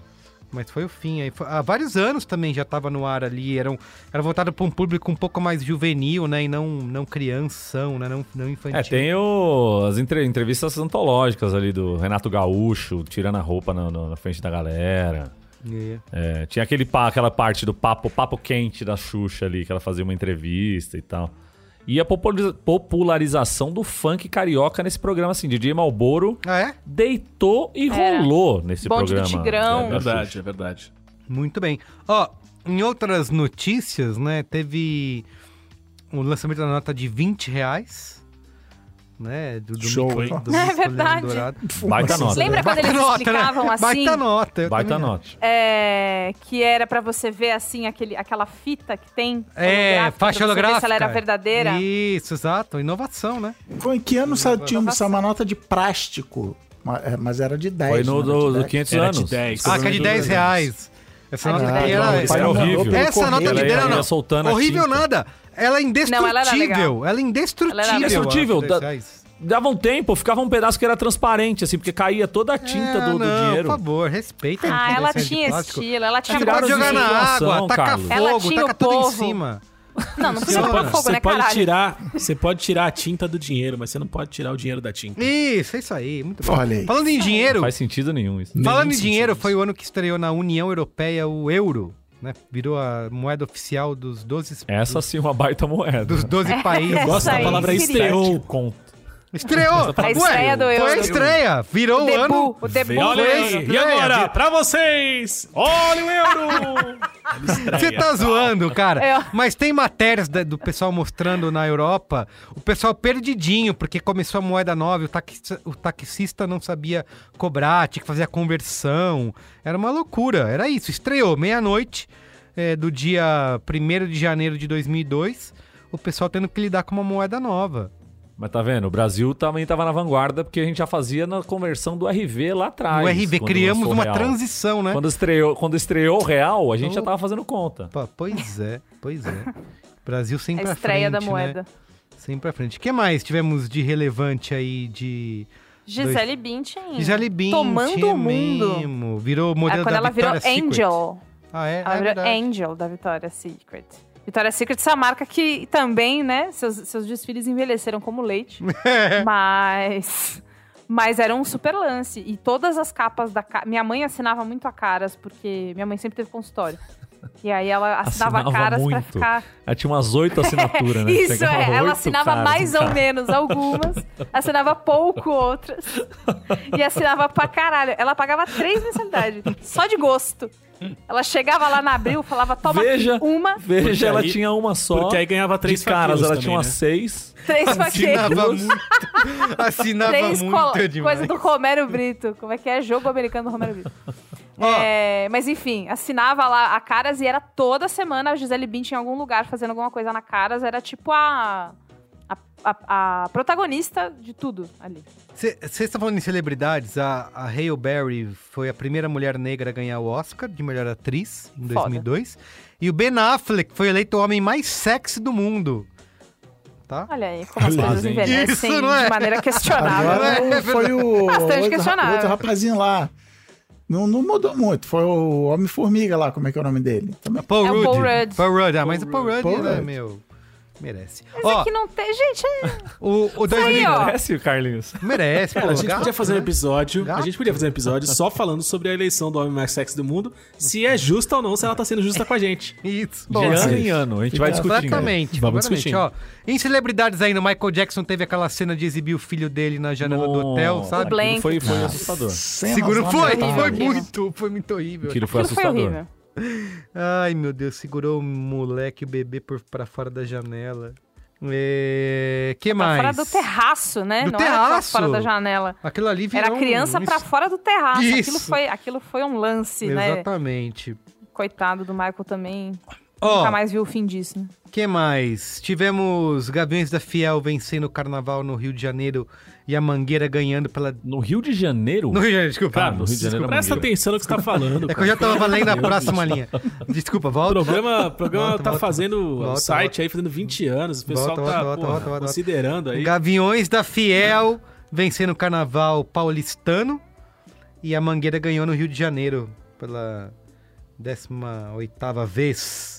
Speaker 4: Mas foi o fim. Aí foi- há vários anos também já tava no ar ali. Eram, era voltado para um público um pouco mais juvenil, né? E não, não crianção, né? Não, não infantil.
Speaker 6: É, tem o- as entre- entrevistas antológicas ali do Renato Gaúcho tirando a roupa na, na- na frente da galera.
Speaker 4: É.
Speaker 6: É, tinha aquele, pa- aquela parte do papo, papo quente da Xuxa ali, que ela fazia uma entrevista e tal. E a populariza- popularização do funk carioca nesse programa, assim, Didi Malboro
Speaker 4: Ah, é?
Speaker 6: deitou e
Speaker 7: Era.
Speaker 6: rolou nesse
Speaker 7: É. Bonde do
Speaker 6: programa.
Speaker 7: Tigrão.
Speaker 6: da-
Speaker 8: É
Speaker 6: da Xuxa.
Speaker 8: verdade, é verdade.
Speaker 4: Muito bem. Ó, em outras notícias, né? Teve o lançamento da nota de 20 reais. Né? Do, do
Speaker 8: Show, hein?
Speaker 4: do
Speaker 7: É
Speaker 4: Mico Leão
Speaker 7: verdade.
Speaker 4: Dourado.
Speaker 6: Baita nota.
Speaker 7: Lembra quando eles explicavam
Speaker 4: né?
Speaker 7: assim?
Speaker 4: Baita nota. eu
Speaker 6: Baita
Speaker 4: também-
Speaker 6: nota.
Speaker 7: É, que era pra você ver, assim, aquele, aquela fita que tem.
Speaker 4: É, faixa
Speaker 7: holográfica, pra você ver
Speaker 4: holográfica.
Speaker 7: Se ela era verdadeira.
Speaker 4: Isso, exato. Inovação, né?
Speaker 5: Pô, Em que ano saiu- tinha uma- uma nota de plástico? Ma- é, Mas era de 10.
Speaker 6: Foi no
Speaker 5: né? Era
Speaker 6: do,
Speaker 5: de
Speaker 6: do
Speaker 5: 10.
Speaker 6: 500
Speaker 8: Era de
Speaker 6: anos.
Speaker 8: 10.
Speaker 4: Ah, que é de 10 reais. Essa
Speaker 7: Ah,
Speaker 4: nota
Speaker 7: de
Speaker 4: aqui
Speaker 7: 10
Speaker 4: era,
Speaker 6: reais. Era é horrível.
Speaker 5: mandou pelo
Speaker 4: Essa nota
Speaker 5: correio.
Speaker 4: de
Speaker 6: Ela ia-
Speaker 4: dela
Speaker 6: ela ia
Speaker 4: não.
Speaker 6: soltando a
Speaker 4: Horrível
Speaker 6: tinta.
Speaker 4: nada. Ela é
Speaker 7: ela era
Speaker 4: indestrutível.
Speaker 7: legal.
Speaker 4: Ela é indestrutível.
Speaker 7: Ela era
Speaker 4: a
Speaker 6: Indestrutível,
Speaker 4: nota de
Speaker 6: da-
Speaker 4: 10 reais.
Speaker 6: Dava um tempo, ficava um pedaço que era transparente, assim, porque caía toda a tinta
Speaker 4: É,
Speaker 6: do, do
Speaker 4: não,
Speaker 6: dinheiro.
Speaker 4: Por favor, respeita.
Speaker 7: Ah,
Speaker 4: as
Speaker 7: ela
Speaker 4: invenções de
Speaker 7: tinha
Speaker 4: plástico.
Speaker 7: estilo, ela tinha
Speaker 4: Você
Speaker 6: Tiraram
Speaker 4: pode
Speaker 6: os
Speaker 4: jogar na
Speaker 6: indignação,
Speaker 4: água, tacar
Speaker 6: Carlos.
Speaker 7: Ela
Speaker 4: fogo,
Speaker 7: tinha
Speaker 4: taca
Speaker 7: o
Speaker 4: tudo em
Speaker 7: povo.
Speaker 4: cima.
Speaker 7: Não, não
Speaker 8: Você
Speaker 7: precisa
Speaker 8: pode,
Speaker 7: pôr fogo,
Speaker 8: você
Speaker 7: né,
Speaker 8: pode
Speaker 7: caralho?
Speaker 8: tirar, você pode tirar a tinta do dinheiro, mas você não pode tirar o dinheiro da tinta.
Speaker 4: Isso, é isso aí. Muito bom.
Speaker 5: Olha aí.
Speaker 4: Falando em dinheiro,
Speaker 6: Não faz sentido nenhum isso.
Speaker 4: falando em
Speaker 8: sentido
Speaker 4: dinheiro,
Speaker 8: isso.
Speaker 4: foi o ano que estreou na União Europeia o euro, né? Virou a moeda oficial dos 12,
Speaker 6: Essa sim, é uma baita moeda.
Speaker 4: dos
Speaker 7: (laughs)
Speaker 4: 12 países.
Speaker 7: Eu
Speaker 8: Gosto
Speaker 7: Essa
Speaker 8: da
Speaker 7: aí,
Speaker 8: palavra
Speaker 7: querida.
Speaker 6: um
Speaker 8: estreou.
Speaker 4: Estreou!
Speaker 7: A estreia
Speaker 4: Ué,
Speaker 7: do
Speaker 4: Foi a
Speaker 7: euro.
Speaker 4: estreia, virou
Speaker 7: O
Speaker 4: o ano.
Speaker 7: debut, o debut
Speaker 8: Olha
Speaker 7: do
Speaker 8: aí,
Speaker 7: euro.
Speaker 8: e agora, pra vocês, olha o euro!
Speaker 4: Você tá zoando, cara.
Speaker 7: Eu-
Speaker 4: Mas tem matérias da- do pessoal mostrando na Europa, o pessoal perdidinho, porque começou a moeda nova, e o, taxista, o taxista não sabia cobrar, tinha que fazer a conversão. Era uma loucura, era isso. Estreou meia-noite eh, do dia 1 de janeiro de 2002, o pessoal tendo que lidar com uma moeda nova.
Speaker 6: (laughs) Mas tá vendo? O Brasil também tava na vanguarda, porque a gente já fazia na conversão do RV lá atrás.
Speaker 4: o RV,
Speaker 6: Tá quando
Speaker 4: criamos
Speaker 6: lançou o
Speaker 4: uma
Speaker 6: real.
Speaker 4: transição, né? Oh.
Speaker 6: Quando estreou, quando estreou o real, a gente já tava fazendo conta.
Speaker 4: Opa, pois é, pois é. Brasil
Speaker 7: (laughs) A
Speaker 4: sempre à
Speaker 7: estreia da
Speaker 4: frente, né?
Speaker 7: moeda.
Speaker 4: Sempre pra frente. O que mais tivemos de relevante aí de
Speaker 7: Gisele Bündchen.
Speaker 4: Gisele Bündchen?
Speaker 7: Tomando o mundo.
Speaker 4: mesmo. Virou
Speaker 7: É
Speaker 4: modelo
Speaker 7: quando
Speaker 4: da
Speaker 7: ela virou
Speaker 4: Victoria's Secret.
Speaker 7: Angel.
Speaker 4: Ah, é?
Speaker 7: Ela
Speaker 4: é
Speaker 7: virou
Speaker 4: verdade.
Speaker 7: Angel da Victoria's Secret. Victoria's Secret, essa marca que também, né, seus, seus desfiles envelheceram como
Speaker 4: (laughs)
Speaker 7: leite.
Speaker 4: É.
Speaker 7: mas. Mas era um super lance. E todas as capas da. Ca... Minha mãe assinava muito a caras, porque minha mãe sempre teve consultório. E
Speaker 4: (laughs)
Speaker 7: aí ela assinava,
Speaker 6: Assinava
Speaker 7: caras pra
Speaker 6: muito.
Speaker 7: ficar.
Speaker 6: Ela tinha umas oito assinaturas, né?
Speaker 7: (laughs) Isso,
Speaker 6: Pegava
Speaker 7: é.
Speaker 6: oito
Speaker 7: Ela assinava
Speaker 6: caras,
Speaker 7: mais ou
Speaker 6: cara. (laughs)
Speaker 7: menos algumas, assinava pouco outras. E assinava pra caralho. Ela pagava três mensalidades, só de gosto. Ela chegava lá na abril, falava, toma aqui
Speaker 6: Veja.
Speaker 7: uma,
Speaker 6: Veja,
Speaker 8: Porque
Speaker 6: ela
Speaker 8: aí-
Speaker 6: tinha uma só.
Speaker 8: Porque aí ganhava três
Speaker 6: de caras,
Speaker 8: faquiros
Speaker 6: ela
Speaker 8: também,
Speaker 6: tinha umas
Speaker 8: né?
Speaker 6: seis.
Speaker 7: três
Speaker 4: Assinava
Speaker 7: paquetes.
Speaker 4: muito. (laughs) Assinava
Speaker 7: Três
Speaker 4: muito
Speaker 7: col-
Speaker 4: demais.
Speaker 7: coisa do Romero Brito. Como é que é? Jogo americano do Romero Brito.
Speaker 4: Ó.
Speaker 7: É, mas enfim, assinava lá a Caras e era toda semana a Gisele Bündchen em algum lugar fazendo alguma coisa na Caras. Era tipo a, a, a- a protagonista de tudo ali.
Speaker 4: Você está tá falando em celebridades, a, a Hale Berry foi a primeira mulher negra a ganhar o Oscar de melhor atriz em
Speaker 7: Foda.
Speaker 4: 2002. E o Ben Affleck foi eleito o homem mais sexy do mundo. Tá?
Speaker 7: Olha aí
Speaker 4: (laughs)
Speaker 7: como as
Speaker 6: Olha,
Speaker 7: coisas
Speaker 6: gente.
Speaker 7: envelhecem
Speaker 4: Isso, não é?
Speaker 7: de maneira questionável.
Speaker 5: Agora
Speaker 4: é
Speaker 5: o- foi o
Speaker 7: né? Bastante
Speaker 5: outro,
Speaker 7: questionável.
Speaker 5: o outro rapazinho lá. Não, não mudou muito. Foi o Homem-Formiga lá, como é que é o nome dele? Também.
Speaker 4: Paul
Speaker 7: É o
Speaker 4: Rudd.
Speaker 7: Paul Rudd.
Speaker 4: Paul Rudd, ah, mas o Paul Rudd,
Speaker 5: Paul
Speaker 4: né,
Speaker 5: Rudd.
Speaker 4: meu, merece.
Speaker 7: Mas
Speaker 4: Ó,
Speaker 7: aqui não tem. Gente, é-
Speaker 4: o, o 2000...
Speaker 7: ó.
Speaker 6: Parece, É Carlinhos.
Speaker 4: Merece, pô.
Speaker 8: Cara, a gente
Speaker 4: gato,
Speaker 8: podia fazer um
Speaker 4: né?
Speaker 8: episódio. A
Speaker 4: Gato.
Speaker 8: gente podia fazer um episódio só falando sobre a eleição do homem mais sexy do mundo, se é justa ou não, se ela tá sendo justa com a gente.
Speaker 4: Isso.
Speaker 6: De
Speaker 4: Bom,
Speaker 6: ano em ano, a gente vai né? discutindo.
Speaker 4: Exatamente.
Speaker 8: Vamos
Speaker 4: exatamente,
Speaker 8: discutindo.
Speaker 4: Ó, em celebridades ainda, Michael Jackson teve aquela cena de exibir o filho dele na janela do hotel,
Speaker 6: Nossa,
Speaker 4: sabe?
Speaker 7: Blank.
Speaker 6: aquilo Foi, foi
Speaker 5: Nossa.
Speaker 6: assustador.
Speaker 5: Cenas
Speaker 4: Segura, foi,
Speaker 5: lamentáveis.
Speaker 4: foi
Speaker 7: Horrível.
Speaker 4: muito, foi muito horrível.
Speaker 6: Aquilo foi
Speaker 7: aquilo foi
Speaker 6: assustador.
Speaker 7: horrível. Tá
Speaker 4: Ai, meu Deus, segurou o moleque, o bebê por, pra fora da janela. É... Que
Speaker 7: Pra
Speaker 4: mais?
Speaker 7: fora do terraço, né?
Speaker 4: Do
Speaker 7: não era pra
Speaker 4: terraço.
Speaker 7: fora da janela.
Speaker 4: Aquilo ali virou
Speaker 7: Era criança
Speaker 4: um...
Speaker 7: pra fora do terraço. Aquilo
Speaker 4: Isso.
Speaker 7: foi, aquilo foi um lance, né?
Speaker 4: Exatamente.
Speaker 7: Coitado do Michael também.
Speaker 4: Ó,
Speaker 7: Nunca mais viu o fim disso, né? (laughs)
Speaker 4: que mais? Tivemos Gaviões da Fiel vencendo o Carnaval no Rio de Janeiro e a Mangueira ganhando pela...
Speaker 6: No Rio de Janeiro?
Speaker 4: No Rio de Janeiro, desculpa.
Speaker 6: Cara,
Speaker 8: Tá,
Speaker 6: no Rio de Janeiro é
Speaker 8: presta
Speaker 6: maneiro.
Speaker 8: atenção no que você tá falando.
Speaker 4: É que eu
Speaker 8: cara.
Speaker 4: já tava lendo a próxima linha. Desculpa,
Speaker 8: O
Speaker 4: volta.
Speaker 8: programa, o programa
Speaker 4: Volta,
Speaker 8: tá
Speaker 4: volta.
Speaker 8: fazendo o
Speaker 4: Volta,
Speaker 8: site
Speaker 4: volta.
Speaker 8: aí, fazendo 20 anos. O pessoal
Speaker 4: Volta,
Speaker 8: tá
Speaker 4: volta, volta,
Speaker 8: porra,
Speaker 4: volta, volta.
Speaker 8: considerando aí.
Speaker 4: Gaviões da Fiel vencendo o Carnaval paulistano e a Mangueira ganhou no Rio de Janeiro pela 18ª vez.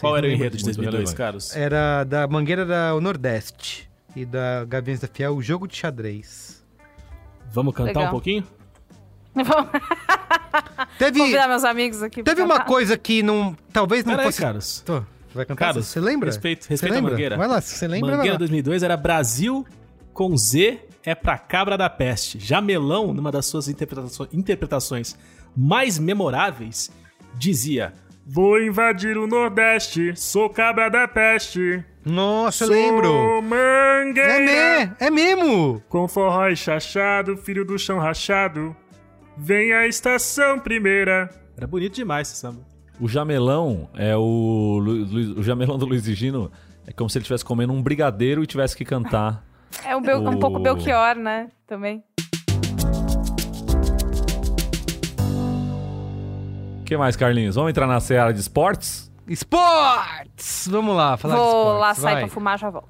Speaker 8: Qual era o
Speaker 6: lembram
Speaker 8: enredo de
Speaker 6: muito
Speaker 8: 2002,
Speaker 6: relevante.
Speaker 8: Carlos?
Speaker 4: Era da Mangueira da o Nordeste e da Gaviões da Fiel o jogo de xadrez.
Speaker 8: Vamos cantar
Speaker 7: Legal.
Speaker 8: um pouquinho?
Speaker 7: Vamos
Speaker 4: Teve,
Speaker 7: convidar meus amigos aqui. pra
Speaker 4: teve uma
Speaker 7: cantar.
Speaker 4: coisa que não, talvez não
Speaker 8: Pera aí,
Speaker 4: fosse...
Speaker 8: Carlos.
Speaker 4: Tô, você vai cantar?
Speaker 8: Carlos,
Speaker 4: você lembra?
Speaker 8: respeito-
Speaker 4: Você
Speaker 8: respeita a
Speaker 4: lembra?
Speaker 8: Mangueira.
Speaker 4: Vai lá, se você lembra, vai
Speaker 8: Mangueira
Speaker 4: lá.
Speaker 8: 2002 era Brasil com Z é pra cabra da peste. Jamelão, numa das suas interpretaço- interpretações mais memoráveis, dizia: Vou invadir o Nordeste, sou cabra da peste.
Speaker 4: Nossa, eu lembro.
Speaker 8: Sou mangueira.
Speaker 4: É, me- é mesmo!
Speaker 8: Com forró e chachado, filho do chão rachado, vem a estação primeira. Era bonito demais esse samba.
Speaker 6: O jamelão é o. Lu- Lu- o jamelão do Luiz Gino é como se ele estivesse comendo um brigadeiro e tivesse que cantar.
Speaker 7: É um, bel- um pouco
Speaker 6: O-
Speaker 7: Belchior, né? Também.
Speaker 6: O que mais, Carlinhos? Vamos entrar na seara de esportes?
Speaker 4: Esportes! Vamos lá, falar de
Speaker 7: Vou
Speaker 4: esportes.
Speaker 7: lá sair
Speaker 4: vai.
Speaker 7: pra fumar, já volto.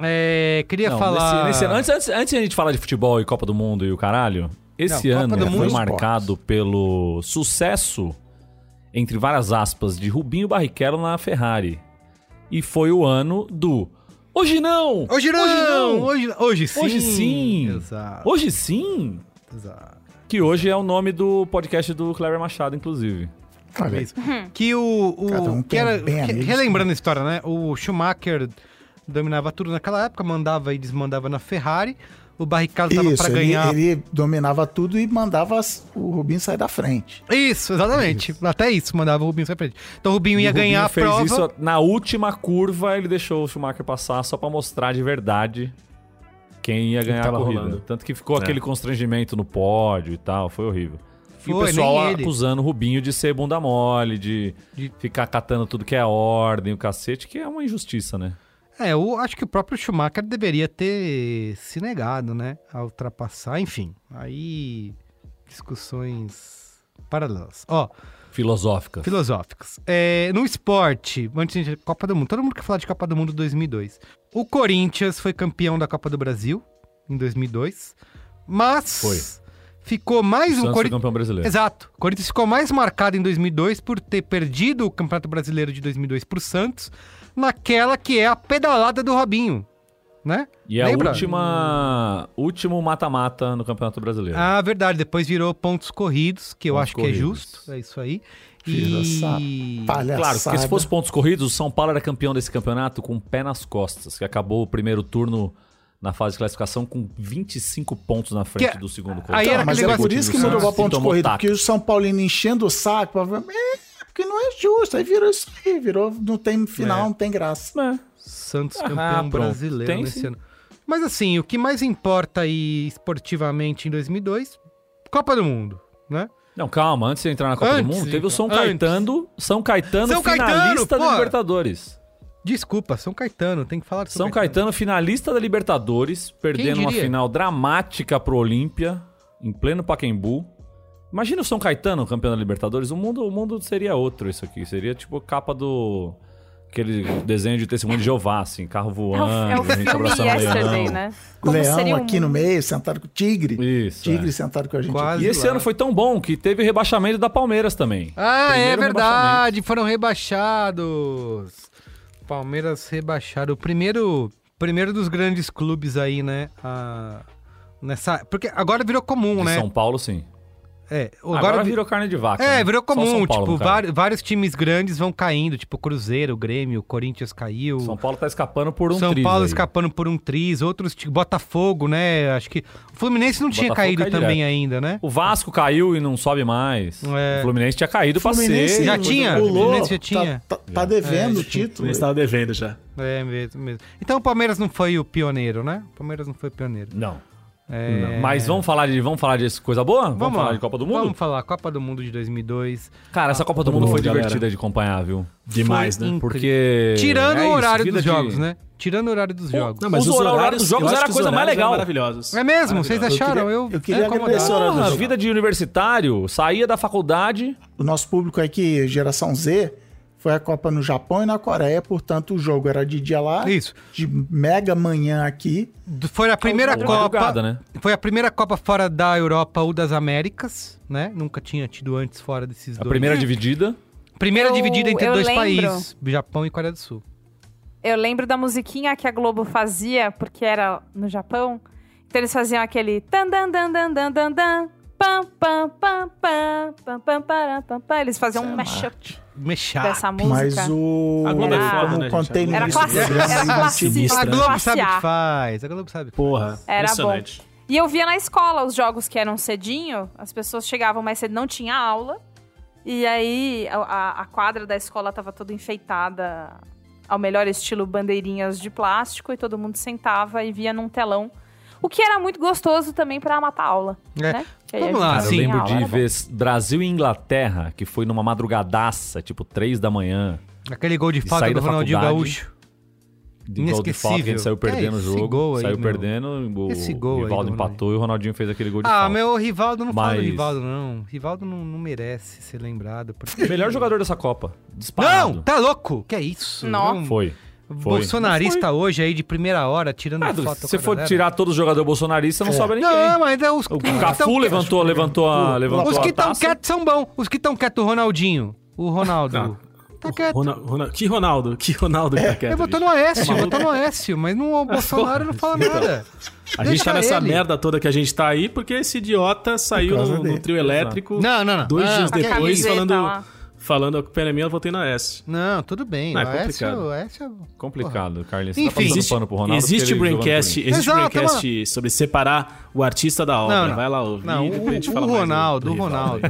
Speaker 4: É, queria
Speaker 6: Não,
Speaker 4: falar.
Speaker 6: nesse- nesse ano- antes, antes, antes de a gente falar de futebol e Copa do Mundo e o caralho, esse
Speaker 4: Não, Copa
Speaker 6: ano
Speaker 4: do Mundo é um
Speaker 6: foi
Speaker 4: e
Speaker 6: marcado pelo sucesso, entre várias aspas, de Rubinho Barrichello na Ferrari. E foi o ano do. Hoje não!
Speaker 4: Hoje não!
Speaker 6: Hoje não!
Speaker 4: Hoje, hoje sim!
Speaker 6: Hoje sim!
Speaker 4: Exato.
Speaker 6: Hoje sim!
Speaker 4: exato.
Speaker 6: Que hoje é o nome do podcast do Cleber Machado, inclusive.
Speaker 5: Olha,
Speaker 4: Isso. Que o. o-
Speaker 5: Cada um
Speaker 4: que
Speaker 5: tem
Speaker 4: era,
Speaker 5: bem
Speaker 4: que-
Speaker 5: amigos.
Speaker 4: relembrando a história, né? O Schumacher dominava tudo naquela época, mandava e desmandava na Ferrari. O Barrichello tava
Speaker 5: Isso,
Speaker 4: pra
Speaker 5: ele,
Speaker 4: ganhar.
Speaker 5: ele dominava tudo e mandava as- o Rubinho sair da frente.
Speaker 4: Isso, exatamente. Até isso, mandava o Rubinho sair pra frente. Então o Rubinho ia
Speaker 6: E o Rubinho
Speaker 4: ganhar a
Speaker 6: fez
Speaker 4: prova.
Speaker 6: isso na última curva, ele deixou o Schumacher passar só pra mostrar de verdade quem ia ganhar a
Speaker 8: tava
Speaker 6: corrida.
Speaker 8: rolando.
Speaker 6: Tanto que ficou
Speaker 4: É.
Speaker 6: aquele constrangimento no pódio e tal, foi horrível. e o
Speaker 4: Foi,
Speaker 6: pessoal
Speaker 4: nem ele.
Speaker 6: acusando o Rubinho de ser bunda mole, de,
Speaker 4: De-
Speaker 6: ficar catando tudo que é ordem, o cacete, que é uma injustiça, né?
Speaker 4: É, eu acho que o próprio Schumacher deveria ter se negado, né? A ultrapassar, enfim. Aí. Discussões paralelas. Ó,
Speaker 6: Filosófica.
Speaker 4: filosóficas. É, no esporte, antes de Copa do Mundo, todo mundo quer falar de Copa do Mundo 2002. O Corinthians foi campeão da Copa do Brasil em 2002, mas
Speaker 6: Foi.
Speaker 4: Ficou mais
Speaker 6: Santos
Speaker 4: um
Speaker 6: foi
Speaker 4: Corinthians.
Speaker 6: campeão brasileiro.
Speaker 4: Exato. O Corinthians ficou mais marcado em 2002 por ter perdido o Campeonato Brasileiro de 2002 pro Santos, naquela que é a pedalada do Robinho, né?
Speaker 6: E é a
Speaker 4: Lembra?
Speaker 6: última, último mata-mata no Campeonato Brasileiro.
Speaker 4: Ah, verdade. Depois virou pontos corridos, que eu
Speaker 6: É. Pontos
Speaker 4: acho que é
Speaker 6: corridos.
Speaker 4: justo. É isso aí.
Speaker 5: Filho dessa
Speaker 4: E...
Speaker 5: Palhaçada.
Speaker 6: Hum, Claro, porque se fosse pontos corridos, o São Paulo era campeão desse campeonato com o pé nas costas, que acabou o primeiro turno na fase de classificação com 25 pontos na frente
Speaker 4: Que-
Speaker 6: do segundo colocado.
Speaker 4: aí
Speaker 5: Então,
Speaker 4: era
Speaker 5: mas
Speaker 4: aquele
Speaker 5: é por
Speaker 4: negócio
Speaker 5: isso
Speaker 4: do
Speaker 5: que não levou
Speaker 6: Santos,
Speaker 5: pontos
Speaker 6: tomou
Speaker 5: corridos,
Speaker 6: taco.
Speaker 5: porque o São Paulino enchendo o saco, provavelmente, é, porque não é justo, aí virou isso aí, virou, não tem
Speaker 6: É.
Speaker 5: final, não tem graça.
Speaker 4: Santos
Speaker 6: Ah,
Speaker 4: campeão
Speaker 6: pronto.
Speaker 4: brasileiro
Speaker 6: Tem
Speaker 4: nesse
Speaker 6: sim.
Speaker 4: ano. Mas assim, o que mais importa aí esportivamente em 2002? Copa do Mundo, né?
Speaker 6: Não, calma, antes de entrar na Copa do
Speaker 4: Antes,
Speaker 6: Mundo, teve o São
Speaker 4: então,
Speaker 6: Caetano, São Caetano
Speaker 4: São Caetano,
Speaker 6: finalista
Speaker 4: pô!
Speaker 6: da Libertadores.
Speaker 4: Desculpa, São Caetano, tem que falar de São,
Speaker 6: São Caetano finalista da Libertadores, perdendo uma
Speaker 4: diria?
Speaker 6: final dramática pro Olímpia, em pleno Paquembu. Imagina o São Caetano campeão da Libertadores, o mundo, o mundo seria outro isso aqui, seria tipo capa do aquele desenho de testemunho de Jeová, assim, carro
Speaker 7: É o,
Speaker 6: voando,
Speaker 7: é o
Speaker 6: gente
Speaker 7: filme
Speaker 6: abraçando um
Speaker 7: Yesterday,
Speaker 6: leão.
Speaker 7: né?
Speaker 5: Leão
Speaker 7: o
Speaker 5: aqui no
Speaker 7: mundo?
Speaker 5: meio, sentado com o tigre.
Speaker 6: Isso.
Speaker 5: Tigre
Speaker 6: é.
Speaker 5: sentado com a gente.
Speaker 4: Quase
Speaker 6: E esse
Speaker 4: lá.
Speaker 6: ano foi tão bom que teve o rebaixamento da Palmeiras também.
Speaker 4: né? Ah, é
Speaker 6: Primeiro rebaixamento.
Speaker 4: verdade, foram rebaixados. Palmeiras rebaixado. O primeiro, primeiro dos grandes clubes aí, né? A- nessa, porque agora virou comum,
Speaker 6: De
Speaker 4: né?
Speaker 6: São Paulo, sim.
Speaker 4: É,
Speaker 6: Agora,
Speaker 4: vi-
Speaker 6: virou carne de vaca.
Speaker 4: É,
Speaker 6: né?
Speaker 4: virou
Speaker 6: Só
Speaker 4: comum,
Speaker 6: São Paulo
Speaker 4: tipo,
Speaker 6: não cai.
Speaker 4: vari- vários times grandes vão caindo, tipo Cruzeiro, Grêmio, Corinthians caiu.
Speaker 6: São Paulo tá escapando por um
Speaker 4: São
Speaker 6: triz
Speaker 4: Paulo
Speaker 6: aí.
Speaker 4: escapando por um triz, outros tipo Botafogo, né? Acho que o Fluminense não tinha
Speaker 6: Botafogo
Speaker 4: caído
Speaker 6: cai
Speaker 4: também
Speaker 6: direto.
Speaker 4: ainda, né?
Speaker 6: O Vasco caiu e não sobe mais.
Speaker 4: É.
Speaker 6: O Fluminense tinha caído pra
Speaker 5: Fluminense
Speaker 6: ser.
Speaker 4: já tinha?
Speaker 5: pulou,
Speaker 4: Fluminense já tinha?
Speaker 5: Tá, tá-
Speaker 6: É.
Speaker 5: tá devendo o
Speaker 8: Eu
Speaker 5: título.
Speaker 8: estava devendo já.
Speaker 4: É mesmo, mesmo. Então o Palmeiras não foi o pioneiro, né? O Palmeiras não foi o pioneiro.
Speaker 6: Não. Não. Mas vamos falar de vamos falar de coisa boa? Vamos,
Speaker 4: lá.
Speaker 6: falar de Copa do Mundo?
Speaker 4: Vamos falar Copa do Mundo de 2002.
Speaker 6: Cara, essa Copa do Mundo
Speaker 8: Mundo,
Speaker 6: foi
Speaker 8: galera.
Speaker 6: divertida de acompanhar, viu?
Speaker 8: Demais,
Speaker 4: Foi
Speaker 8: né?
Speaker 4: incrível.
Speaker 6: Porque
Speaker 4: Tirando
Speaker 6: é
Speaker 4: o
Speaker 6: isso,
Speaker 4: horário
Speaker 6: vida
Speaker 4: dos
Speaker 6: de-
Speaker 4: jogos, né? Tirando o horário dos jogos.
Speaker 8: Não, mas
Speaker 6: Os
Speaker 8: os,
Speaker 6: horários
Speaker 8: horários
Speaker 6: dos jogos
Speaker 8: eu acho
Speaker 6: era a
Speaker 8: que os
Speaker 6: coisa mais
Speaker 8: horários eram
Speaker 6: legal.
Speaker 8: Maravilhosos.
Speaker 4: É mesmo, vocês
Speaker 8: Maravilhosos.
Speaker 4: acharam? Eu, É, tá?
Speaker 5: eu queria
Speaker 4: incomodado.
Speaker 5: agradecer ao
Speaker 6: Porra, vida de universitário, saía da faculdade,
Speaker 5: O nosso público aí que geração Z foi a Copa no Japão e na Coreia, portanto o jogo era de dia lá,
Speaker 4: Isso.
Speaker 5: de mega manhã aqui.
Speaker 4: Foi a primeira
Speaker 6: de
Speaker 4: Copa.
Speaker 6: madrugada, né?
Speaker 4: Foi a primeira Copa fora da Europa ou das Américas, né? Nunca tinha tido antes fora desses
Speaker 6: a
Speaker 4: dois.
Speaker 6: primeira dividida.
Speaker 4: Primeira
Speaker 7: Eu-
Speaker 4: dividida entre
Speaker 7: eu
Speaker 4: dois
Speaker 7: lembro.
Speaker 4: países, Japão e Coreia do Sul.
Speaker 7: Eu lembro da musiquinha que a Globo fazia, porque era no Japão. Então eles faziam aquele. tan, dan, dan, dan, dan, dan, dan, pam, pam, pam, pam, pam, pam, para, pam, pam. Eles faziam um mashup
Speaker 4: Mexar.
Speaker 7: dessa música.
Speaker 5: Mas o.
Speaker 8: A Globo
Speaker 7: é
Speaker 5: como
Speaker 8: foda, né,
Speaker 5: contei
Speaker 8: gente?
Speaker 5: no
Speaker 8: Era
Speaker 5: início do
Speaker 8: classe-
Speaker 5: programa,
Speaker 7: era classe-
Speaker 4: A
Speaker 8: Sinistro, né?
Speaker 4: Globo sabe o que
Speaker 7: Passear.
Speaker 4: faz. A Globo sabe.
Speaker 8: Porra,
Speaker 7: Era
Speaker 8: impressionante.
Speaker 7: E eu via na escola os jogos que eram cedinho, as pessoas chegavam mais cedo, não tinha aula. E aí a- a, a quadra da escola tava toda enfeitada ao melhor estilo bandeirinhas de plástico e todo mundo sentava e via num telão. O que era muito gostoso também pra matar a aula,
Speaker 4: É.
Speaker 7: né? Que aí a
Speaker 4: Vamos
Speaker 7: gente
Speaker 4: lá,
Speaker 7: não
Speaker 6: Cara,
Speaker 4: sim.
Speaker 6: eu
Speaker 7: tinha
Speaker 6: lembro
Speaker 7: aula,
Speaker 6: de
Speaker 7: era
Speaker 6: ver Brasil e Inglaterra, que foi numa madrugadaça, tipo 3 da manhã.
Speaker 4: Aquele gol de
Speaker 6: E
Speaker 4: falta
Speaker 6: sair
Speaker 4: do
Speaker 6: da
Speaker 4: Ronaldinho
Speaker 6: faculdade.
Speaker 4: Gaúcho.
Speaker 6: De gol de falta, que
Speaker 4: Inesquecível.
Speaker 6: ele saiu
Speaker 4: É,
Speaker 6: perdendo o
Speaker 4: esse
Speaker 6: jogo.
Speaker 4: gol aí,
Speaker 6: saiu
Speaker 4: meu.
Speaker 6: perdendo, o
Speaker 4: Esse gol aí do
Speaker 6: Rivaldo
Speaker 4: Ronaldinho.
Speaker 6: empatou e o Ronaldinho fez aquele gol de
Speaker 4: Ah,
Speaker 6: falta.
Speaker 4: meu, o Rivaldo não fala do
Speaker 6: Mas-
Speaker 4: Rivaldo, não. Rivaldo não, não merece ser lembrado. Porque...
Speaker 6: Melhor jogador dessa Copa. Disparado.
Speaker 4: Não, tá louco? Que é isso?
Speaker 7: Nó.
Speaker 4: Não,
Speaker 6: Foi.
Speaker 4: Bolsonarista hoje aí de primeira hora, tirando
Speaker 6: Ah,
Speaker 4: foto.
Speaker 6: se você
Speaker 4: com a
Speaker 6: for
Speaker 4: galera.
Speaker 6: tirar todos os jogadores bolsonaristas, não sobra ninguém.
Speaker 4: Não, mas é os.
Speaker 6: O
Speaker 4: os que
Speaker 6: Cafu
Speaker 4: tão-
Speaker 6: levantou, levantou a. Levantou
Speaker 4: Os
Speaker 6: a
Speaker 4: que estão
Speaker 6: taça.
Speaker 4: quietos são bons. Os que estão quietos, o Ronaldinho. O
Speaker 8: Não.
Speaker 4: Ronaldo. tá quieto.
Speaker 8: Ronal- Ronal- que Ronaldo? Que Ronaldo que tá
Speaker 6: é
Speaker 8: quieto?
Speaker 4: É, Eu botou
Speaker 8: bicho?
Speaker 4: no Oeste, botou no Oeste, mas não, o Bolsonaro não fala
Speaker 6: então,
Speaker 4: nada.
Speaker 8: A gente tá
Speaker 4: deixa
Speaker 8: nessa
Speaker 4: ele.
Speaker 8: merda toda que a gente tá aí porque esse idiota saiu
Speaker 5: causa
Speaker 8: no, no
Speaker 5: dele.
Speaker 8: trio elétrico
Speaker 4: Não, não, não.
Speaker 8: dois
Speaker 4: Ah,
Speaker 8: dias
Speaker 7: com a
Speaker 8: depois
Speaker 7: camiseta
Speaker 8: falando,
Speaker 7: lá.
Speaker 8: falando pera mim, eu voltei na S.
Speaker 4: Não, tudo bem.
Speaker 8: Não, é
Speaker 4: o Oeste,
Speaker 8: complicado.
Speaker 4: o Oeste é...
Speaker 6: Complicado, Carlinhos.
Speaker 4: Enfim.
Speaker 6: Você tá passando
Speaker 8: Existe,
Speaker 6: pano pro Ronaldo.
Speaker 8: existe
Speaker 6: porque ele jogou no
Speaker 8: braincast,
Speaker 6: Corinthians.
Speaker 8: existe
Speaker 4: Exato,
Speaker 8: braincast sobre separar o artista da obra.
Speaker 4: Não, não.
Speaker 8: Vai lá ouvir.
Speaker 4: Não, o,
Speaker 8: depois a gente
Speaker 4: o
Speaker 8: fala mais do-
Speaker 4: Ronaldo,
Speaker 8: do
Speaker 4: o
Speaker 8: rival.
Speaker 4: Ronaldo.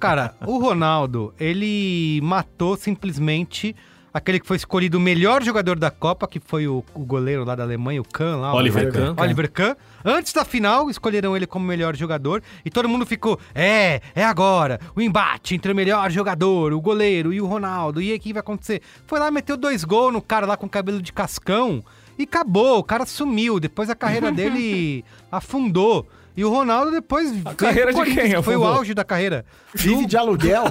Speaker 4: Cara, o Ronaldo, ele matou simplesmente aquele que foi escolhido o melhor jogador da Copa, que foi o, o goleiro lá da Alemanha, o Kahn lá. o-
Speaker 8: Oliver Kahn. é.
Speaker 4: Oliver Kahn. Antes da final, escolheram ele como melhor jogador e todo mundo ficou, é, é agora, o embate entre o melhor jogador, o goleiro e o Ronaldo, e aí o que vai acontecer? Foi lá, meteu dois gols no cara lá com cabelo de cascão e acabou, o cara sumiu, depois
Speaker 8: (laughs)
Speaker 4: a carreira dele afundou. E o Ronaldo depois... veio pro
Speaker 6: carreira de
Speaker 4: Corinthians,
Speaker 6: quem
Speaker 4: que Foi o
Speaker 6: afundou?
Speaker 4: auge da carreira.
Speaker 5: Vive de aluguel.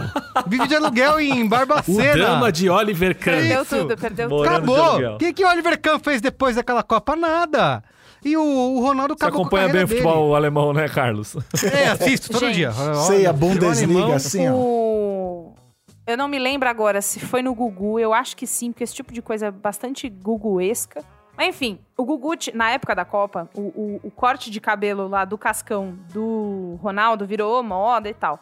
Speaker 4: Vive de aluguel em
Speaker 8: O
Speaker 4: Barbacena.
Speaker 6: Ah.
Speaker 8: drama de Oliver Kahn.
Speaker 7: Perdeu
Speaker 4: Isso.
Speaker 7: tudo, perdeu
Speaker 6: Boa.
Speaker 7: tudo.
Speaker 6: Morando de
Speaker 4: Acabou!
Speaker 6: aluguel.
Speaker 4: O que, que o Oliver Kahn fez depois daquela Copa? Nada! E o, o Ronaldo
Speaker 6: Você
Speaker 4: acabou
Speaker 6: acompanha
Speaker 4: com a
Speaker 6: bem
Speaker 4: carreira
Speaker 6: o futebol alemão, né, Carlos? (laughs)
Speaker 4: dele. É, assisto todo
Speaker 7: Gente.
Speaker 4: dia. Olha,
Speaker 5: Sei a
Speaker 4: futebol
Speaker 5: Bundesliga
Speaker 4: alemão.
Speaker 5: assim, ó.
Speaker 7: O- Tipo, Eu não me lembro agora se foi no Gugu, eu acho que sim, porque esse tipo de coisa é bastante guguesca. Mas enfim, o Gugu, ti- na época da Copa, o, o- o corte de cabelo lá do cascão do Ronaldo virou moda e tal.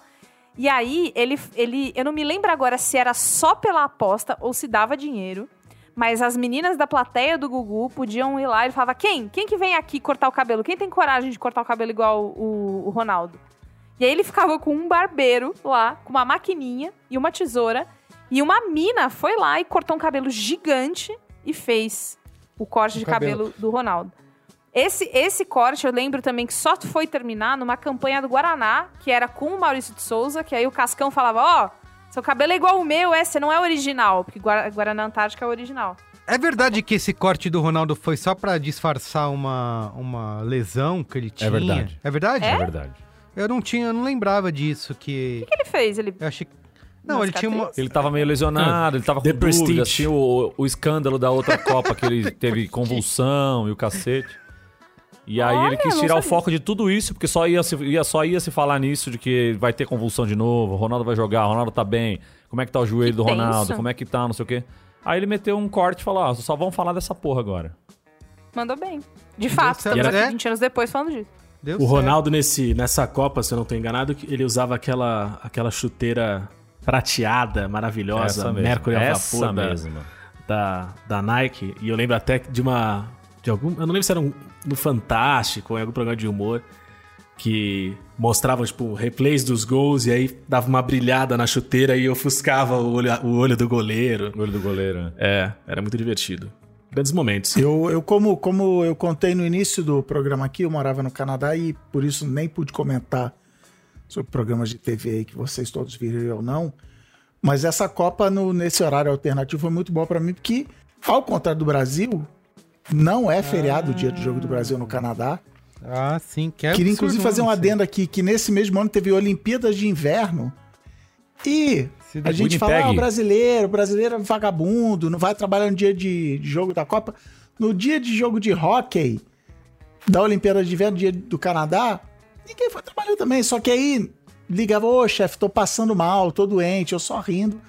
Speaker 7: E aí, ele, ele. Eu não me lembro agora se era só pela aposta ou se dava dinheiro. Mas as meninas da plateia do Gugu podiam ir lá e ele falava: quem? Quem que vem aqui cortar o cabelo? Quem tem coragem de cortar o cabelo igual o- o Ronaldo? E aí ele ficava com um barbeiro lá, com uma maquininha e uma tesoura. E uma mina foi lá e cortou um cabelo gigante e fez o corte de cabelo. do Ronaldo. Esse, esse corte eu lembro também que só foi terminar numa campanha do Guaraná, que era com o Maurício de Souza, que aí o Cascão falava: Ó, seu cabelo é igual o meu, é, você não é original, porque Guara- Guaraná Antártica é o original.
Speaker 4: É verdade que esse corte do Ronaldo foi só pra disfarçar uma, uma lesão que ele tinha?
Speaker 6: verdade.
Speaker 4: É verdade?
Speaker 6: É verdade.
Speaker 4: Eu não tinha, eu não lembrava disso, que...
Speaker 7: O que ele fez? Ele.
Speaker 4: Eu achei... que- Não,
Speaker 7: Uma
Speaker 4: ele tinha uma...
Speaker 6: Ele tava meio lesionado, ele tava com
Speaker 8: The
Speaker 6: dúvida,
Speaker 8: Prestige.
Speaker 6: tinha o, o escândalo da outra Copa que ele teve convulsão e o cacete. E aí
Speaker 7: Olha,
Speaker 6: ele quis
Speaker 7: não
Speaker 6: tirar o
Speaker 7: sabia.
Speaker 6: foco de tudo isso, porque só ia, se, ia- só ia se falar nisso de que vai ter convulsão de novo, o Ronaldo vai jogar, o Ronaldo tá bem, como é que tá o joelho do
Speaker 7: tenso.
Speaker 6: Ronaldo, como é que tá, não sei o quê. Aí ele meteu um corte e falou, ah, só vamos falar dessa porra agora.
Speaker 7: Mandou bem. De fato,
Speaker 4: certo,
Speaker 7: estamos
Speaker 4: né?
Speaker 7: aqui 20 anos depois falando (laughs) disso.
Speaker 4: Deu
Speaker 8: O
Speaker 4: certo.
Speaker 8: Ronaldo nesse, nessa Copa, se eu não tô enganado, que ele usava aquela, aquela chuteira prateada, maravilhosa, Então, Mercury é a
Speaker 6: Essa
Speaker 8: vapor da,
Speaker 6: mesma.
Speaker 8: da, da Nike. E eu lembro até de uma. De algum, eu não lembro se era um, no Fantástico ou em algum programa de humor. Que mostravam, tipo, replays dos gols e aí dava uma brilhada na chuteira e ofuscava o olho, o olho do goleiro.
Speaker 6: O olho do goleiro, né?
Speaker 8: É, era muito divertido. Grandes momentos.
Speaker 5: Eu, eu como, como eu contei no início do programa aqui, eu morava no Canadá e por isso nem pude comentar sobre programas de TV aí que vocês todos viram e eu não. Mas essa Copa no- nesse horário alternativo foi muito boa pra mim, porque, ao contrário do Brasil, não é feriado o dia do jogo do Brasil no Canadá.
Speaker 4: Ah, sim, que é
Speaker 5: Queria
Speaker 4: absurdo,
Speaker 5: inclusive fazer um
Speaker 4: não sei.
Speaker 5: adendo aqui, que nesse mesmo ano teve Olimpíadas de Inverno. E
Speaker 4: Se
Speaker 5: a gente
Speaker 6: Winnipeg.
Speaker 5: fala, ah, o brasileiro, o brasileiro é vagabundo, não vai trabalhar no dia de, de jogo da Copa. No dia de jogo de hockey da Olimpíada de Inverno, dia do Canadá, ninguém foi trabalhar também. Só que aí ligava, ô chefe, tô passando mal, tô doente, eu só rindo.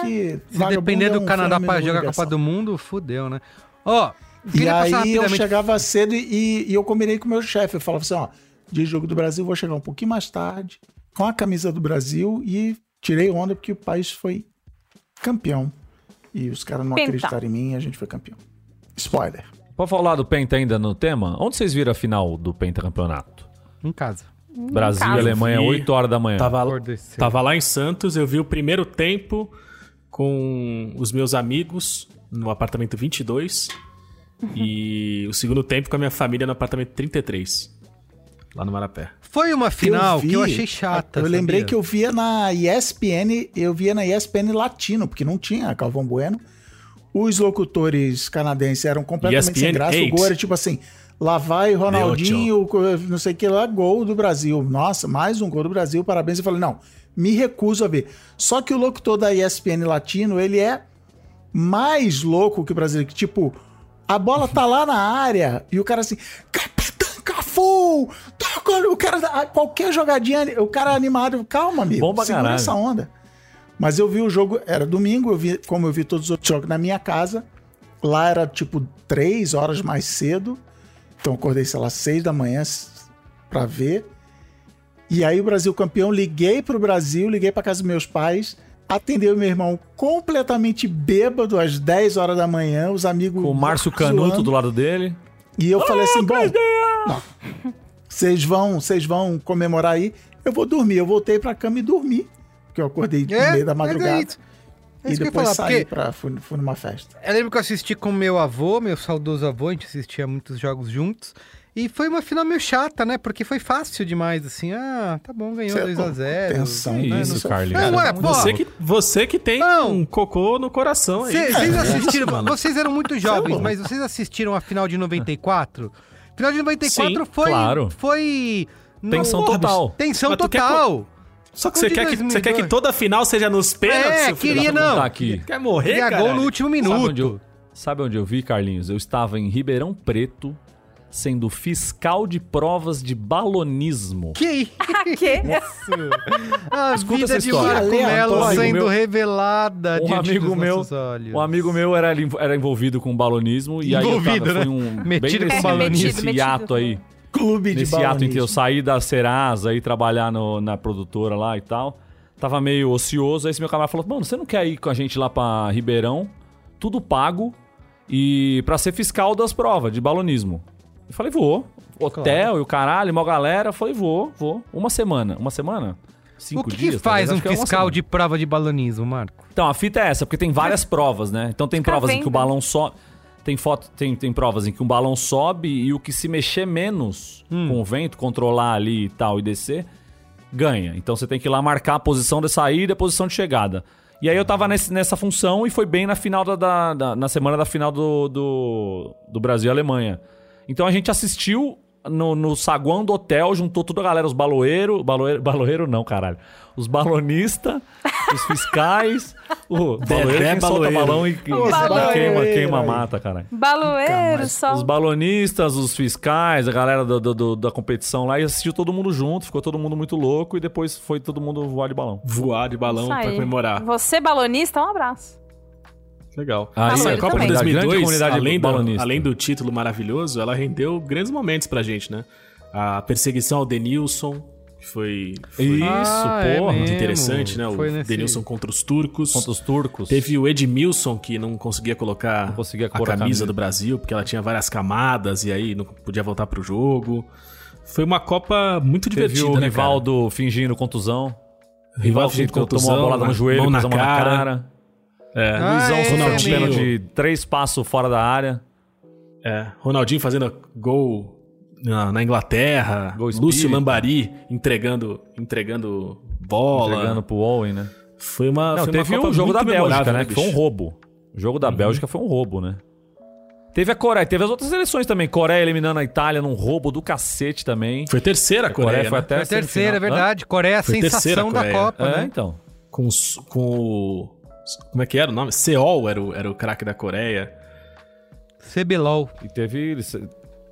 Speaker 5: Que
Speaker 4: Se
Speaker 5: vagabundo
Speaker 4: depender
Speaker 5: é
Speaker 4: do
Speaker 5: um
Speaker 4: Canadá
Speaker 5: fenômeno
Speaker 4: pra jogar a
Speaker 5: universal.
Speaker 4: Copa do Mundo, fudeu, né? Ó,
Speaker 5: E
Speaker 4: queria passar
Speaker 5: aí eu
Speaker 4: rapidamente-
Speaker 5: chegava cedo e, e eu combinei com o meu chefe. Eu falava assim, ó, de jogo do Brasil eu vou chegar um pouquinho mais tarde, com a camisa do Brasil e tirei onda porque o país foi campeão. E os caras não
Speaker 7: Penta.
Speaker 5: acreditaram em mim e a gente foi campeão. Spoiler.
Speaker 6: Pode falar do Penta ainda no tema? Onde vocês viram a final do Penta Campeonato?
Speaker 4: Em casa.
Speaker 6: Brasil e
Speaker 7: casa.
Speaker 6: Alemanha,
Speaker 8: Eu vi.
Speaker 6: 8 horas da manhã.
Speaker 8: Tava,
Speaker 4: Acordei cedo.
Speaker 8: Tava lá em Santos, eu vi o primeiro tempo com os meus amigos no apartamento
Speaker 7: (laughs)
Speaker 8: 22 e o segundo tempo com a minha família no apartamento 33, lá no Marapé.
Speaker 4: Foi uma final
Speaker 5: vi-
Speaker 4: que eu achei chata.
Speaker 5: Eu lembrei
Speaker 4: sabia?
Speaker 5: que eu via na ESPN, eu via na ESPN Latino, porque não tinha Calvão Bueno. Os locutores canadenses eram completamente sem
Speaker 8: ESPN
Speaker 5: graça. O
Speaker 8: eight.
Speaker 5: gol era tipo assim: lá vai Ronaldinho, co- não sei o que lá, gol do Brasil. Nossa, mais um gol do Brasil, parabéns. Eu falei: não, me recuso a ver. Só que o locutor da ESPN Latino, ele é mais louco que o brasileiro. Que, tipo, a bola tá lá na área e o cara assim. Capitão Cafu! Toca- O cara, a- qualquer jogadinha, o cara animado. Calma, amigo.
Speaker 6: Bom pra
Speaker 5: segura
Speaker 6: caralho.
Speaker 5: essa onda. Mas eu vi o jogo, era domingo, eu vi, como eu vi todos os outros jogos na minha casa. Lá era tipo três horas mais cedo. Então eu acordei, sei lá, seis da manhã s- pra ver. E aí o Brasil campeão, liguei pro Brasil, liguei pra casa dos meus pais, atendeu meu irmão completamente bêbado às 10 horas da manhã, os amigos
Speaker 6: Com o Márcio
Speaker 4: Tá
Speaker 6: Canuto
Speaker 5: zoando.
Speaker 6: do Ah, lado dele.
Speaker 5: E eu falei assim, bom, não. vocês vão, vocês vão comemorar aí, eu vou dormir. Eu voltei pra cama e dormi, porque eu acordei no meio da
Speaker 4: mas
Speaker 5: madrugada.
Speaker 4: É isso. É
Speaker 5: e
Speaker 4: isso que eu ia
Speaker 5: depois
Speaker 4: falar,
Speaker 5: saí
Speaker 4: porque
Speaker 5: pra, fui, fui numa festa.
Speaker 4: eu É, lembro que eu assisti com meu avô, meu saudoso avô, a gente assistia muitos jogos juntos. E foi uma final meio chata, né? Porque foi fácil demais, assim. Ah, tá bom, ganhou
Speaker 5: Cê-
Speaker 4: 2x0.
Speaker 5: é Tensão,
Speaker 6: Que
Speaker 5: né?
Speaker 6: isso,
Speaker 5: Não sei-
Speaker 6: Carlinhos.
Speaker 5: Cara,
Speaker 4: Não, é, pô,
Speaker 8: Você que você que tem
Speaker 4: Não.
Speaker 8: um cocô no coração aí.
Speaker 4: Cê- Vocês
Speaker 8: cara.
Speaker 4: assistiram,
Speaker 8: Mano.
Speaker 4: vocês eram muito jovens,
Speaker 5: é louco.
Speaker 4: mas vocês assistiram a final de 94? Final de 94
Speaker 8: Sim,
Speaker 4: foi.
Speaker 6: claro.
Speaker 4: Foi. no-
Speaker 6: Tensão total.
Speaker 4: Tensão
Speaker 8: Mas tu quer
Speaker 4: total.
Speaker 8: Só que
Speaker 4: Foi
Speaker 8: você
Speaker 4: de
Speaker 8: quer que, você
Speaker 4: 2002.
Speaker 8: quer que toda final seja nos pênaltis?
Speaker 4: É,
Speaker 8: seu filho da
Speaker 4: queria
Speaker 8: puta?
Speaker 4: não.
Speaker 6: Tá aqui.
Speaker 8: Quer morrer,
Speaker 4: E a
Speaker 8: cara?
Speaker 4: gol no último
Speaker 6: Sabe onde,
Speaker 4: minuto.
Speaker 6: eu, sabe onde eu vi, Carlinhos? Eu estava em Ribeirão Preto sendo fiscal de provas de balonismo.
Speaker 4: Que
Speaker 7: quê?
Speaker 4: isso? A
Speaker 6: Escuta
Speaker 4: vida
Speaker 6: essa
Speaker 4: de
Speaker 6: história.
Speaker 4: Marco Melo
Speaker 6: Aleatório.
Speaker 4: sendo
Speaker 6: Meu-
Speaker 4: revelada
Speaker 6: Um
Speaker 4: diante
Speaker 6: amigo
Speaker 4: dos
Speaker 6: meu-
Speaker 4: nossos olhos.
Speaker 6: Um amigo meu era, ali- era envolvido com balonismo e aí eu tava-
Speaker 4: Envolvido, né?
Speaker 6: foi um
Speaker 4: Metido
Speaker 6: bem
Speaker 4: com
Speaker 6: nesse-
Speaker 4: balonismo.
Speaker 6: nesse
Speaker 7: Metido,
Speaker 6: hiato aí.
Speaker 5: Clube de
Speaker 6: Nesse ato
Speaker 5: balonismo.
Speaker 6: em que eu saí da Serasa e trabalhar no- na produtora lá e tal. Tava meio ocioso. Aí esse meu camarada falou: Mano, você não quer ir com a gente lá pra Ribeirão? Tudo pago. E pra ser fiscal das provas de balonismo. Eu falei, vou. Hotel e o caralho, mó galera. Eu falei, vou, vou. Uma semana. Uma semana?
Speaker 4: O
Speaker 6: Cinco
Speaker 4: que, que
Speaker 6: dias?
Speaker 4: faz
Speaker 6: talvez?
Speaker 4: um
Speaker 6: Acho que é uma
Speaker 4: fiscal
Speaker 6: semana.
Speaker 4: de prova de balonismo, Marco?
Speaker 6: Então, a fita é essa, porque tem várias
Speaker 7: (laughs)
Speaker 6: provas, né? Então tem
Speaker 7: Fica
Speaker 6: provas em
Speaker 7: vendo.
Speaker 6: que o balão só. Tem foto, tem, tem provas em que um balão sobe e o que se mexer menos com o vento, controlar ali e tal, e descer, ganha. Então você tem que ir lá marcar a posição de saída e a posição de chegada. E aí eu tava nesse- nessa função e foi bem na final da. da- da- na semana da final do, do, do Brasil e Alemanha. Então a gente assistiu no, no saguão do hotel, juntou toda a galera, os baloeiro, baloeiro, baloeiro não, caralho. Os balonistas, os fiscais, o baloeiro
Speaker 9: Dedé
Speaker 6: quem solta
Speaker 9: baloeiro.
Speaker 6: balão e, e
Speaker 7: baloeiro.
Speaker 6: queima, queima a mata, caralho.
Speaker 7: Baloeiro só.
Speaker 6: Os balonistas, os fiscais, a galera do- do- do- da competição lá, e assistiu todo mundo junto, ficou todo mundo muito louco e depois foi todo mundo voar de balão.
Speaker 8: Voar de balão
Speaker 7: Isso
Speaker 8: pra
Speaker 7: aí.
Speaker 8: comemorar.
Speaker 7: Você, balonista, um abraço.
Speaker 8: Legal.
Speaker 6: Aí,
Speaker 8: Essa
Speaker 7: ele
Speaker 8: Ah, Copa de
Speaker 7: também.
Speaker 8: 2002,
Speaker 6: Grande
Speaker 8: além do,
Speaker 6: balonista.
Speaker 8: além do título maravilhoso, ela rendeu grandes momentos pra gente, né? A perseguição ao Denilson, que foi, foi
Speaker 6: Isso,
Speaker 4: Ah, é
Speaker 6: porra.
Speaker 4: mesmo.
Speaker 8: interessante, né? O
Speaker 4: Foi nesse-
Speaker 8: Denilson contra os turcos.
Speaker 6: Contra os turcos.
Speaker 8: Teve o Edmilson, que não conseguia colocar
Speaker 6: Não conseguia
Speaker 8: a,
Speaker 6: pôr a
Speaker 8: camisa
Speaker 6: camisa.
Speaker 8: do Brasil, porque ela tinha várias camadas e aí não podia voltar pro jogo. Foi uma Copa muito
Speaker 6: Teve
Speaker 8: divertida,
Speaker 6: o
Speaker 8: né, cara?
Speaker 6: Rivaldo fingindo contusão.
Speaker 8: Rivaldo
Speaker 6: Rivaldo
Speaker 8: fingindo
Speaker 6: fingindo
Speaker 8: contusão,
Speaker 6: Tomou a bolada
Speaker 8: né?
Speaker 6: no joelho,
Speaker 8: Mão na
Speaker 6: depois a mão na
Speaker 8: cara.
Speaker 6: cara.
Speaker 8: É,
Speaker 4: Ah,
Speaker 8: Luizão
Speaker 4: é,
Speaker 8: Ronaldinho.
Speaker 4: mesmo.
Speaker 6: Pênalti três passos fora da área.
Speaker 8: É, Ronaldinho fazendo gol na, na Inglaterra,
Speaker 6: Gol
Speaker 8: Lúcio
Speaker 6: espírita.
Speaker 8: Lambari entregando, entregando bola.
Speaker 6: Entregando pro Owen, né?
Speaker 8: Foi uma,
Speaker 6: Não,
Speaker 8: Ah, foi uma
Speaker 6: teve
Speaker 8: Copa
Speaker 6: o jogo
Speaker 8: muito
Speaker 6: da Bélgica,
Speaker 8: memorável,
Speaker 6: né? Que foi um
Speaker 8: bicho? Uhum.
Speaker 6: roubo. O jogo da Bélgica foi um roubo, né? Teve a Coreia, teve as outras seleções também. Coreia eliminando a Itália num roubo do cacete também.
Speaker 8: Foi terceira a Coreia,
Speaker 6: foi
Speaker 8: né?
Speaker 6: até
Speaker 4: Foi a
Speaker 6: semifinal.
Speaker 4: terceira, é
Speaker 6: Hã?
Speaker 4: verdade. Coreia, a
Speaker 8: Foi terceira
Speaker 4: sensação da
Speaker 8: Coreia.
Speaker 4: Copa,
Speaker 6: É,
Speaker 4: né?
Speaker 6: então.
Speaker 8: Com, os- com o... Como é que era o nome? Seol era o, era o craque da Coreia.
Speaker 4: CBLOL.
Speaker 6: E teve,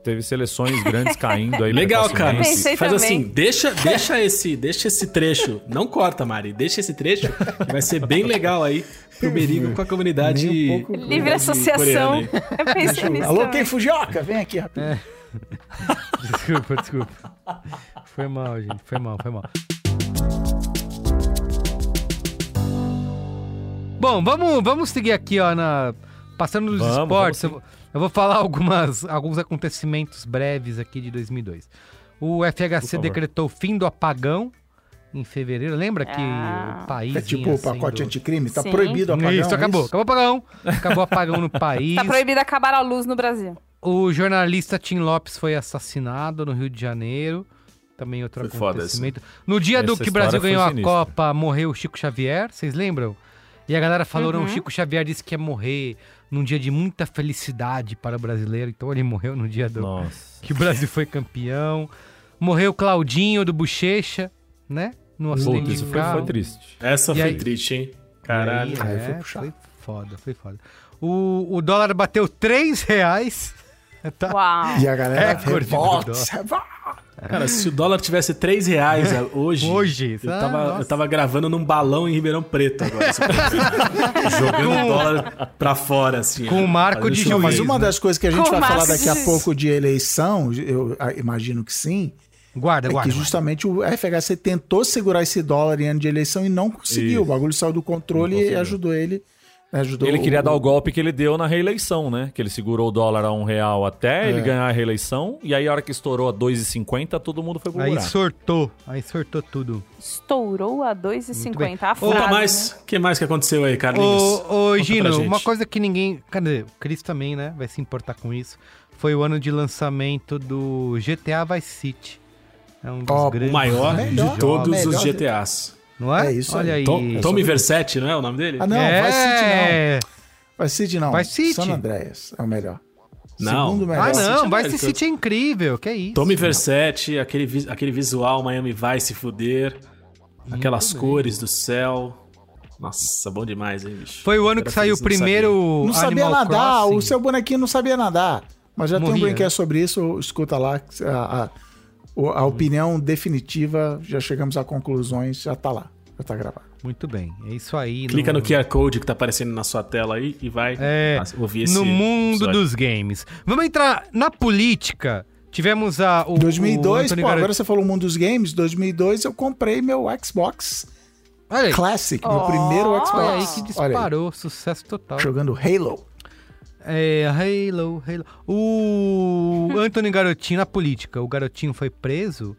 Speaker 6: teve seleções grandes caindo aí.
Speaker 8: Legal, cara.
Speaker 6: precocemente.
Speaker 7: Pensei
Speaker 8: Faz
Speaker 7: também.
Speaker 8: assim, deixa, deixa, esse, deixa esse trecho. Não corta, Mari. Deixa esse trecho que vai ser bem legal aí pro Merigo com a comunidade...
Speaker 5: Nem um pouco-
Speaker 8: comunidade
Speaker 7: Livre associação.
Speaker 8: coreana aí.
Speaker 7: Eu pensei nisso.
Speaker 5: Alô,
Speaker 7: também.
Speaker 5: quem fugioca? Vem aqui, rapidinho.
Speaker 4: É, Desculpa, desculpa. Foi mal, gente. Foi mal, foi mal. Bom, vamos, vamos seguir aqui, ó, na... Passando nos
Speaker 6: Vamos,
Speaker 4: esportes,
Speaker 6: vamos
Speaker 4: eu, vou, eu vou falar algumas, alguns acontecimentos breves aqui de 2002. O FHC
Speaker 6: favor.
Speaker 4: decretou o fim do apagão em fevereiro. Lembra que
Speaker 7: Ah.
Speaker 4: o país
Speaker 5: É tipo
Speaker 4: vinha
Speaker 5: o pacote
Speaker 4: sendo-
Speaker 5: anticrime, tá
Speaker 7: Sim.
Speaker 5: proibido o apagão.
Speaker 4: Isso, acabou. Acabou o apagão. Acabou o apagão
Speaker 7: (laughs)
Speaker 4: no país.
Speaker 7: Tá proibido acabar a luz no Brasil.
Speaker 4: O jornalista Tim Lopes foi assassinado no Rio de Janeiro. Também outro
Speaker 8: Foi foda
Speaker 4: acontecimento. No dia do
Speaker 6: Essa
Speaker 4: que o Brasil
Speaker 6: história foi
Speaker 4: ganhou a
Speaker 6: sinistra.
Speaker 4: Copa, morreu o Chico Xavier, vocês lembram? E a galera falou, não, o Chico Xavier disse que ia morrer num dia de muita felicidade para o brasileiro. Então ele morreu no dia do
Speaker 6: Nossa.
Speaker 4: que o Brasil foi campeão. Morreu Claudinho do Bochecha, né? No acidente
Speaker 6: Puta,
Speaker 4: de
Speaker 6: isso foi,
Speaker 4: carro.
Speaker 6: foi triste.
Speaker 8: Essa
Speaker 4: E
Speaker 8: foi
Speaker 4: aí?
Speaker 8: triste, hein?
Speaker 4: E
Speaker 8: Caralho.
Speaker 4: aí,
Speaker 5: aí
Speaker 4: é,
Speaker 5: foi
Speaker 4: foi,
Speaker 5: puxado.
Speaker 4: foda, foi foda. O, o dólar bateu 3 reais. Tá?
Speaker 7: Uau.
Speaker 5: E a galera
Speaker 4: Recorde do
Speaker 5: revolta,
Speaker 4: dólar.
Speaker 5: revolta.
Speaker 8: Cara, se o dólar tivesse 3 reais ah, hoje.
Speaker 4: Hoje,
Speaker 8: Eu
Speaker 4: ah,
Speaker 8: tava,
Speaker 4: nossa.
Speaker 8: eu tava gravando num balão em Ribeirão Preto agora. se eu pensar. (laughs) Jogando o dólar pra fora, assim.
Speaker 4: Com o marco
Speaker 8: Fazendo
Speaker 4: de
Speaker 8: isso
Speaker 4: juiz.
Speaker 5: Mas
Speaker 8: mesmo.
Speaker 5: uma das coisas que a gente
Speaker 7: Com
Speaker 5: vai falar
Speaker 7: Marx
Speaker 5: daqui a
Speaker 7: diz.
Speaker 5: pouco de eleição, eu ah, imagino que sim,
Speaker 4: Guarda,
Speaker 5: é
Speaker 4: guarda.
Speaker 5: que justamente o FHC tentou segurar esse dólar em ano de eleição e não conseguiu. O bagulho saiu do controle e ajudou ele. Ajudou
Speaker 6: Ele queria dar o golpe que ele deu na reeleição, né? Que ele segurou o dólar a um real até
Speaker 4: É.
Speaker 6: ele ganhar a reeleição. E aí, a hora que estourou a 2,50, todo mundo foi pro
Speaker 4: Aí
Speaker 6: buraco.
Speaker 4: sortou, aí sortou tudo.
Speaker 7: Estourou a 2,50. A frase,
Speaker 8: Opa, mas
Speaker 7: né?
Speaker 8: o que mais que aconteceu aí, Carlinhos?
Speaker 4: Ô, ô
Speaker 8: Conta pra
Speaker 4: Gino,
Speaker 8: gente.
Speaker 4: uma coisa que ninguém. Cadê? O Cris também, né? Vai se importar com isso. Foi o ano de lançamento do GTA Vice City. É um dos
Speaker 5: Ó, o
Speaker 4: grandes.
Speaker 8: O maior
Speaker 5: Melhor,
Speaker 8: de todos
Speaker 5: melhor.
Speaker 8: os GTAs.
Speaker 4: Não é?
Speaker 5: É isso
Speaker 4: Olha
Speaker 5: aí.
Speaker 4: aí.
Speaker 8: Tom, Tommy Versetti, não é o nome dele?
Speaker 5: Ah, não,
Speaker 4: é...
Speaker 5: vai City
Speaker 4: City
Speaker 5: não. Vai City não.
Speaker 4: Vice City.
Speaker 5: San Andreas é o melhor.
Speaker 8: Não.
Speaker 5: Segundo melhor.
Speaker 4: Ah,
Speaker 8: City é
Speaker 4: não, Vice
Speaker 8: melhor,
Speaker 4: City é incrível. Que isso?
Speaker 8: Tommy Versetti, aquele, vi- aquele visual Miami vai se fuder. Aquelas cores do céu. Nossa, bom demais, hein, bicho?
Speaker 4: Foi o ano
Speaker 8: Era
Speaker 4: que saiu o
Speaker 8: feliz, não sabia.
Speaker 4: primeiro.
Speaker 5: Não sabia
Speaker 4: Animal
Speaker 5: nadar,
Speaker 4: Crossing.
Speaker 5: o seu bonequinho não sabia nadar. Mas já tem um
Speaker 4: Morria,
Speaker 5: brinquedo
Speaker 4: né?
Speaker 5: sobre isso, escuta lá. que A, a, o- a opinião definitiva, já chegamos a conclusões, já tá lá. Já tá gravado.
Speaker 4: Muito bem, é isso aí.
Speaker 8: Clica no
Speaker 4: que
Speaker 8: QR Code que tá aparecendo na sua tela aí e vai
Speaker 4: É,
Speaker 8: ass- ouvir esse
Speaker 4: no mundo
Speaker 8: episódio.
Speaker 4: dos games. Vamos entrar na política. Tivemos a o,
Speaker 5: 2002,
Speaker 4: o
Speaker 5: pô,
Speaker 4: Antônio Garo-
Speaker 5: agora você falou o mundo dos games. 2002 eu comprei meu Xbox
Speaker 4: Olha aí,
Speaker 5: Classic, meu primeiro Xbox.
Speaker 4: olha aí que
Speaker 5: (laughs) Olha aí,
Speaker 4: disparou, sucesso total.
Speaker 5: jogando Halo.
Speaker 4: É, Halo, Halo. O Anthony Garotinho na política. O Garotinho foi preso,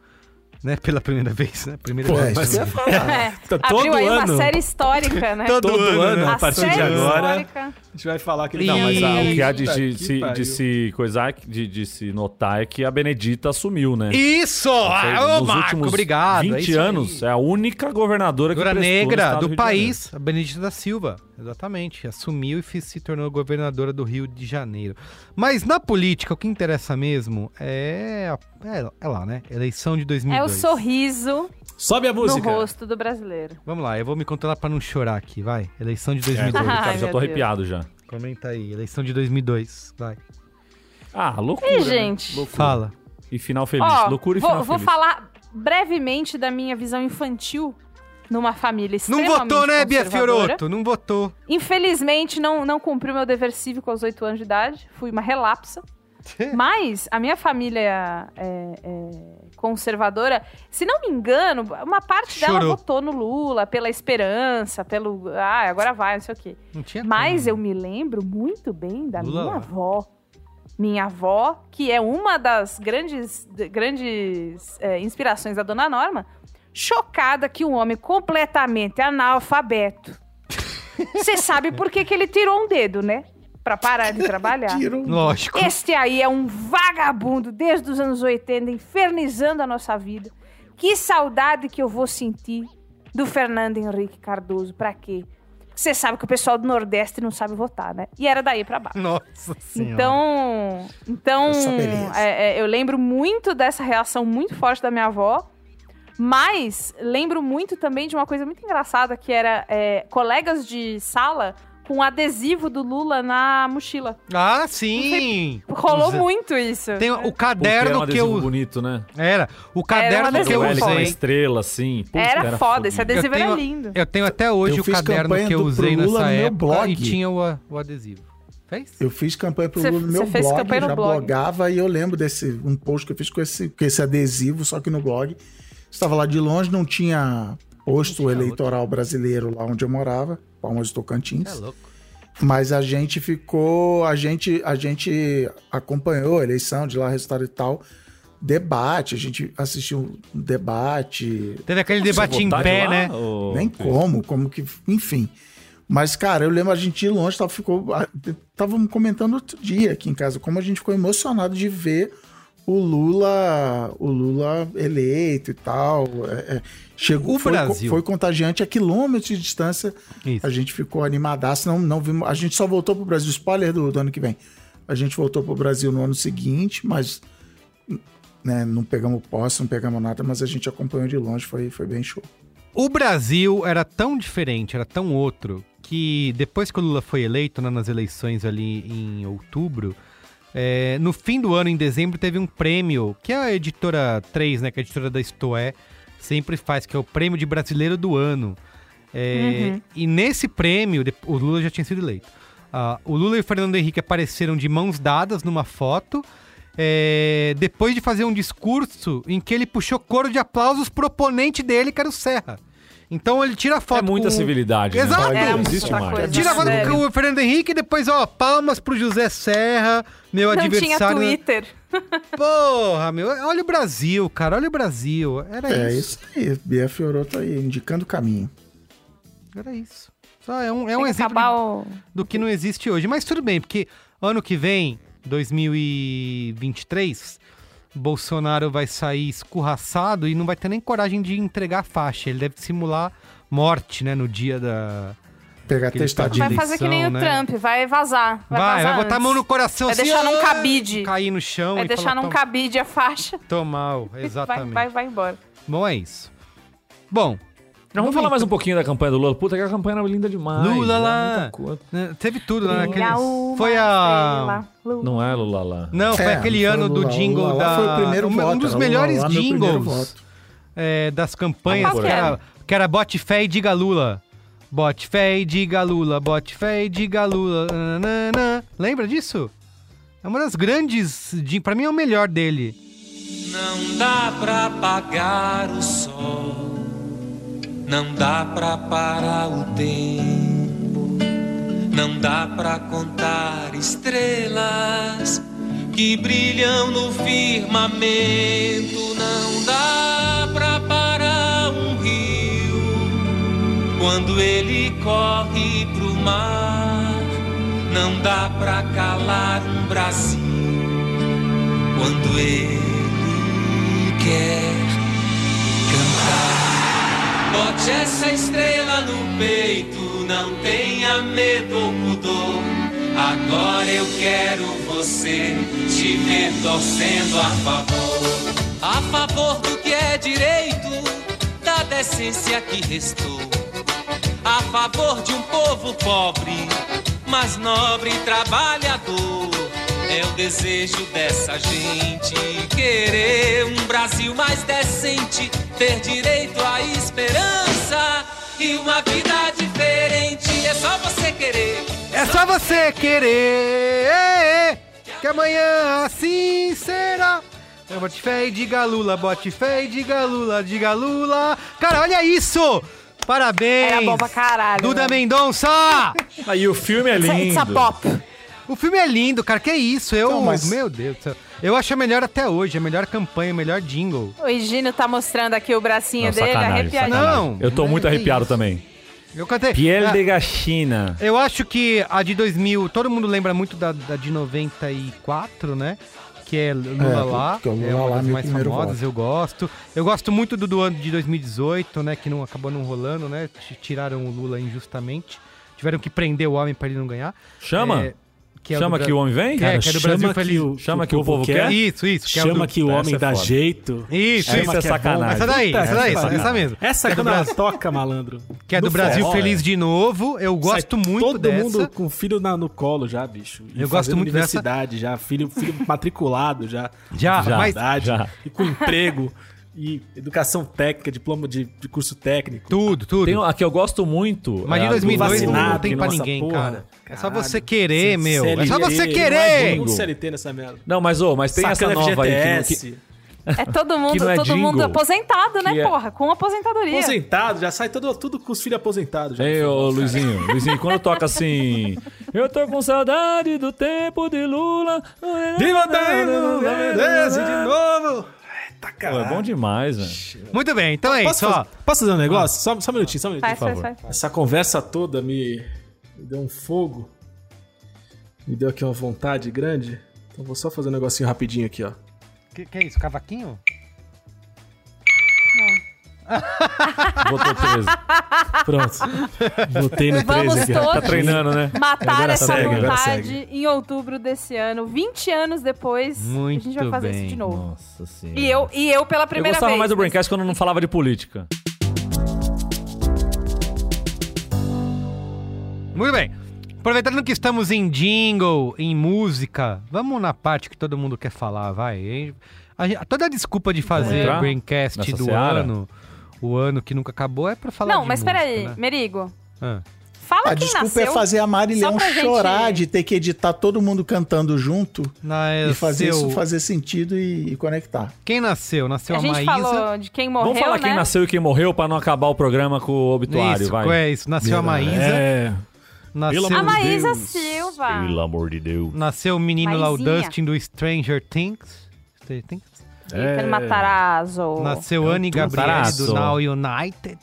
Speaker 4: né, pela primeira vez, né? Primeira
Speaker 5: Pô,
Speaker 4: vez.
Speaker 5: isso que eu ia falar.
Speaker 7: É,
Speaker 8: Tá
Speaker 7: abriu
Speaker 8: todo
Speaker 7: aí
Speaker 8: ano.
Speaker 7: uma série histórica, né?
Speaker 8: Todo ano,
Speaker 7: a
Speaker 8: a partir de
Speaker 7: série
Speaker 8: agora,
Speaker 7: histórica.
Speaker 8: a gente vai falar que ele tá
Speaker 6: Não, mas ah, o que há de,
Speaker 8: Puta
Speaker 6: se-
Speaker 8: que
Speaker 6: se,
Speaker 8: pariu.
Speaker 6: de se coisar, de, de se notar é que a Benedita assumiu, né?
Speaker 4: Isso! Ah, Ô, Marco, obrigado.
Speaker 6: 20
Speaker 4: é isso aí.
Speaker 6: anos, é a única governadora que
Speaker 4: Governadora
Speaker 6: prestou no
Speaker 4: negra
Speaker 6: estado
Speaker 4: do
Speaker 6: Rio de
Speaker 4: país, a Benedita da Silva, exatamente, assumiu e fi- se tornou governadora do Rio de Janeiro. Mas na política, o que interessa mesmo é, a- é, é lá, né? Eleição de 2002.
Speaker 7: É o sorriso
Speaker 8: Sobe a música.
Speaker 7: no rosto do brasileiro.
Speaker 4: Vamos lá, eu vou me controlar pra não chorar aqui, vai. Eleição de 2002.
Speaker 6: Janeiro. Cara,
Speaker 7: (laughs) Ai,
Speaker 6: já
Speaker 7: meu
Speaker 6: tô
Speaker 7: Deus.
Speaker 6: arrepiado já.
Speaker 4: Comenta aí, eleição de 2002, vai.
Speaker 6: Ah, loucura.
Speaker 7: Ei,
Speaker 6: né?
Speaker 7: gente.
Speaker 6: Loucura.
Speaker 4: Fala.
Speaker 6: E final feliz.
Speaker 7: Ó,
Speaker 6: loucura e
Speaker 7: vou,
Speaker 6: final
Speaker 7: vou
Speaker 6: feliz.
Speaker 7: falar brevemente da minha visão infantil numa família
Speaker 4: Não
Speaker 7: extremamente
Speaker 4: votou, né, Bia
Speaker 7: conservadora.
Speaker 4: Fioroto? Não votou.
Speaker 7: Infelizmente, não, não cumpri o meu dever cívico aos 8 anos de idade. Fui uma relapsa. Mas a minha família é, é, conservadora, se não me engano, uma parte dela
Speaker 4: Chorou.
Speaker 7: votou no Lula pela esperança, pelo. Ah, agora vai, não sei o quê.
Speaker 4: Não tinha
Speaker 7: Mas
Speaker 4: como.
Speaker 7: eu me lembro muito bem da
Speaker 4: Lula
Speaker 7: minha
Speaker 4: lá.
Speaker 7: avó. Minha avó, que é uma das grandes, d- grandes é, inspirações da Dona Norma, chocada que um homem
Speaker 4: (laughs)
Speaker 7: completamente analfabeto. Você sabe por que, que ele tirou um dedo, né? Pra parar de trabalhar.
Speaker 5: Tiro.
Speaker 4: Lógico.
Speaker 7: Este aí é um vagabundo desde os anos 80, infernizando a nossa vida. Que saudade que eu vou sentir do Fernando Henrique Cardoso. Pra quê? Porque Você sabe que o pessoal do Nordeste não sabe votar, né? E era daí pra baixo.
Speaker 4: (laughs) Nossa senhora.
Speaker 7: Então, então
Speaker 5: Essa beleza.
Speaker 7: é, é, eu lembro muito dessa reação muito forte da minha avó, mas lembro muito também de uma coisa muito engraçada que era é, colegas de sala com adesivo do Lula na mochila.
Speaker 4: Ah, sim!
Speaker 7: Rolou
Speaker 4: Usa-
Speaker 7: muito isso.
Speaker 4: Tem o
Speaker 6: Puta, era um
Speaker 4: caderno que
Speaker 6: adesivo
Speaker 4: eu
Speaker 6: bonito, né?
Speaker 4: Era. O caderno
Speaker 7: adesivo
Speaker 4: que eu
Speaker 6: O L com a
Speaker 4: usei.
Speaker 7: foda.
Speaker 6: estrela, assim. Puta,
Speaker 7: Era,
Speaker 6: era
Speaker 7: foda, é esse
Speaker 6: fodido.
Speaker 7: adesivo
Speaker 4: Eu
Speaker 7: era
Speaker 4: tenho-
Speaker 7: lindo.
Speaker 4: Eu tenho até hoje
Speaker 5: Eu
Speaker 4: o
Speaker 5: fiz
Speaker 4: caderno
Speaker 5: campanha
Speaker 4: que eu
Speaker 5: do- pro
Speaker 4: usei
Speaker 5: Lula
Speaker 4: nessa
Speaker 5: no meu
Speaker 4: época Ah,
Speaker 5: blog.
Speaker 4: e tinha o, a- o adesivo. Fez?
Speaker 5: Eu fiz campanha pro
Speaker 7: Você-
Speaker 5: Lula no
Speaker 7: você
Speaker 5: meu
Speaker 7: fez
Speaker 5: blog,
Speaker 7: campanha no
Speaker 5: já
Speaker 7: blog.
Speaker 5: blogava e eu lembro desse um post que eu fiz com esse, com esse adesivo, só que no blog. Estava lá de longe, não tinha posto
Speaker 4: Não tinha
Speaker 5: eleitoral brasileiro lá onde eu morava, Palmas do Tocantins.
Speaker 4: Cê é louco.
Speaker 5: Mas a gente ficou, a gente, a gente acompanhou a eleição de lá, resultado e tal. Debate, a gente assistiu um debate,
Speaker 4: Teve aquele
Speaker 6: Você
Speaker 4: debate em
Speaker 6: votar de
Speaker 4: pé,
Speaker 6: lá,
Speaker 4: né?
Speaker 6: ô, é
Speaker 5: nem
Speaker 6: Cris?
Speaker 5: como, como que, enfim. Mas cara, eu lembro a gente ir longe, tava ficou, estávamos comentando outro dia aqui em casa como a gente ficou emocionado de ver o Lula, o Lula eleito e tal. É, é, chegou,
Speaker 4: O
Speaker 5: foi,
Speaker 4: Brasil.
Speaker 5: foi contagiante a quilômetros de distância
Speaker 4: Isso.
Speaker 5: a gente ficou animadaço, não, não vimos. A gente só voltou pro Brasil. Spoiler do, do ano que vem. A gente voltou pro Brasil no ano seguinte, mas né, não pegamos posse, não pegamos nada, mas a gente acompanhou de longe, foi, foi bem show.
Speaker 4: O Brasil era tão diferente, era tão outro, que depois que o Lula foi eleito, né, nas eleições ali em outubro, é, no fim do ano, em dezembro, teve um prêmio que a editora 3, né, que é a editora da Istoé, sempre faz, que é o prêmio de brasileiro do ano. É, E nesse prêmio, de- o Lula já tinha sido eleito. Ah, o Lula e o Fernando Henrique apareceram de mãos dadas numa foto, é, depois de fazer um discurso em que ele puxou coro de aplausos pro oponente dele, que era o Serra. Então ele tira a
Speaker 6: É
Speaker 4: foto.
Speaker 6: muita
Speaker 4: com-
Speaker 6: civilidade. né?
Speaker 4: Exato.
Speaker 6: Não
Speaker 4: Era muita
Speaker 6: existe mais.
Speaker 7: coisa.
Speaker 4: Tira a foto
Speaker 7: É Sério.
Speaker 4: com o Fernando Henrique e depois, ó, palmas pro José Serra, meu
Speaker 7: Não tinha
Speaker 4: adversário.
Speaker 7: Twitter.
Speaker 4: Porra, meu, olha o Brasil, cara, olha o Brasil. Era
Speaker 5: É
Speaker 4: isso.
Speaker 5: isso aí. Bia Fiorotto aí, indicando o caminho.
Speaker 4: Era isso. Só é um, é
Speaker 7: Tem
Speaker 4: um
Speaker 7: que
Speaker 4: exemplo
Speaker 7: acabar
Speaker 4: de-
Speaker 7: o...
Speaker 4: do que não existe hoje. Mas tudo bem, porque ano que vem, 2023, Bolsonaro vai sair escorraçado e não vai ter nem coragem de entregar a faixa. Ele deve simular morte, né, no dia da.
Speaker 5: Pegar
Speaker 4: Aquele
Speaker 5: testadinho.
Speaker 7: Vai
Speaker 4: eleição,
Speaker 7: fazer que nem o
Speaker 4: né?
Speaker 7: Trump, vai vazar.
Speaker 4: Vai,
Speaker 7: Vai,
Speaker 4: vai
Speaker 7: vazar
Speaker 4: botar a mão no
Speaker 7: antes.
Speaker 4: coração
Speaker 7: Vai
Speaker 4: assim,
Speaker 7: deixar num
Speaker 4: "Ah!"
Speaker 7: cabide.
Speaker 4: Cair no chão
Speaker 7: Vai
Speaker 4: e
Speaker 7: deixar
Speaker 4: falar,
Speaker 7: num
Speaker 4: "Tô-
Speaker 7: cabide a faixa.
Speaker 4: Tô mal, exatamente.
Speaker 7: Vai, vai, vai embora.
Speaker 4: Bom, é isso. Bom,
Speaker 6: Nós vamos falar mais um pouquinho da campanha do Lula. Puta, que a campanha era linda demais.
Speaker 4: Lula
Speaker 6: né?
Speaker 4: lá.
Speaker 6: Muita coisa.
Speaker 4: Né, Teve tudo
Speaker 7: Ah,
Speaker 4: lá naquele.
Speaker 10: Brilha uma
Speaker 4: Foi a.
Speaker 10: estrela, Lula.
Speaker 6: Não é Lula lá.
Speaker 4: Não, foi
Speaker 5: É,
Speaker 4: aquele
Speaker 5: foi
Speaker 4: ano
Speaker 5: o
Speaker 4: do
Speaker 5: Lula,
Speaker 4: jingle
Speaker 5: o Lula
Speaker 4: da.
Speaker 5: foi o primeiro
Speaker 4: um,
Speaker 5: voto,
Speaker 4: dos
Speaker 5: era o Lula
Speaker 4: melhores
Speaker 5: lá, meu primeiro
Speaker 4: jingles
Speaker 5: voto.
Speaker 4: é, das campanhas
Speaker 10: Qual
Speaker 4: que
Speaker 10: que é?
Speaker 4: era,
Speaker 10: era?
Speaker 4: que era Bote Fé e Diga Lula. Bote Fé e Diga Lula, Bote Fé e Diga Lula. nananã. Lembra disso? É uma das grandes. jing- Pra mim é o melhor dele.
Speaker 7: Não dá pra apagar o sol, não dá pra parar o tempo, não dá pra contar estrelas que brilham no firmamento, não dá pra parar um rio quando ele corre pro mar, não dá pra calar um Brasil quando ele quer cantar. Bote essa estrela no peito, não tenha medo ou pudor. Agora eu quero você te ver torcendo a favor. A favor do que é direito, da decência que restou a favor de um povo pobre, mas nobre e trabalhador. É o desejo dessa gente querer um Brasil mais decente, ter direito à esperança e uma vida diferente. É só você querer.
Speaker 4: É só você querer que amanhã assim será. Eu bote fé e diga Lula, bote fé e diga Lula, diga Lula. Cara, olha isso! Parabéns!
Speaker 10: Era bom pra caralho,
Speaker 4: Duda
Speaker 10: né?
Speaker 4: Mendonça!
Speaker 6: Aí o filme é
Speaker 10: It's a pop.
Speaker 4: o filme é lindo, cara, que isso? Eu,
Speaker 5: Então, mas-
Speaker 4: Meu Deus do céu. Eu acho a melhor até hoje, a melhor campanha, a melhor jingle.
Speaker 10: O Higino tá mostrando aqui o bracinho
Speaker 6: Não,
Speaker 10: dele, é
Speaker 6: sacanagem,
Speaker 10: arrepiadinho.
Speaker 6: sacanagem.
Speaker 4: Não,
Speaker 6: É, Eu tô
Speaker 4: mas
Speaker 6: muito
Speaker 4: que
Speaker 6: arrepiado
Speaker 4: isso?
Speaker 6: também.
Speaker 4: Eu cantei.
Speaker 6: é Piel
Speaker 4: Ah,
Speaker 6: de Gachina.
Speaker 4: Eu acho que a de 2000, todo mundo lembra muito da, da de 94, né? Que é Lula
Speaker 5: É,
Speaker 4: lá,
Speaker 5: que é o Lula
Speaker 4: é uma
Speaker 5: lá,
Speaker 4: das
Speaker 5: meu
Speaker 4: mais
Speaker 5: primeiro
Speaker 4: famosas,
Speaker 5: voto.
Speaker 4: eu gosto. Eu gosto muito do, do ano de 2018, né? Que não acabou não rolando, né? t- Tiraram o Lula injustamente. Tiveram que prender o homem pra ele não ganhar.
Speaker 6: Chama?
Speaker 4: É, que é o
Speaker 6: chama
Speaker 4: do
Speaker 6: que
Speaker 4: Bra-
Speaker 6: o homem vem?
Speaker 4: É,
Speaker 8: Cara,
Speaker 4: que é do
Speaker 8: chama
Speaker 4: Brasil
Speaker 8: que
Speaker 4: Feliz.
Speaker 8: o-
Speaker 6: Chama que o povo quer?
Speaker 4: Isso, isso. é o
Speaker 8: Chama
Speaker 4: do-
Speaker 8: que o
Speaker 6: Essa
Speaker 8: homem
Speaker 6: é
Speaker 8: dá
Speaker 6: foda.
Speaker 8: jeito.
Speaker 4: Isso,
Speaker 8: Chama
Speaker 4: isso,
Speaker 8: que
Speaker 6: é
Speaker 8: bom.
Speaker 6: sacanagem.
Speaker 4: Essa daí,
Speaker 8: Puta
Speaker 4: essa
Speaker 5: é
Speaker 4: daí,
Speaker 8: que
Speaker 4: essa,
Speaker 8: pariu.
Speaker 4: essa mesmo.
Speaker 8: Tá, Essa
Speaker 4: que é
Speaker 8: é
Speaker 4: do
Speaker 8: quando ela
Speaker 4: Brasil,
Speaker 8: toca, malandro.
Speaker 4: que é do Brasil
Speaker 6: forró,
Speaker 4: Feliz de novo. Eu gosto
Speaker 8: Sai
Speaker 4: muito
Speaker 8: Todo
Speaker 4: dessa.
Speaker 8: mundo com filho na- no colo já, bicho. E
Speaker 4: Eu gosto
Speaker 8: fazendo
Speaker 4: muito dessa.
Speaker 8: universidade já, filho, filho (laughs) matriculado já.
Speaker 4: Já,
Speaker 8: na
Speaker 4: mas-
Speaker 8: faculdade,
Speaker 6: já.
Speaker 8: E com emprego, e educação técnica, diploma de, de curso técnis
Speaker 4: Tudo, tudo.
Speaker 6: Tem uma- a que eu gosto muito.
Speaker 4: Mas
Speaker 6: é
Speaker 4: de
Speaker 6: a do
Speaker 4: 2002 não,
Speaker 8: vacinado,
Speaker 4: tem pra
Speaker 8: nossa
Speaker 4: ninguém,
Speaker 8: porra.
Speaker 4: cara. É só
Speaker 8: Caralho.
Speaker 4: você querer, meu. É só você
Speaker 8: Todo
Speaker 4: querer!
Speaker 8: mundo CLT nessa merda.
Speaker 6: Não, mas, ô, mas tem
Speaker 8: Sacana
Speaker 6: essa nova aí que,
Speaker 8: FGTS,
Speaker 6: que-
Speaker 10: É todo mundo,
Speaker 6: não é
Speaker 10: todo
Speaker 6: jingle.
Speaker 10: mundo aposentado, né,
Speaker 6: Que é-
Speaker 10: porra? Com aposentadoria.
Speaker 8: Aposentado, já sai todo, tudo com os filhos aposentados. já.
Speaker 6: Ei, ô Luizinho, Luizinho, quando toca assim. Eu tô com saudade do tempo de Lula.
Speaker 8: De Madeira, Menezes, de novo. Eita,
Speaker 6: Pô, é
Speaker 8: caralho.
Speaker 6: bom demais, velho.
Speaker 4: Muito bem, então é
Speaker 8: Posso
Speaker 4: isso, ó.
Speaker 8: fazer, posso fazer um negócio? Só, só um minutinho, só um minutinho.
Speaker 10: Faz, faz, faz.
Speaker 8: Essa conversa toda me, me deu um fogo. Me deu aqui uma vontade grande. Então vou só fazer um negocinho rapidinho aqui, ó.
Speaker 4: Que, que é isso, cavaquinho?
Speaker 6: Botou preso.
Speaker 8: Pronto. Botei no 13
Speaker 10: Vamos
Speaker 8: aqui.
Speaker 10: todos.
Speaker 6: Tá treinando, né?
Speaker 10: Matar
Speaker 8: Agora
Speaker 10: essa
Speaker 8: segue, agora
Speaker 10: vontade
Speaker 8: segue.
Speaker 10: em outubro desse ano. 20 anos depois,
Speaker 4: Muito
Speaker 10: a gente vai fazer
Speaker 4: bem.
Speaker 10: isso de novo.
Speaker 6: Nossa senhora.
Speaker 10: E eu, e eu pela
Speaker 6: Eu
Speaker 10: primeira
Speaker 6: gostava
Speaker 10: vez.
Speaker 6: mais do
Speaker 10: mas-
Speaker 6: Braincast quando não falava de política.
Speaker 4: Muito bem. Aproveitando que estamos em jingle, em música, vamos na parte que todo mundo quer falar, vai. A gente- toda a desculpa de fazer
Speaker 6: entrar
Speaker 4: o Braincast
Speaker 6: nessa
Speaker 4: do
Speaker 6: seara?
Speaker 4: ano, o ano que nunca acabou, é pra falar
Speaker 10: Não,
Speaker 4: de
Speaker 10: mas
Speaker 4: música,
Speaker 10: peraí,
Speaker 4: né?
Speaker 10: Merigo.
Speaker 4: Ah.
Speaker 10: Fala
Speaker 5: A
Speaker 10: quem
Speaker 5: desculpa
Speaker 10: nasceu.
Speaker 5: é fazer a Mari
Speaker 10: Só
Speaker 5: Leão
Speaker 10: pra gente-
Speaker 5: chorar de ter que editar todo mundo cantando junto
Speaker 4: Nasceu-
Speaker 5: e fazer isso fazer sentido e, e conectar.
Speaker 4: Quem nasceu? Nasceu
Speaker 10: A
Speaker 4: a,
Speaker 10: gente
Speaker 4: Maísa.
Speaker 10: falou de quem morreu,
Speaker 6: Vamos falar
Speaker 10: né?
Speaker 6: quem nasceu e quem morreu pra não acabar o programa com o obituário,
Speaker 4: isso,
Speaker 6: vai.
Speaker 4: é isso. Nasceu a Maísa.
Speaker 6: É.
Speaker 4: Nasceu
Speaker 10: A
Speaker 6: Pelo amor de
Speaker 10: Maísa
Speaker 6: Deus.
Speaker 10: Silva.
Speaker 6: Pelo amor de Deus.
Speaker 4: Nasceu o menino lá, o
Speaker 10: Maisinha.
Speaker 4: Dustin do Stranger Things. Stranger Things.
Speaker 10: Ethan Matarazzo.
Speaker 4: Nasceu Anne
Speaker 6: tudo
Speaker 4: Gabriele
Speaker 6: braço.
Speaker 4: do Now United.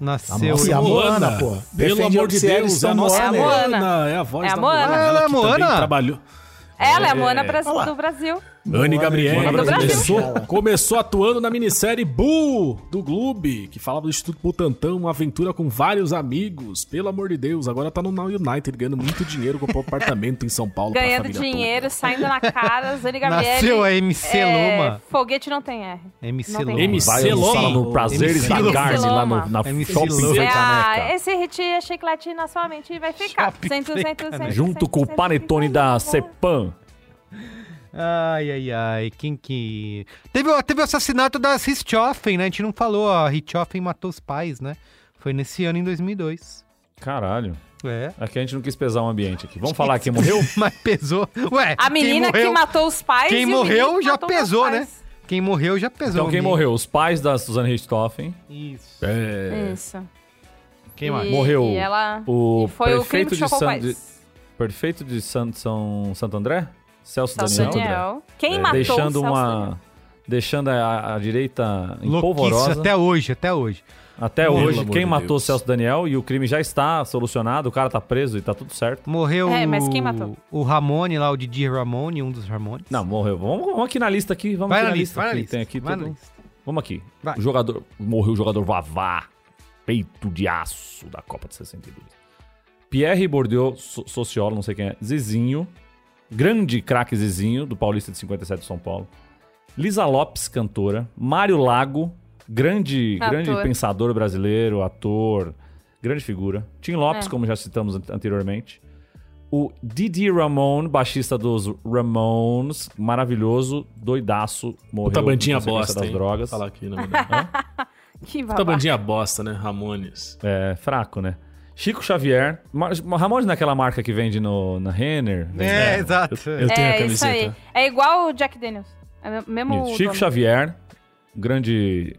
Speaker 4: Nasceu.
Speaker 6: é
Speaker 5: Nossa, e a
Speaker 8: Moana,
Speaker 5: Moana, pô.
Speaker 8: Pelo amor de Deus, é a nossa
Speaker 10: É a Moana.
Speaker 8: É a voz
Speaker 10: É a
Speaker 8: da
Speaker 10: Moana.
Speaker 4: Ela é
Speaker 8: que também
Speaker 4: Moana?
Speaker 8: trabalhou.
Speaker 10: Ela é a Moana
Speaker 6: É.
Speaker 10: Brasil-
Speaker 5: Olha lá.
Speaker 10: do Brasil.
Speaker 8: Anne
Speaker 6: Mora
Speaker 8: Gabriel
Speaker 6: no É, Brasil.
Speaker 8: começou, começou atuando na minissérie Boo do Globo, que falava do Instituto Butantan, uma aventura com vários amigos. Pelo amor de Deus, agora tá no Now United ganhando muito dinheiro, comprou apartamento em São Paulo. pra
Speaker 7: Ganhando
Speaker 8: família
Speaker 7: dinheiro, saindo na cara, Zane Gabriel.
Speaker 4: Nasceu a MC
Speaker 10: É,
Speaker 4: Loma.
Speaker 7: Foguete não tem R.
Speaker 4: MC
Speaker 7: Não tem
Speaker 4: Loma.
Speaker 8: MC
Speaker 6: Vai almoçar
Speaker 8: Loma.
Speaker 6: no Prazeres
Speaker 4: MC
Speaker 6: da
Speaker 4: Loma.
Speaker 6: Garden, lá no, na
Speaker 4: MC
Speaker 6: Shopping
Speaker 4: Loma.
Speaker 6: Sem
Speaker 7: É, ah,
Speaker 6: Caneca.
Speaker 7: esse hit é chiclete na sua mente e vai ficar.
Speaker 4: Shopping
Speaker 7: Cento,
Speaker 4: sem
Speaker 7: cento,
Speaker 4: caneca.
Speaker 7: cento,
Speaker 6: Junto
Speaker 7: cento,
Speaker 6: com o
Speaker 7: cento,
Speaker 6: Panetone
Speaker 7: cento,
Speaker 6: da
Speaker 7: cento, cento.
Speaker 6: Cepan.
Speaker 4: Ai, ai, ai, quem que... Teve, o- teve o assassinato da Richthofen, né? A gente não falou, a Richthofen matou os pais, né? Foi nesse ano, em 2002.
Speaker 6: Caralho.
Speaker 4: É. (laughs)
Speaker 6: Aqui a gente não quis pesar o ambiente aqui. (laughs) Vamos falar quem morreu?
Speaker 4: Mas pesou. Ué,
Speaker 7: A menina
Speaker 4: quem
Speaker 7: que
Speaker 4: morreu,
Speaker 7: matou os pais.
Speaker 4: quem
Speaker 7: e o menino
Speaker 4: morreu
Speaker 7: que
Speaker 4: já
Speaker 7: matou os
Speaker 4: pesou,
Speaker 7: pais.
Speaker 4: né? Quem morreu já pesou.
Speaker 6: Então quem
Speaker 4: amigo.
Speaker 6: morreu? Os pais da Suzanne Richthofen.
Speaker 4: Isso.
Speaker 6: É.
Speaker 7: Isso.
Speaker 4: Quem mais?
Speaker 7: E-
Speaker 6: Morreu
Speaker 7: E ela...
Speaker 6: O
Speaker 7: e foi o crime
Speaker 6: prefeito
Speaker 7: que
Speaker 6: de,
Speaker 7: chocou o
Speaker 6: San... de
Speaker 7: país.
Speaker 6: Prefeito de San... São... Santo André? Celso
Speaker 7: Celso
Speaker 6: Daniel.
Speaker 7: Daniel. Quem
Speaker 6: É,
Speaker 7: matou
Speaker 6: deixando
Speaker 7: o Celso Daniel?
Speaker 6: uma Deixando a, a direita em
Speaker 4: Louquice,
Speaker 6: polvorosa. Até,
Speaker 4: até hoje, até hoje.
Speaker 8: Pelo
Speaker 6: hoje,
Speaker 8: amor
Speaker 6: quem
Speaker 8: de
Speaker 6: matou
Speaker 8: Deus.
Speaker 6: Celso Daniel e o crime já está solucionado, o cara tá preso e tá tudo certo.
Speaker 4: Morreu
Speaker 7: É, mas quem matou?
Speaker 4: o Ramone lá, o Didi Ramone, um dos Ramones.
Speaker 6: Não, morreu. Vamos, vamos aqui na lista aqui. Vamos
Speaker 4: vai
Speaker 6: aqui
Speaker 4: na lista, vai na
Speaker 6: aqui,
Speaker 4: lista.
Speaker 6: Tem aqui
Speaker 4: vai
Speaker 6: tudo.
Speaker 4: na lista.
Speaker 6: Vamos aqui.
Speaker 4: Vai.
Speaker 6: O jogador. Morreu o jogador Vavá. Peito de aço da Copa de 62. Pierre Bourdieu, so- sociólogo, não sei quem é. Zizinho. Grande craque Zizinho, do Paulista de 57 de São Paulo. Lisa Lopes, cantora. Mário Lago, grande,
Speaker 7: Ator.
Speaker 6: grande pensador brasileiro, ator, grande figura. Tim Lopes,
Speaker 7: É.
Speaker 6: como já citamos an- anteriormente. O Didi Ramon, baixista dos Ramones, maravilhoso, doidaço, morreu.
Speaker 8: Puta bandinha
Speaker 6: em consequência
Speaker 8: bosta,
Speaker 6: das
Speaker 8: hein?
Speaker 6: drogas. né?
Speaker 8: Falar aqui, na
Speaker 7: (laughs)
Speaker 8: verdade.
Speaker 7: Que
Speaker 8: Puta
Speaker 7: babado.
Speaker 8: bandinha bosta, né? Ramones.
Speaker 6: É, fraco, né? Chico Xavier. Mar- Ramones não é aquela marca que vende no, na Renner? né? vende-
Speaker 4: É, exato.
Speaker 8: Eu tenho a
Speaker 7: É, isso
Speaker 8: camiseta.
Speaker 7: aí. É igual o Jack Daniels. É me- mesmo
Speaker 6: Isso.
Speaker 7: o
Speaker 6: Chico
Speaker 7: dono.
Speaker 6: Xavier, grande,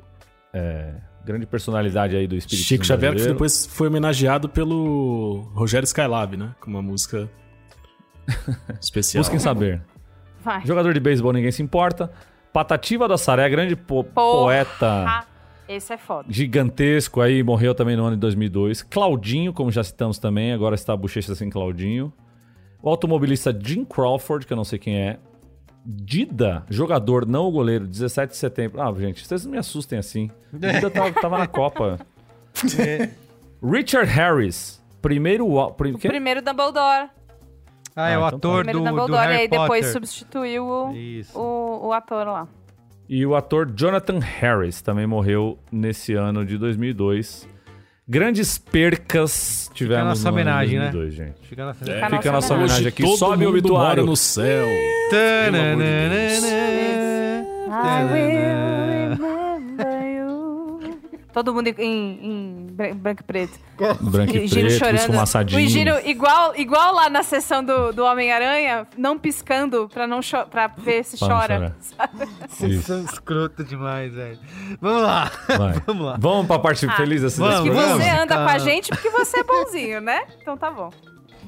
Speaker 6: é, grande personalidade aí do espírito
Speaker 8: Chico Xavier, que depois foi homenageado pelo Rogério Skylab, né? Com uma
Speaker 6: (laughs)
Speaker 8: música especial.
Speaker 6: Busquem saber.
Speaker 7: Vai.
Speaker 6: Jogador de beisebol, ninguém se importa. Patativa da Saré, grande po- poeta
Speaker 7: Ah, esse é foda.
Speaker 6: gigantesco aí, morreu também no ano de 2002. Claudinho, como já citamos também, agora está a bochecha sem Claudinho. O automobilista Jim Crawford, que eu não sei quem é. Dida, jogador, não o goleiro, 17 de setembro. Ah, gente, vocês não me assustem assim. Dida tava, tava
Speaker 4: (laughs)
Speaker 6: na Copa.
Speaker 4: É.
Speaker 6: Richard Harris, primeiro... wa- Prim, quê?
Speaker 7: Primeiro Dumbledore.
Speaker 4: Ah, é
Speaker 6: Ah,
Speaker 4: o
Speaker 6: então
Speaker 4: ator
Speaker 7: Primeiro
Speaker 4: do, do
Speaker 7: Dumbledore,
Speaker 4: Harry
Speaker 7: e aí depois
Speaker 4: Potter.
Speaker 7: substituiu o,
Speaker 4: Isso.
Speaker 7: o, o ator lá.
Speaker 6: E o ator Jonathan Harris também morreu nesse ano de 2002. Grandes percas tivemos
Speaker 4: nossa
Speaker 6: no ano de
Speaker 4: homenagem, né?
Speaker 6: 2002, gente.
Speaker 4: Fica na
Speaker 8: É,
Speaker 7: Fica a
Speaker 6: Fica a nossa
Speaker 7: nossa
Speaker 6: homenagem
Speaker 8: Hoje
Speaker 6: aqui.
Speaker 8: todo
Speaker 6: Sobe
Speaker 8: mundo
Speaker 6: o
Speaker 8: mora
Speaker 6: obituário.
Speaker 8: no céu.
Speaker 7: I will remember you. Todo mundo em, em bran- branco e preto.
Speaker 6: Branco e
Speaker 7: Giro
Speaker 6: preto,
Speaker 7: chorando.
Speaker 6: esfumaçadinho.
Speaker 7: O Giro, igual, igual lá na sessão do, do Homem-Aranha, não piscando pra, não cho- pra ver se
Speaker 6: Pra não
Speaker 7: chora.
Speaker 6: chorar.
Speaker 7: sabe?
Speaker 4: Vocês são é escroto demais, velho. Vamos lá.
Speaker 6: Vai.
Speaker 4: (laughs) Vamos lá.
Speaker 6: Vamos pra parte
Speaker 7: Ah.
Speaker 6: feliz desse
Speaker 4: Vamos,
Speaker 6: desse
Speaker 7: Que
Speaker 4: vamos.
Speaker 6: programa?
Speaker 7: você
Speaker 4: Música.
Speaker 7: anda com a gente porque você é bonzinho, né? Então tá bom.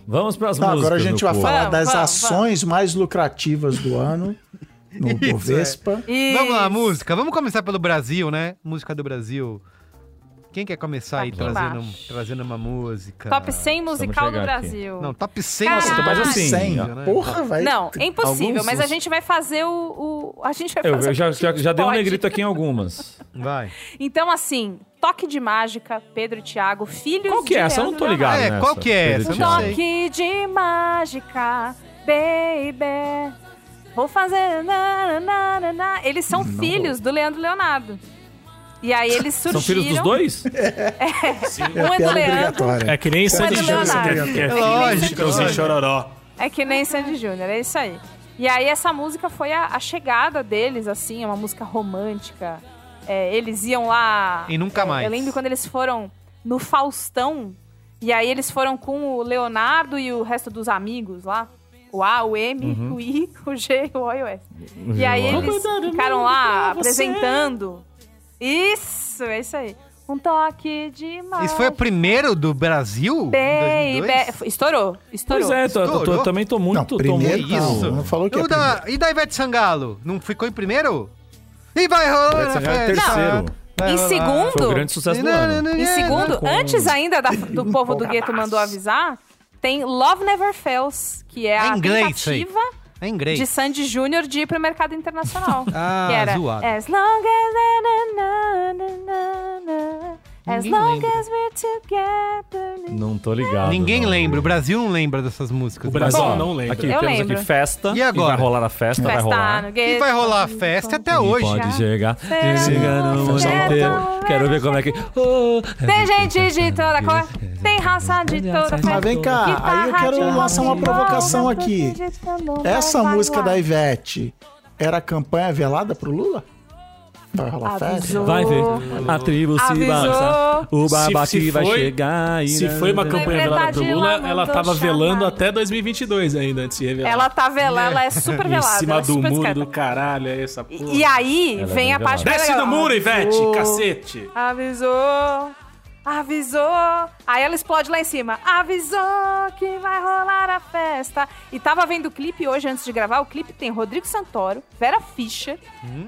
Speaker 6: Vamos pras
Speaker 5: Tá,
Speaker 6: músicas.
Speaker 5: agora a gente vai
Speaker 6: meu povo.
Speaker 5: falar
Speaker 7: Vamos,
Speaker 5: das
Speaker 7: vamos,
Speaker 5: ações mais lucrativas do ano no
Speaker 4: é.
Speaker 5: Bovespa.
Speaker 7: E...
Speaker 4: Vamos lá, música. Vamos começar pelo Brasil, né? Música do Brasil. Quem quer começar aí
Speaker 7: Aqui
Speaker 4: trazendo, um-
Speaker 7: embaixo.
Speaker 4: trazendo uma música?
Speaker 7: Top 100 musical do
Speaker 6: chegar aqui.
Speaker 7: Brasil.
Speaker 4: Não, top 100.
Speaker 7: Nossa,
Speaker 4: música
Speaker 6: mas
Speaker 4: do
Speaker 6: assim,
Speaker 4: Brasil,
Speaker 5: 100.
Speaker 4: né?
Speaker 5: Porra, vai.
Speaker 7: Não, é impossível,
Speaker 6: Alguns
Speaker 7: mas a
Speaker 6: os-
Speaker 7: gente vai fazer o. o- a gente vai
Speaker 6: Eu,
Speaker 7: fazer
Speaker 6: eu
Speaker 7: o
Speaker 6: já,
Speaker 7: que
Speaker 6: já, já dei um
Speaker 7: pode.
Speaker 6: negrito aqui em algumas.
Speaker 4: Vai.
Speaker 7: Então, assim, toque de mágica, Pedro e Thiago, filhos
Speaker 6: Qual que é
Speaker 7: de
Speaker 6: essa? Eu não
Speaker 7: Leandro
Speaker 6: tô ligado
Speaker 4: É,
Speaker 6: nessa.
Speaker 4: qual que é
Speaker 6: Pedro
Speaker 4: essa?
Speaker 7: Um
Speaker 4: Eu não
Speaker 6: Thiago.
Speaker 4: sei.
Speaker 7: toque de mágica, baby. Vou fazer. na, na, na, na, na. Eles são filhos do Leandro Leonardo. E aí eles surgiram.
Speaker 6: São filhos dos dois?
Speaker 7: Um é do Leandro,
Speaker 8: É que nem Sandy
Speaker 7: Mas
Speaker 8: Júnior,
Speaker 7: Leonardo.
Speaker 8: que é- que é
Speaker 4: Lógico,
Speaker 8: Chitãozinho
Speaker 4: lógico.
Speaker 8: Chororó.
Speaker 7: é que nem Sandy Júnior, é isso aí. E aí essa música foi a, a chegada deles, assim, é uma música romântica. É, eles iam lá. é,
Speaker 4: E nunca mais.
Speaker 7: Eu lembro quando eles foram no Faustão. E aí eles foram com o Leonardo e o resto dos amigos lá. O A, o M,
Speaker 4: Uhum.
Speaker 7: o I, o G, o O e o S. E aí eles ficaram lá apresentando. Isso, é isso aí. Um toque de mágica.
Speaker 4: Isso foi o primeiro do Brasil? Em
Speaker 7: Baby.
Speaker 4: 2002?
Speaker 7: Estourou, estourou.
Speaker 6: Pois é, tô- tô- tô-
Speaker 4: Estourou?
Speaker 6: eu também tô muito.
Speaker 5: Não, primeiro
Speaker 6: tô muito
Speaker 5: não.
Speaker 4: isso.
Speaker 5: Não falou que
Speaker 4: E
Speaker 5: é
Speaker 4: o da, e da Ivete Sangalo? Não ficou em primeiro? E vai rolar
Speaker 6: Ivete Sangalo é
Speaker 4: a
Speaker 6: terceiro.
Speaker 4: festa. Vai
Speaker 7: Em
Speaker 4: rolar.
Speaker 7: segundo?
Speaker 6: Foi o grande sucesso do ano.
Speaker 7: Em segundo, antes ainda da-
Speaker 4: (laughs)
Speaker 7: do povo do gueto mandou avisar, tem Love Never Fails, que é
Speaker 4: É
Speaker 7: a
Speaker 4: inglês,
Speaker 7: tentativa
Speaker 4: É em inglês.
Speaker 7: de Sandy Júnior de ir pro mercado internacional.
Speaker 4: (laughs) Ah,
Speaker 7: que era
Speaker 4: zoado.
Speaker 7: As long as na, na, na, na, na, As
Speaker 4: Ninguém
Speaker 7: long
Speaker 4: lembra.
Speaker 7: as we're together.
Speaker 6: Não tô ligado.
Speaker 4: Ninguém
Speaker 6: não.
Speaker 4: lembra, o Brasil não lembra dessas músicas.
Speaker 8: O Brasil
Speaker 6: Bom,
Speaker 8: não lembra.
Speaker 6: Aqui,
Speaker 7: Eu
Speaker 6: temos
Speaker 7: lembro.
Speaker 6: aqui festa.
Speaker 4: E agora?
Speaker 6: Vai rolar a festa, vai rolar.
Speaker 7: no
Speaker 4: E
Speaker 7: gueto.
Speaker 4: vai rolar festa até
Speaker 6: Ninguém
Speaker 4: Tá hoje.
Speaker 6: Pode chegar.
Speaker 7: Será
Speaker 6: Chega no
Speaker 7: nosso
Speaker 6: mundo
Speaker 7: teto,
Speaker 6: inteiro.
Speaker 7: né?
Speaker 6: Quero ver como é que. Oh,
Speaker 7: Tem gente de
Speaker 4: É,
Speaker 7: toda cor, tem raça de toda cor. tá
Speaker 5: Mas vem cá, Ah, aí eu quero lançar uma provocação aqui. Essa música da Ivete era campanha velada pro Lula? Vai
Speaker 7: Ah,
Speaker 5: rolar festa?
Speaker 7: Avisou.
Speaker 6: Vai ver. A tribo se
Speaker 7: Avisou.
Speaker 6: balança. O
Speaker 8: Se- se
Speaker 6: babaqui vai
Speaker 8: foi-
Speaker 6: chegar. e- né,
Speaker 8: Se foi uma campanha velada pro
Speaker 7: Liberdade
Speaker 8: Lula,
Speaker 7: lá mandou
Speaker 8: ela tava
Speaker 7: chamar.
Speaker 8: velando até 2022 ainda, antes de se revelar.
Speaker 7: Ela tá velada, ela é super velada.
Speaker 8: Em cima
Speaker 7: ela é
Speaker 8: do
Speaker 7: super
Speaker 8: muro
Speaker 7: discreta.
Speaker 8: do caralho, é essa porra.
Speaker 7: E, e aí
Speaker 6: Ela é
Speaker 7: vem
Speaker 6: bem
Speaker 7: a parte
Speaker 8: Desce
Speaker 7: mais
Speaker 8: do
Speaker 7: legal.
Speaker 8: muro, Ivete,
Speaker 7: Avisou.
Speaker 8: cacete.
Speaker 7: Avisou, avisou. Aí ela explode lá em cima. Avisou que vai rolar a festa. E tava vendo o clipe hoje, antes de gravar. O clipe tem Rodrigo Santoro, Vera Fischer.
Speaker 6: Hum.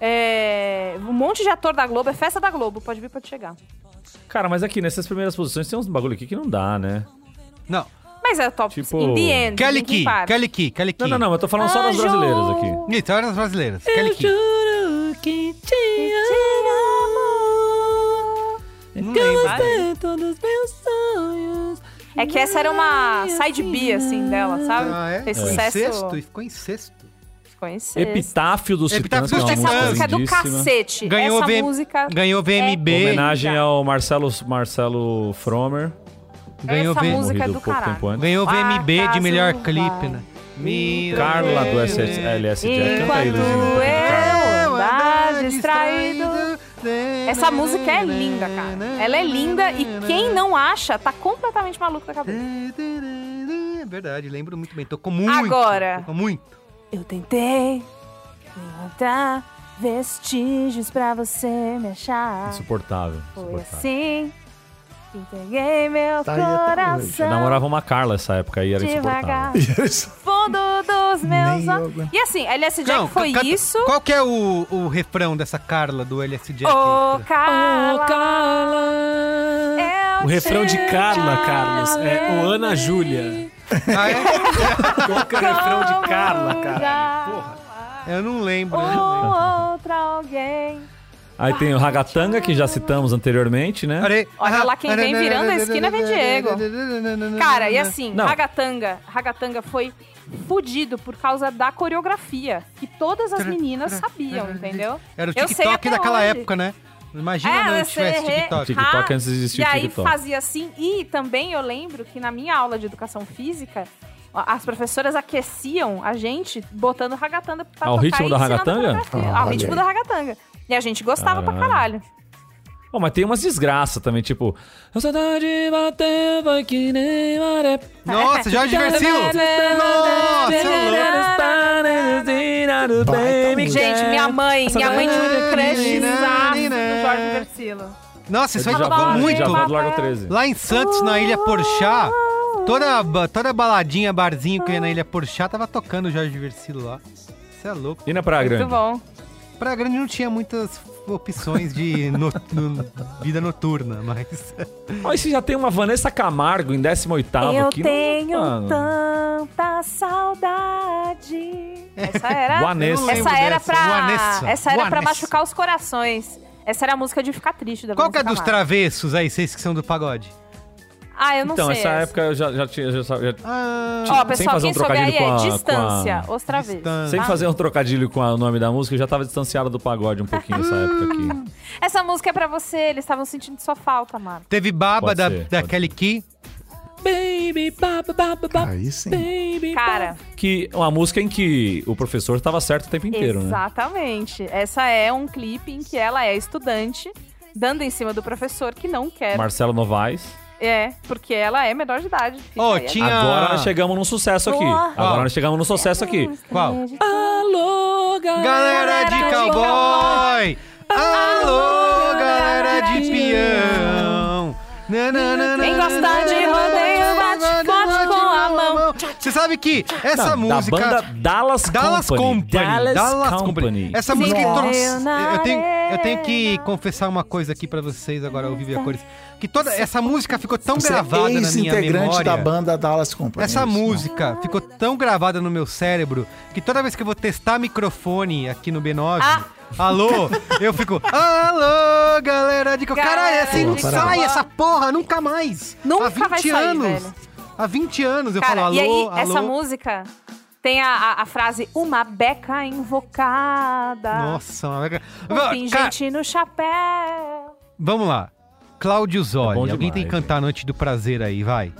Speaker 7: é, um monte de ator da Globo. É festa da Globo. Pode vir, pode chegar.
Speaker 6: Cara, mas aqui nessas primeiras posições tem uns bagulho aqui que não dá, né?
Speaker 4: Não.
Speaker 7: Mas é top.
Speaker 6: Tipo,
Speaker 7: In the end.
Speaker 4: Kelly
Speaker 7: Linkin
Speaker 4: Key,
Speaker 7: Park.
Speaker 4: Kelly Key, Kelly Key.
Speaker 6: Não, não, não. Eu tô falando só das
Speaker 7: Anjo.
Speaker 6: brasileiras aqui.
Speaker 4: Isso, olha as brasileiras. Kelly Key. Não lembro.
Speaker 7: É que essa era uma side B, assim, dela, sabe?
Speaker 4: Ah, é?
Speaker 7: Fez
Speaker 4: Ficou em
Speaker 7: sucesso.
Speaker 4: sexto e ficou em sexto.
Speaker 7: Conhecer.
Speaker 6: Epitáfio dos
Speaker 4: Epitáfio
Speaker 6: Titãs, que é uma
Speaker 4: dos
Speaker 7: Essa
Speaker 4: Titãs.
Speaker 7: música é
Speaker 6: música
Speaker 7: do
Speaker 6: lindíssima.
Speaker 7: cacete.
Speaker 4: Ganhou
Speaker 7: Essa
Speaker 4: VM
Speaker 7: música.
Speaker 4: Ganhou VMB.
Speaker 6: Homenagem ao Marcelo, Marcelo Fromer.
Speaker 4: ganhou
Speaker 7: essa
Speaker 4: V-
Speaker 7: música é
Speaker 6: morrido
Speaker 7: do
Speaker 6: pouco
Speaker 7: caralho.
Speaker 6: tempo antes.
Speaker 4: Ganhou VMB de
Speaker 7: Acaso
Speaker 4: melhor
Speaker 7: vai.
Speaker 4: clipe, né? Me-
Speaker 6: Carla do SLS
Speaker 4: é
Speaker 6: Jack. Canta aí,
Speaker 7: Enquanto
Speaker 6: Luzinho, canta aí.
Speaker 7: eu andar distraído. Essa música é linda, cara. Ela é linda e quem não acha tá completamente maluco da cabeça.
Speaker 4: É Verdade, lembro muito bem. Tocou muito.
Speaker 7: Agora.
Speaker 4: Tocou muito.
Speaker 7: Eu tentei levantar vestígios pra você me achar.
Speaker 6: Insuportável.
Speaker 7: Foi
Speaker 6: é insuportável.
Speaker 7: assim que entreguei meu
Speaker 5: Tá aí até hoje.
Speaker 6: Eu
Speaker 7: coração.
Speaker 6: namorava uma Carla essa época e era
Speaker 7: devagar,
Speaker 6: insuportável.
Speaker 7: fundo dos meus
Speaker 5: Nem eu
Speaker 7: olhos.
Speaker 5: aguento.
Speaker 7: E assim, LS Jack
Speaker 4: Não,
Speaker 7: foi
Speaker 4: ca- canta-
Speaker 7: isso.
Speaker 4: Qual que é o, o refrão dessa Carla do LS Jack?
Speaker 7: Ô, Carla, eu
Speaker 8: O refrão de
Speaker 7: te
Speaker 8: Carla, Carlos, é
Speaker 7: amei.
Speaker 8: o Ana Júlia.
Speaker 4: Ah, é?
Speaker 8: Qual que é o refrão de Carla, cara?
Speaker 7: Como
Speaker 8: Porra.
Speaker 4: Eu não lembro. eu não lembro.
Speaker 7: Ou outra alguém.
Speaker 6: Aí tem o Ragatanga, que já citamos anteriormente, né?
Speaker 7: Olha
Speaker 4: Ah.
Speaker 7: lá quem vem virando a esquina vem Diego. Cara,
Speaker 4: Hum.
Speaker 7: e assim,
Speaker 6: Não.
Speaker 7: Ragatanga, Ragatanga foi fudido por causa da coreografia, que todas as meninas sabiam, entendeu?
Speaker 4: Era o
Speaker 7: Eu sei
Speaker 4: TikTok
Speaker 7: até
Speaker 4: daquela
Speaker 7: hoje.
Speaker 4: época, né? Imagina
Speaker 7: É,
Speaker 4: não
Speaker 7: você
Speaker 4: tivesse
Speaker 7: errei.
Speaker 4: TikTok.
Speaker 6: TikTok
Speaker 7: Ah,
Speaker 6: antes de existir
Speaker 7: e
Speaker 6: o
Speaker 7: aí
Speaker 6: TikTok.
Speaker 7: fazia assim, e também eu lembro que na minha aula de educação física, a- as professoras aqueciam a gente botando ragatanga pra
Speaker 6: Ao
Speaker 7: tocar
Speaker 6: Ah, ritmo
Speaker 7: e
Speaker 6: da
Speaker 7: ensinando
Speaker 6: ragatanga? Ah.
Speaker 7: coreografia.
Speaker 5: Ah,
Speaker 7: Ao
Speaker 5: olha
Speaker 7: ritmo
Speaker 5: aí.
Speaker 7: da ragatanga. E a gente gostava pra
Speaker 6: Caralho.
Speaker 7: caralho.
Speaker 6: Bom, mas tem umas desgraças também, tipo. "A saudade bateu, foi que nem é maré."
Speaker 4: Nossa, Jorge Versilo! Nossa, é louco.
Speaker 5: Ah, então
Speaker 7: então. Gente, minha mãe, minha mãe tinha um crushzaço do Jorge Versilo.
Speaker 4: Nossa, isso aí
Speaker 6: Já
Speaker 7: Adoro,
Speaker 4: tocou
Speaker 6: vamos,
Speaker 4: muito.
Speaker 6: Já vamos do
Speaker 7: Adoro.
Speaker 6: Largo 13.
Speaker 4: Lá em Santos, na Ilha Porchá, toda, ba- toda baladinha, barzinho que ia na Ilha Porchá, tava tocando o Jorge Versilo lá. Isso é louco.
Speaker 6: E na Praia
Speaker 7: Muito
Speaker 6: Grande?
Speaker 7: bom.
Speaker 4: Pra grande não tinha muitas opções de no- no- vida noturna, mas...
Speaker 6: Ó, e se já tem uma Vanessa Camargo em 18
Speaker 7: Eu
Speaker 6: aqui. não-
Speaker 7: tenho
Speaker 6: é um
Speaker 7: um
Speaker 6: mano.
Speaker 7: tanta saudade. Essa era.
Speaker 6: Vanessa.
Speaker 4: Eu lembro
Speaker 7: Essa era
Speaker 4: dessa.
Speaker 7: pra.
Speaker 4: Vanessa.
Speaker 7: Essa era pra
Speaker 4: Vanessa.
Speaker 7: machucar os corações. Essa era a música de ficar triste da
Speaker 4: Qual que é
Speaker 7: Vanessa
Speaker 4: dos
Speaker 7: Camargo.
Speaker 4: travessos aí, vocês que são do pagode?
Speaker 7: Ah, eu não
Speaker 6: Então,
Speaker 7: sei.
Speaker 6: essa época eu já, já tinha. já sa- já-
Speaker 4: Ah,
Speaker 7: Ó,
Speaker 6: sem
Speaker 7: pessoal,
Speaker 6: fazer
Speaker 7: quem
Speaker 6: um
Speaker 7: souber aí
Speaker 6: trocadilho com
Speaker 7: é
Speaker 6: a- com a-
Speaker 7: distância, os travessos.
Speaker 4: Distância.
Speaker 6: sem
Speaker 7: tá?
Speaker 6: fazer um trocadilho com a- o nome da música, eu já tava distanciado do pagode um pouquinho
Speaker 7: (laughs)
Speaker 6: nessa época aqui.
Speaker 7: Essa música é pra você, eles estavam sentindo sua falta, mano.
Speaker 4: teve Baba
Speaker 6: Pode
Speaker 4: da,
Speaker 6: ser,
Speaker 4: da
Speaker 6: pode
Speaker 4: Kelly Key.
Speaker 6: Baby, baba, baba, baba,
Speaker 5: Aí sim.
Speaker 6: baby.
Speaker 7: Cara,
Speaker 6: Que é uma música em que o professor tava certo o tempo inteiro, né?
Speaker 7: exatamente. Essa é um clipe em que ela é estudante, dando em cima do professor que não quer.
Speaker 6: Marcelo Novaes.
Speaker 7: É, porque ela é menor de idade. Fica
Speaker 4: Ó,
Speaker 7: aí a
Speaker 4: tinha...
Speaker 6: Agora nós chegamos num sucesso aqui.
Speaker 7: Boa.
Speaker 6: Agora nós chegamos num sucesso aqui.
Speaker 4: Qual?
Speaker 6: Alô,
Speaker 4: Hum, Galera de cowboy! Alô, galera de peão!
Speaker 7: Quem gosta de rodeio, bate, bate com a mão.
Speaker 4: Você sabe que essa
Speaker 6: Não,
Speaker 4: música.
Speaker 6: Da banda Dallas,
Speaker 4: Dallas Company.
Speaker 6: Dallas, Company.
Speaker 4: Essa música
Speaker 7: Sim.
Speaker 4: entrou.
Speaker 7: Leonardo.
Speaker 4: Eu tenho, eu tenho que confessar uma coisa aqui pra vocês agora ao vivo e a cores. Que toda essa música ficou tão
Speaker 5: Você
Speaker 4: gravada
Speaker 5: é
Speaker 4: na minha
Speaker 5: ex-integrante
Speaker 4: memória.
Speaker 5: da banda Dallas Company.
Speaker 4: Essa
Speaker 5: Isso, não.
Speaker 4: música ficou tão gravada no meu cérebro que toda vez que eu vou testar microfone aqui no B9,
Speaker 7: Ah.
Speaker 4: alô, eu fico, alô, galera de co-" Caralho,
Speaker 7: Galera
Speaker 4: assim não
Speaker 7: de
Speaker 4: sai
Speaker 7: co-
Speaker 4: essa porra, nunca mais.
Speaker 7: Nunca
Speaker 4: Há 20
Speaker 7: vai sair,
Speaker 4: anos.
Speaker 7: velho.
Speaker 4: Há 20 anos eu
Speaker 7: Cara,
Speaker 4: falo, alô,
Speaker 7: e aí,
Speaker 4: alô.
Speaker 7: essa música tem a, a- a frase uma beca invocada.
Speaker 4: Nossa, uma... mega-
Speaker 7: Um
Speaker 4: Cara,
Speaker 7: pingente no chapéu.
Speaker 4: Vamos lá. Cláudio
Speaker 6: É
Speaker 4: Zoli.
Speaker 6: bom
Speaker 4: Alguém tem que
Speaker 6: demais,
Speaker 4: cantar Noite do Prazer aí, vai.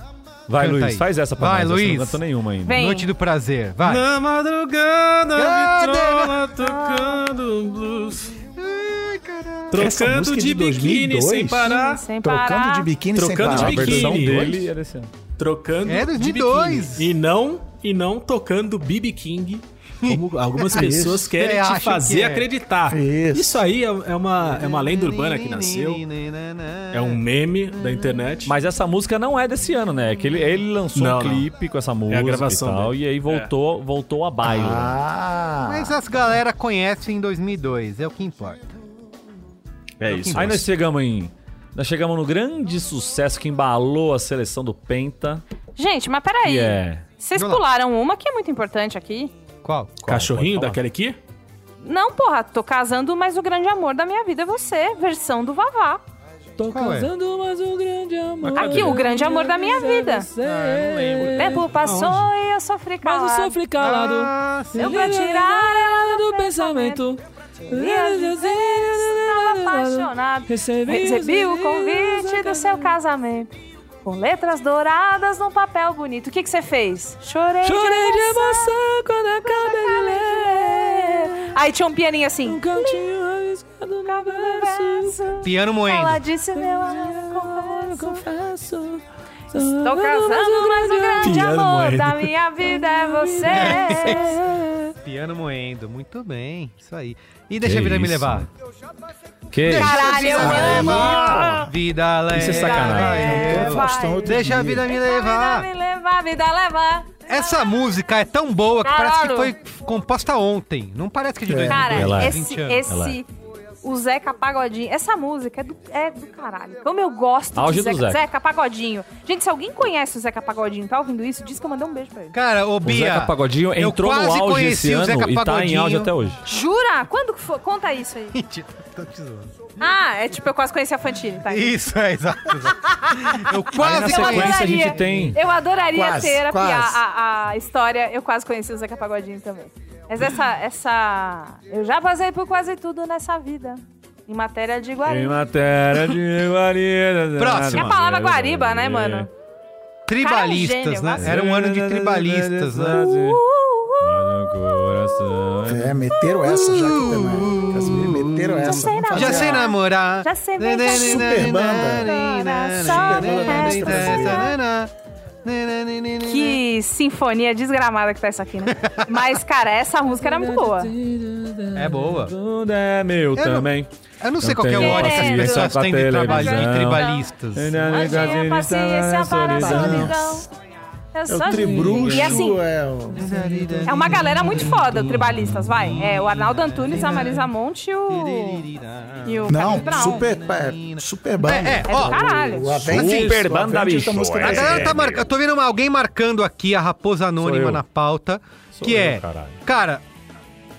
Speaker 6: Vai,
Speaker 4: Canta
Speaker 6: Luiz,
Speaker 4: aí.
Speaker 6: faz essa pra
Speaker 4: Vai,
Speaker 6: nós. essa
Speaker 4: Luiz.
Speaker 6: Não cantou nenhuma ainda.
Speaker 7: Vem.
Speaker 4: Noite do Prazer, vai.
Speaker 8: Na madrugada,
Speaker 4: Ah,
Speaker 8: vitrola tocando blues.
Speaker 4: Ai, caralho.
Speaker 5: Essa
Speaker 8: Trocando
Speaker 5: música é
Speaker 8: de
Speaker 5: de
Speaker 8: biquíni
Speaker 5: 2002?
Speaker 8: sem parar.
Speaker 7: Sem
Speaker 5: Trocando
Speaker 7: parar.
Speaker 5: de biquíni
Speaker 8: Trocando
Speaker 5: sem
Speaker 8: de
Speaker 6: A
Speaker 5: parar.
Speaker 8: biquíni.
Speaker 6: versão
Speaker 8: Biquíni.
Speaker 6: dele era assim. ó.
Speaker 8: Trocando
Speaker 4: É,
Speaker 8: de
Speaker 4: 2002.
Speaker 8: biquíni. E não, e não tocando BB King, como
Speaker 5: (laughs)
Speaker 8: algumas pessoas querem
Speaker 4: É, acho
Speaker 8: te
Speaker 4: que
Speaker 8: fazer
Speaker 4: é.
Speaker 8: acreditar.
Speaker 5: Isso.
Speaker 8: aí é, é uma, é uma lenda urbana que nasceu. É um meme da internet.
Speaker 6: Mas essa música não é desse ano, né? É que ele, ele lançou
Speaker 8: Não,
Speaker 6: um
Speaker 8: não.
Speaker 6: clipe com essa música
Speaker 8: gravação
Speaker 6: e tal,
Speaker 8: dele. É.
Speaker 6: e aí voltou, voltou a né? baila.
Speaker 5: Ah.
Speaker 4: Mas as galera conhecem em 2002, é o que importa.
Speaker 8: é isso.
Speaker 6: aí nós chegamos em... Nós chegamos no grande sucesso que embalou a seleção do Penta,
Speaker 7: Gente, mas peraí.
Speaker 6: que é...
Speaker 7: Vocês
Speaker 4: Vamos lá.
Speaker 7: pularam uma que é muito importante aqui.
Speaker 4: Qual?
Speaker 8: Cachorrinho
Speaker 6: Pode
Speaker 8: daquela
Speaker 6: falar.
Speaker 8: aqui?
Speaker 7: Não, porra, tô casando, mas o grande amor da minha vida é você. Versão do Vavá.
Speaker 6: Tô
Speaker 4: Qual é?
Speaker 6: casando, mas o grande amor...
Speaker 7: Aqui, Ah, o grande amor da minha vida.
Speaker 6: Você.
Speaker 4: eu não lembro.
Speaker 7: Tempo passou e eu sofri calado.
Speaker 6: Mas eu sofri
Speaker 7: Tá
Speaker 6: calado.
Speaker 4: Ah, sim.
Speaker 7: Eu pra tirar ela
Speaker 6: do pensamento.
Speaker 7: E às vezes estava apaixonado.
Speaker 6: Recebi,
Speaker 7: Recebi o convite do seu casamento. Com letras douradas num papel bonito. O que que você fez?
Speaker 6: Chorei
Speaker 7: Chorei,
Speaker 6: de
Speaker 7: de emoção.
Speaker 6: emoção quando acabei de ler.
Speaker 7: Aí tinha um pianinho assim.
Speaker 6: Um cantinho arriscado no verso.
Speaker 4: Piano
Speaker 7: Ela
Speaker 4: moendo.
Speaker 7: disse meu amor,
Speaker 6: Eu confesso.
Speaker 7: Tô casando, mas o grande
Speaker 8: Piano
Speaker 7: amor
Speaker 8: moído.
Speaker 7: da minha vida é você.
Speaker 4: Piano moendo, muito bem, isso aí. E deixa a vida me
Speaker 6: isso?
Speaker 4: levar.
Speaker 6: Que?
Speaker 7: Caralho, eu amo.
Speaker 4: Vida leva.
Speaker 6: Isso é sacanagem.
Speaker 5: Então,
Speaker 7: vai.
Speaker 5: Faustão, outro
Speaker 4: É, Deixa a
Speaker 5: dia.
Speaker 4: vida me
Speaker 7: Vida
Speaker 4: levar.
Speaker 7: me levar, vida levar.
Speaker 4: Essa música é tão boa que parece que
Speaker 7: Claro.
Speaker 4: foi composta ontem. Não parece que é de
Speaker 5: É.
Speaker 4: 2002.
Speaker 7: Cara,
Speaker 6: Ela é.
Speaker 7: esse,
Speaker 4: 20 anos.
Speaker 6: Ela é.
Speaker 7: esse, o Zeca Pagodinho, essa música é do, é do caralho. Como eu gosto
Speaker 6: Auge
Speaker 7: de
Speaker 6: do
Speaker 7: Zeca,
Speaker 6: Zeca.
Speaker 7: Pagodinho. Gente, se alguém conhece o Zeca Pagodinho e tá ouvindo isso, diz que eu mandei um beijo pra ele.
Speaker 4: Cara, ô
Speaker 6: O
Speaker 4: Bia,
Speaker 6: Zeca Pagodinho
Speaker 4: eu
Speaker 6: entrou no
Speaker 4: quase
Speaker 6: auge
Speaker 4: conheci
Speaker 6: esse
Speaker 4: o Zeca
Speaker 6: ano e tá em
Speaker 4: Pagodinho.
Speaker 6: auge até hoje.
Speaker 7: Jura? Quando que foi? Conta isso aí.
Speaker 6: (laughs)
Speaker 4: Mentira, tô te zoando.
Speaker 7: Ah, é tipo, eu quase conheci a Fantine, tá?
Speaker 4: Isso, é exato.
Speaker 7: (laughs)
Speaker 4: exato. Eu
Speaker 6: Aí na
Speaker 4: quase
Speaker 6: sequência a
Speaker 4: conheci.
Speaker 6: gente tem...
Speaker 7: Eu adoraria
Speaker 5: Quase,
Speaker 7: ter a,
Speaker 5: quase.
Speaker 7: a- a história. Eu quase conheci o Zeca Pagodinho também. Mas essa, essa. Eu já passei por quase tudo nessa vida. Em matéria de
Speaker 6: Em
Speaker 7: Guarani.
Speaker 6: matéria de guarida...
Speaker 4: Próximo.
Speaker 7: É a palavra guariba, né, mano?
Speaker 4: Tribalistas,
Speaker 7: Cara, é um
Speaker 4: né? Era um ano de tribalistas, né? Uh,
Speaker 5: É, meteram essa já que também. Casimiro, meteram essa.
Speaker 7: sei
Speaker 5: Vamos
Speaker 7: não.
Speaker 5: fazer
Speaker 4: Já sei
Speaker 5: uma-
Speaker 4: namorar.
Speaker 7: Já sei namorar.
Speaker 5: Super
Speaker 7: Que sinfonia desgramada que tá isso aqui, né? Mas, cara, essa música era muito boa.
Speaker 4: É boa.
Speaker 6: Tudo é meu
Speaker 4: não-
Speaker 6: também.
Speaker 4: Eu não sei
Speaker 6: Não
Speaker 4: qual que é o
Speaker 6: tem
Speaker 4: ódio que as
Speaker 7: paciência
Speaker 4: pessoas
Speaker 6: com a
Speaker 4: têm de, trabali-
Speaker 6: televisão.
Speaker 4: de tribalistas.
Speaker 7: Hoje é paciência para a solidão. Eu
Speaker 5: É
Speaker 7: sou
Speaker 5: o tribruxo,
Speaker 7: E assim,
Speaker 5: é o...
Speaker 7: é uma galera muito foda, tribalistas, vai. É o Arnaldo Antunes, a Marisa Monte e o. E o
Speaker 5: Não,
Speaker 7: Carlos Brown.
Speaker 5: super, é, super banda.
Speaker 4: É, é,
Speaker 7: É do
Speaker 4: ó.
Speaker 7: caralho.
Speaker 5: O Avenged-
Speaker 6: Super
Speaker 5: o
Speaker 6: banda,
Speaker 5: Avenged
Speaker 6: bicho,
Speaker 5: é música
Speaker 4: A
Speaker 5: da-
Speaker 4: galera tá marcando. Eu tô vendo uma- alguém marcando aqui a raposa anônima
Speaker 6: eu.
Speaker 4: na pauta.
Speaker 6: Sou
Speaker 4: que
Speaker 6: eu,
Speaker 4: é.
Speaker 6: caralho.
Speaker 4: Cara,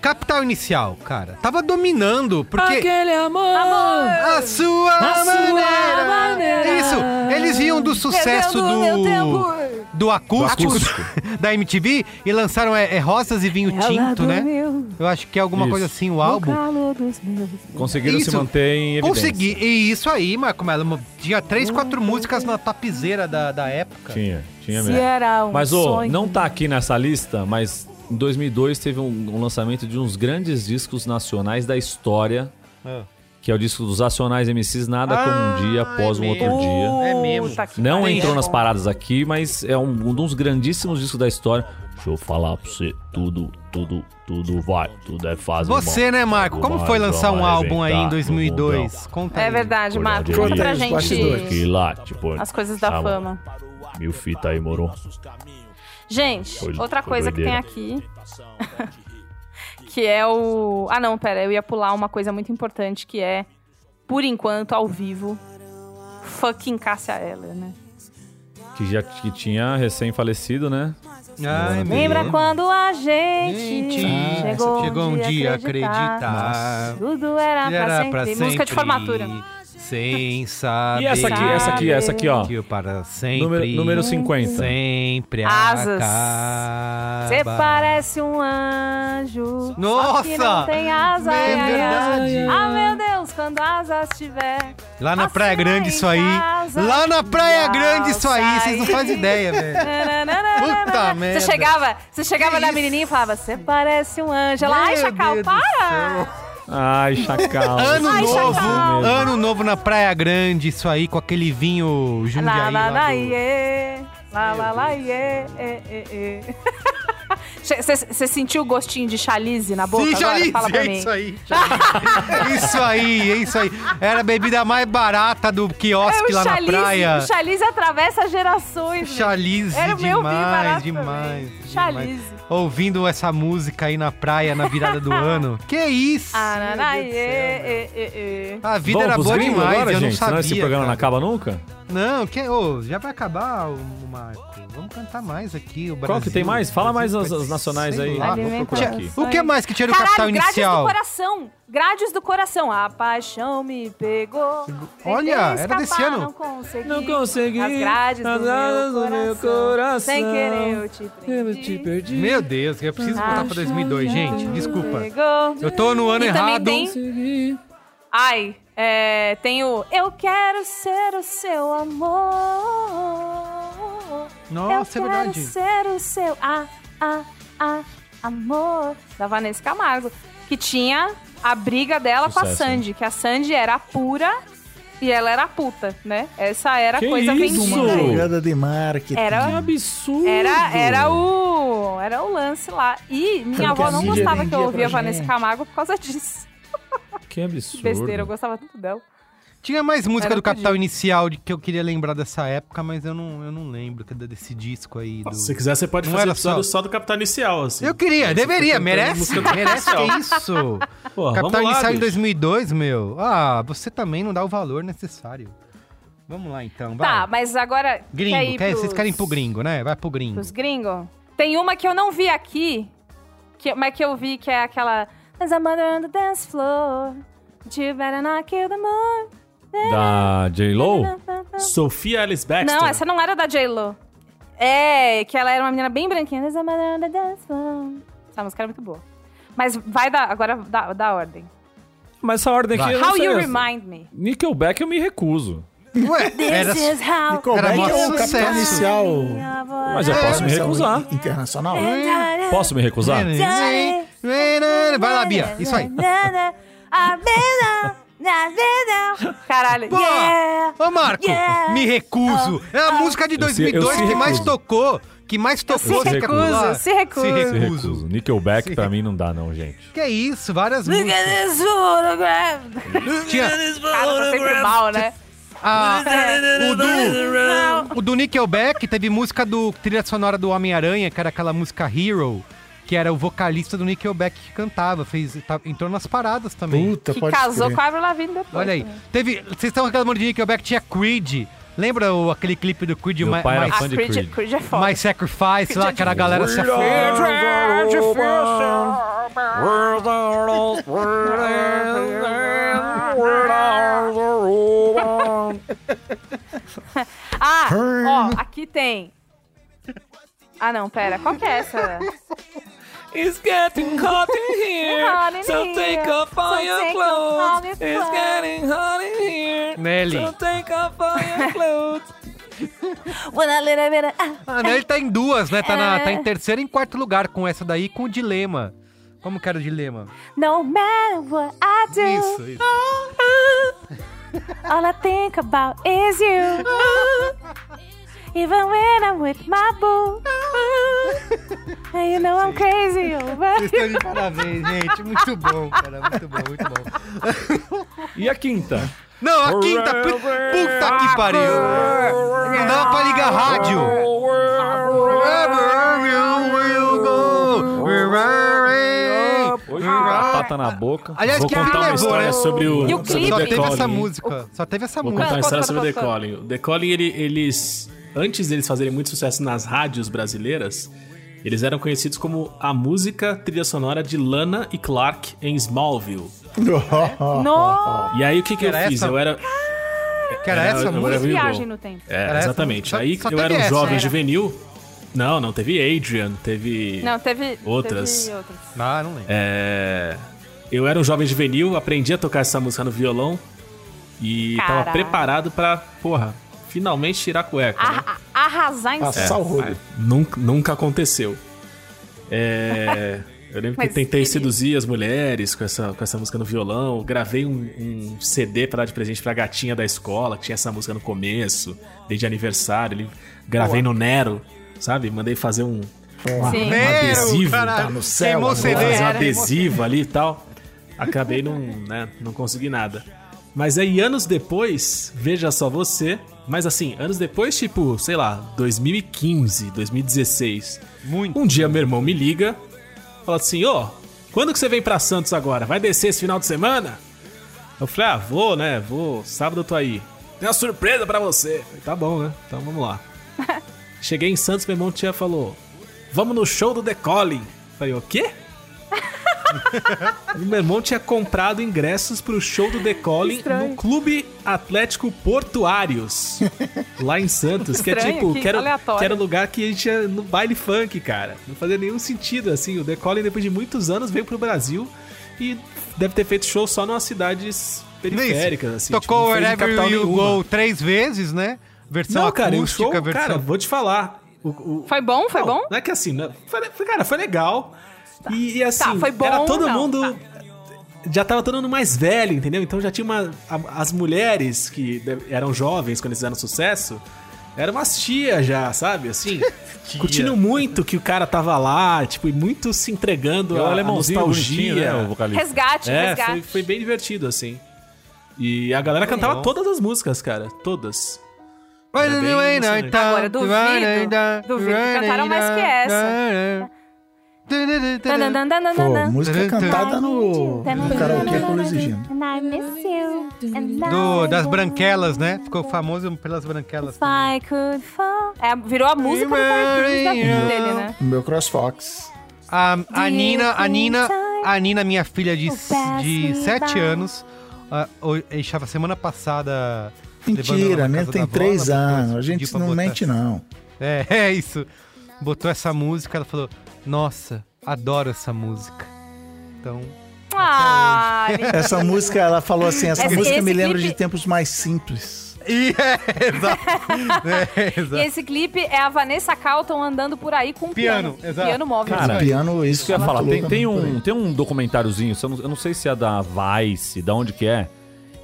Speaker 4: Capital Inicial, cara. Tava dominando, porque.
Speaker 6: Aquele amor.
Speaker 4: A sua, maneira. Isso! Eles vinham do sucesso
Speaker 7: Perdendo meu
Speaker 4: do.
Speaker 7: tempo.
Speaker 4: Do acústico,
Speaker 6: Do acústico.
Speaker 4: (laughs) da MTV e lançaram é, é Rosas e Vinho Tinto, né?
Speaker 7: dormiu
Speaker 4: Eu acho que é alguma
Speaker 6: Isso.
Speaker 4: coisa assim, o
Speaker 7: no
Speaker 4: álbum.
Speaker 7: calor dos meus.
Speaker 6: Conseguiram
Speaker 4: Isso.
Speaker 6: se manter em evidência.
Speaker 4: Consegui. E isso aí, Marco Melo. Tinha três, quatro músicas na topzeira da, da época.
Speaker 6: Tinha, tinha
Speaker 7: Se
Speaker 6: mesmo.
Speaker 7: era um
Speaker 6: Mas, ô,
Speaker 7: sonho.
Speaker 6: não tá aqui nessa lista, mas em 2002 teve um, um lançamento de uns grandes discos nacionais da história,
Speaker 4: Ah.
Speaker 6: que é o disco dos Racionais MCs, Nada Como Um Dia
Speaker 4: Ah,
Speaker 6: Após
Speaker 4: é
Speaker 6: um Outro
Speaker 4: mesmo.
Speaker 6: Dia.
Speaker 4: É mesmo.
Speaker 7: Puta que
Speaker 6: Não
Speaker 7: pariu.
Speaker 6: entrou nas paradas aqui, mas é um, um dos grandíssimos discos da história. Deixa eu falar pra você, tudo, tudo, tudo vai, tudo é fácil.
Speaker 4: Você,
Speaker 6: irmão.
Speaker 4: né, Marco?
Speaker 6: Tudo
Speaker 4: Como
Speaker 6: vai,
Speaker 4: foi lançar um
Speaker 6: vamos
Speaker 4: álbum aí em
Speaker 6: arrebentar no mundão.
Speaker 4: 2002? Conta aí.
Speaker 7: É verdade,
Speaker 6: Olha
Speaker 7: Marco.
Speaker 6: onde
Speaker 7: Conta
Speaker 6: ele
Speaker 7: pra
Speaker 6: é,
Speaker 7: gente
Speaker 6: Que lá, tipo,
Speaker 7: as coisas da
Speaker 6: chama.
Speaker 7: fama.
Speaker 6: Mil fita aí, moro.
Speaker 7: Gente,
Speaker 6: Foi-
Speaker 7: outra
Speaker 6: foi
Speaker 7: coisa que tem
Speaker 6: doideira.
Speaker 7: aqui. (laughs) que é o. Ah, não, pera, eu ia pular uma coisa muito importante que é, por enquanto, ao vivo, fucking Cássia Eller, né?
Speaker 6: Que já que tinha recém-falecido, né?
Speaker 4: Ai, Ah, meu
Speaker 7: Lembra
Speaker 4: Deus.
Speaker 7: quando a gente,
Speaker 4: Gente,
Speaker 7: chegou,
Speaker 4: chegou um dia acreditar.
Speaker 7: Tudo era,
Speaker 4: Era
Speaker 7: pra, sempre.
Speaker 4: pra sempre.
Speaker 7: Música de formatura.
Speaker 4: Sem saber.
Speaker 6: E essa aqui, essa aqui, essa aqui, ó.
Speaker 4: Que o para sempre.
Speaker 6: Número, número 50.
Speaker 4: Sempre
Speaker 7: Asas.
Speaker 4: acaba.
Speaker 7: Você parece um anjo. Só que não
Speaker 4: Nossa!
Speaker 7: tem asa.
Speaker 4: É
Speaker 7: ai, ai, ai.
Speaker 4: verdade.
Speaker 7: Ah, meu Deus, quando asas tiver.
Speaker 4: Lá na
Speaker 7: Assim
Speaker 4: Praia Grande
Speaker 7: em
Speaker 4: isso aí.
Speaker 7: casa,
Speaker 4: Lá na Praia
Speaker 7: já
Speaker 4: Grande isso aí. Vocês não
Speaker 7: saí.
Speaker 4: fazem ideia, velho. Puta merda.
Speaker 7: Você chegava, você chegava
Speaker 4: Que
Speaker 7: na
Speaker 4: isso?
Speaker 7: menininha e falava: Você parece um anjo. Ela, ai,
Speaker 4: Meu
Speaker 7: Chacal,
Speaker 4: Deus do
Speaker 7: para! (laughs)
Speaker 6: Ai, chacal.
Speaker 4: Ano
Speaker 7: Ai,
Speaker 4: novo.
Speaker 7: Chacal.
Speaker 4: Ano novo na Praia Grande isso aí com aquele vinho
Speaker 7: Lá,
Speaker 4: Jundiaí.
Speaker 7: lá,
Speaker 4: lá
Speaker 7: lá,
Speaker 4: do-
Speaker 7: iê. Lá, lá, lá, iê. ê, ê, ê. (laughs) Você sentiu o gostinho de chalice na boca?
Speaker 4: Sim,
Speaker 7: agora?
Speaker 4: Jalice,
Speaker 7: Fala pra
Speaker 4: é
Speaker 7: mim.
Speaker 4: isso aí.
Speaker 7: (laughs)
Speaker 4: Jalice. isso aí, é isso aí. Era a bebida mais barata do
Speaker 7: É,
Speaker 4: quiosque
Speaker 7: o
Speaker 4: lá na
Speaker 7: chalice-
Speaker 4: praia.
Speaker 7: O chalice atravessa gerações. né?
Speaker 4: Chalice
Speaker 7: Era o meu vinho
Speaker 4: demais,
Speaker 7: barato
Speaker 4: demais,
Speaker 7: também.
Speaker 4: demais.
Speaker 7: Chalice.
Speaker 4: Ouvindo essa música aí na praia na virada
Speaker 7: (laughs)
Speaker 4: do ano. Que isso?
Speaker 7: Arará,
Speaker 4: Meu Deus do céu,
Speaker 7: Ah, iê,
Speaker 4: velho.
Speaker 7: ê, ê, ê.
Speaker 4: A vida
Speaker 6: Vamos
Speaker 4: era
Speaker 6: pros
Speaker 4: boa
Speaker 6: gringos
Speaker 4: demais,
Speaker 6: agora,
Speaker 4: eu
Speaker 6: gente?
Speaker 4: não sabia.
Speaker 6: Senão esse programa não
Speaker 4: cara.
Speaker 6: acaba nunca?
Speaker 4: Não, que, ô, já vai acabar o, o Marco. Vamos cantar mais aqui. O Brasil,
Speaker 6: que tem mais? Fala mais as- as nacionais
Speaker 4: sei
Speaker 6: aí.
Speaker 4: lá.
Speaker 6: Alimenta-
Speaker 4: Tinha-
Speaker 6: aqui.
Speaker 4: O que mais que tinha no Capital
Speaker 7: Caralho, grades do
Speaker 4: Inicial?
Speaker 7: coração. Grades do coração. A paixão me pegou. Tentei
Speaker 4: Olha, era desse
Speaker 7: escapar,
Speaker 4: ano.
Speaker 7: Não consegui.
Speaker 6: Não consegui.
Speaker 7: As grades do,
Speaker 6: As grades
Speaker 7: meu,
Speaker 6: do meu
Speaker 7: coração.
Speaker 6: coração.
Speaker 7: Sem querer eu te prendi.
Speaker 6: perdi.
Speaker 4: Meu Deus, eu preciso voltar pra 2002, gente. Desculpa.
Speaker 7: Pegou.
Speaker 4: Eu tô no ano
Speaker 7: E também
Speaker 4: errado.
Speaker 7: tem- Ai, é, tem o Eu quero ser o seu amor.
Speaker 4: Nossa,
Speaker 7: eu
Speaker 4: é
Speaker 7: quero
Speaker 4: verdade.
Speaker 7: ser o seu ah, ah, ah, amor. Da Vanessa Camargo. Que tinha a briga dela com a
Speaker 6: Sucesso,
Speaker 7: Sandy. Que a Sandy era pura e ela era puta, né? Essa era a
Speaker 6: Que
Speaker 7: coisa
Speaker 6: isso?
Speaker 7: vendida. aí.
Speaker 5: Jogada de marketing.
Speaker 7: Era-
Speaker 6: absurdo.
Speaker 7: Era, era o. Era o lance lá. E
Speaker 5: Tanto
Speaker 7: minha avó
Speaker 5: que a
Speaker 7: não
Speaker 5: mídia
Speaker 7: gostava que
Speaker 5: vendia
Speaker 7: eu ouvia a
Speaker 5: pra
Speaker 7: Vanessa
Speaker 5: gente.
Speaker 7: Camargo por causa disso.
Speaker 6: Que absurdo.
Speaker 7: Besteira, eu gostava tanto dela.
Speaker 4: Tinha mais música
Speaker 7: Era
Speaker 4: do
Speaker 7: outro
Speaker 4: Capital Inicial de que eu queria lembrar dessa época, mas eu não, eu não lembro que é desse disco aí. Do...
Speaker 8: Nossa, se quiser, você pode
Speaker 4: Não
Speaker 8: fazer
Speaker 4: era
Speaker 8: episódio
Speaker 4: só-
Speaker 8: só... do Capital Inicial, assim.
Speaker 4: Eu queria,
Speaker 8: Você
Speaker 4: deveria,
Speaker 8: cantando
Speaker 4: merece.
Speaker 8: música do
Speaker 4: Merece, que
Speaker 8: Capital
Speaker 4: isso?
Speaker 6: Porra,
Speaker 4: (laughs) Capital
Speaker 8: vamos lá,
Speaker 4: Inicial em
Speaker 8: bicho.
Speaker 4: 2002, meu. Ah, você também não dá o valor necessário. Vamos lá então, vai.
Speaker 7: Tá, mas agora.
Speaker 4: gringo,
Speaker 7: quer ir
Speaker 4: quer- vocês
Speaker 7: pros-
Speaker 4: querem ir pro gringo, né? Vai pro gringo.
Speaker 7: Pros gringos? Tem uma que eu não vi aqui, que, mas que eu vi que é aquela. There's a mother on the dance floor. You better not kill the moon.
Speaker 6: Da J-Lo?
Speaker 8: Sophia Alice Baxter.
Speaker 7: Não, essa não era da J-Lo. É, que ela era uma menina bem branquinha. There's a mother on the dance floor. Essa música era muito boa. Mas vai da, agora da, da ordem.
Speaker 6: Mas essa ordem aqui... eu não
Speaker 7: How
Speaker 6: sei
Speaker 7: You
Speaker 6: essa.
Speaker 7: Remind Me.
Speaker 6: Nickelback eu me recuso.
Speaker 4: Ué, era... assim.
Speaker 7: This is how
Speaker 4: Era
Speaker 5: Nickelback
Speaker 4: mó
Speaker 5: é o
Speaker 4: sucesso.
Speaker 5: Capital Inicial.
Speaker 6: Mas eu posso me
Speaker 5: Inicial
Speaker 6: recusar.
Speaker 5: Internacional. né?
Speaker 6: Posso me recusar?
Speaker 4: Vai lá, Bia. Isso aí.
Speaker 7: Caralho.
Speaker 4: Pô,
Speaker 7: Yeah.
Speaker 4: Ô, Marco,
Speaker 7: Yeah. Ah.
Speaker 4: me recuso. É a música de
Speaker 6: Eu se- eu
Speaker 4: 2002
Speaker 6: se
Speaker 4: que mais
Speaker 6: recuso.
Speaker 4: tocou. Que mais tocou.
Speaker 6: se
Speaker 4: você quer
Speaker 6: recuso,
Speaker 4: pular?
Speaker 7: se recuso.
Speaker 4: Se
Speaker 6: Se
Speaker 4: recuso.
Speaker 6: recuso. Nickelback
Speaker 4: Sim.
Speaker 6: pra mim não dá não, gente.
Speaker 4: Que isso, várias
Speaker 7: Look at
Speaker 4: músicas.
Speaker 7: this photograph.
Speaker 4: Tinha
Speaker 7: Cara, tá sempre mal, né? É,
Speaker 4: a, o, do, o do Nickelback, teve música do trilha sonora do Homem-Aranha, que era aquela música Hero, que era o vocalista do Nickelback que cantava, fez, tá- entrou nas paradas
Speaker 6: É.
Speaker 4: também.
Speaker 5: Puta,
Speaker 7: Que
Speaker 5: pode
Speaker 7: casou
Speaker 5: crer.
Speaker 7: com a Avril Lavigne depois.
Speaker 4: Olha aí. Teve, vocês estão reclamando de Nickelback, tinha Creed. Lembra o, aquele clipe do Creed,
Speaker 6: Meu
Speaker 4: My,
Speaker 6: pai era
Speaker 4: My-
Speaker 7: A
Speaker 6: fã de
Speaker 7: Creed,
Speaker 6: Creed.
Speaker 7: Creed é foda.
Speaker 4: My Sacrifice, lá, que era a galera se afundando.
Speaker 7: (laughs) Ah, ó, aqui tem. Ah, não, pera. Qual que é essa?
Speaker 6: It's getting hot in
Speaker 7: Hot in So here. take off all So your take clothes. off all your It's clothes. getting
Speaker 6: hot in here.
Speaker 4: Nelly. So
Speaker 6: take off all your clothes.
Speaker 7: Wanna little bit of- ah.
Speaker 4: Ah, né? Ele tá em duas, né? Tá, na- tá em terceiro e em quarto lugar com essa daí, com o dilema. Como que era o dilema?
Speaker 7: No matter what I do.
Speaker 4: Isso, isso.
Speaker 7: All I think about is you. Even when I'm with my boo. And you know I'm crazy over
Speaker 4: (laughs) Vocês estão de parabéns, gente. Muito bom, cara. Muito bom, muito bom.
Speaker 6: E a quinta?
Speaker 4: Não, a quinta. pu- Puta que pariu. Não dava pra ligar a rádio.
Speaker 6: Batata na boca.
Speaker 4: Ah. Aliás,
Speaker 8: Vou
Speaker 4: que filme
Speaker 8: contar uma
Speaker 4: é bom,
Speaker 8: história
Speaker 4: né?
Speaker 8: sobre o,
Speaker 7: E o
Speaker 8: sobre
Speaker 7: clipe?
Speaker 4: Só
Speaker 8: o
Speaker 4: teve
Speaker 8: Decolin.
Speaker 4: essa música. Só teve essa
Speaker 8: Vou
Speaker 4: música.
Speaker 8: contar uma história
Speaker 7: conta,
Speaker 8: sobre o
Speaker 7: conta, conta.
Speaker 8: Decolin. O Decolin, ele, eles... Antes deles fazerem muito sucesso nas rádios brasileiras, eles eram conhecidos como a música trilha sonora de Lana e Clark em Smallville.
Speaker 5: (laughs)
Speaker 7: Nossa,
Speaker 8: E aí, o que que eu
Speaker 4: Era
Speaker 8: fiz?
Speaker 4: essa?
Speaker 8: Eu era...
Speaker 4: Que era
Speaker 8: É,
Speaker 4: essa
Speaker 8: eu- eu-
Speaker 4: música.
Speaker 8: eu-
Speaker 7: viagem no tempo.
Speaker 8: É,
Speaker 4: Era essa?
Speaker 8: exatamente.
Speaker 4: Só-
Speaker 8: aí,
Speaker 4: só
Speaker 8: eu
Speaker 4: teve
Speaker 8: era um
Speaker 4: essa,
Speaker 8: jovem
Speaker 4: era.
Speaker 8: juvenil... Não, não, teve Adrian, teve...
Speaker 7: Não, teve
Speaker 8: Outras.
Speaker 7: teve outras.
Speaker 4: Ah, não lembro.
Speaker 8: É, Eu era um jovem juvenil, aprendi a tocar essa música no violão e tava
Speaker 7: Caraca.
Speaker 8: preparado pra, porra, finalmente tirar a cueca. né?
Speaker 7: Arra- arrasar em
Speaker 6: É.
Speaker 5: Passar o rodo.
Speaker 8: Nunca, nunca aconteceu. É, Eu lembro
Speaker 7: Mas
Speaker 8: que tentei
Speaker 7: queria.
Speaker 8: seduzir as mulheres com essa, com essa música no violão. Gravei um, um CD pra dar de presente pra gatinha da escola, que tinha essa música no começo, dei de aniversário. ele- Gravei no Nero, sabe? Mandei fazer um,
Speaker 7: Sim.
Speaker 8: um adesivo.
Speaker 5: tá no céu
Speaker 4: Queimou o
Speaker 5: agora.
Speaker 8: Vou
Speaker 4: CD.
Speaker 8: fazer um adesivo ali e tal. Acabei não, né, não consegui nada. Mas aí, anos depois, veja só você. Mas assim, anos depois, tipo, sei lá, 2015, 2016.
Speaker 4: Muito.
Speaker 8: Um dia meu irmão me liga, fala assim, ô, quando que você vem pra Santos agora? Vai descer esse final de semana? Eu falei, ah, vou, né? Vou, sábado eu tô aí. Tem uma surpresa pra você. Eu falei, tá bom, né? Então vamos lá. Cheguei em Santos, meu irmão tinha falou, vamos no show do The Calling. Eu Falei, o quê? (laughs) E meu irmão tinha comprado ingressos pro show do The Calling no Clube Atlético
Speaker 7: (laughs)
Speaker 8: Portuários, lá em Santos, que é
Speaker 7: Estranho,
Speaker 8: tipo,
Speaker 7: que
Speaker 8: que era,
Speaker 7: aleatório.
Speaker 8: que era um lugar que a gente ia no baile funk, cara. Não fazia nenhum sentido, assim. O The Calling, depois de muitos anos, veio pro Brasil e deve ter feito show só nas cidades periféricas, assim.
Speaker 4: Tocou
Speaker 8: tipo, não fez em
Speaker 4: Wherever
Speaker 8: capital
Speaker 4: You
Speaker 8: nenhuma.
Speaker 4: Go três vezes, né? Versão
Speaker 8: Não, cara, e o
Speaker 4: acústica,
Speaker 8: show,
Speaker 4: versão...
Speaker 8: cara, vou te falar. O, o-
Speaker 7: Foi bom? Foi
Speaker 8: não,
Speaker 7: bom?
Speaker 8: Não é que assim, né? Foi- foi- cara, foi legal. E, e assim,
Speaker 7: Tá, foi bom,
Speaker 8: era todo
Speaker 7: não, tá.
Speaker 8: mundo. Já tava todo mundo mais velho, entendeu? Então já tinha uma. a- as mulheres que de- eram jovens quando eles fizeram sucesso. Eram umas tias já, sabe?
Speaker 7: (laughs)
Speaker 8: Assim. curtindo muito que o cara tava lá, tipo, e muito se entregando
Speaker 6: É o
Speaker 8: à à
Speaker 6: alemãozinho
Speaker 8: nostalgia.
Speaker 6: bonitinho, né? O vocalista.
Speaker 7: Resgate,
Speaker 8: É,
Speaker 7: resgate.
Speaker 8: foi, foi bem divertido, assim. E a galera cantava
Speaker 4: bom.
Speaker 8: todas as músicas, cara. Todas.
Speaker 4: Olha,
Speaker 8: Era bem né?
Speaker 4: não é, não,
Speaker 8: emocionante.
Speaker 4: então.
Speaker 7: Agora, duvido, duvido que cantaram mais que essa.
Speaker 5: Pô,
Speaker 7: Tananana.
Speaker 5: música tá cantada no, no karaokê com o Luiz e Gino.
Speaker 4: Do, das branquelas, né? Ficou famoso pelas branquelas.
Speaker 7: I could fall. É, virou a música do Tarantino da vida dele, né?
Speaker 5: O meu CrossFox.
Speaker 4: A, a Nina, a Nina, a Nina, minha filha de, de 7 anos, a- o- estava semana passada. levando ela na
Speaker 5: Mentira, né?
Speaker 4: casa
Speaker 5: Tem
Speaker 4: da avó,
Speaker 5: três
Speaker 4: ela botou-
Speaker 5: anos. A
Speaker 4: pediu
Speaker 5: gente
Speaker 4: pra
Speaker 5: não
Speaker 4: botar-
Speaker 5: mente, não.
Speaker 4: É, (laughs) é isso. Botou essa música, ela falou: Nossa, adoro essa música. Então,
Speaker 7: Ah,
Speaker 4: (laughs)
Speaker 5: Essa música, ela falou assim, essa
Speaker 7: Esse-
Speaker 5: música me
Speaker 7: É esse
Speaker 5: lembra
Speaker 7: clipe-
Speaker 5: de tempos mais simples.
Speaker 4: E (laughs) é,
Speaker 7: (laughs)
Speaker 4: exato. É,
Speaker 7: E
Speaker 4: exato.
Speaker 7: esse clipe é a Vanessa Carlton andando por aí com um piano.
Speaker 4: Piano, exato.
Speaker 7: Piano móvel.
Speaker 6: Cara,
Speaker 5: Piano, isso
Speaker 6: Isso que eu ia falar,
Speaker 5: falou
Speaker 6: tem,
Speaker 5: também
Speaker 6: tem
Speaker 5: por aí.
Speaker 6: um, tem um documentáriozinho, se eu não, eu não sei se é da Vice, da onde que é,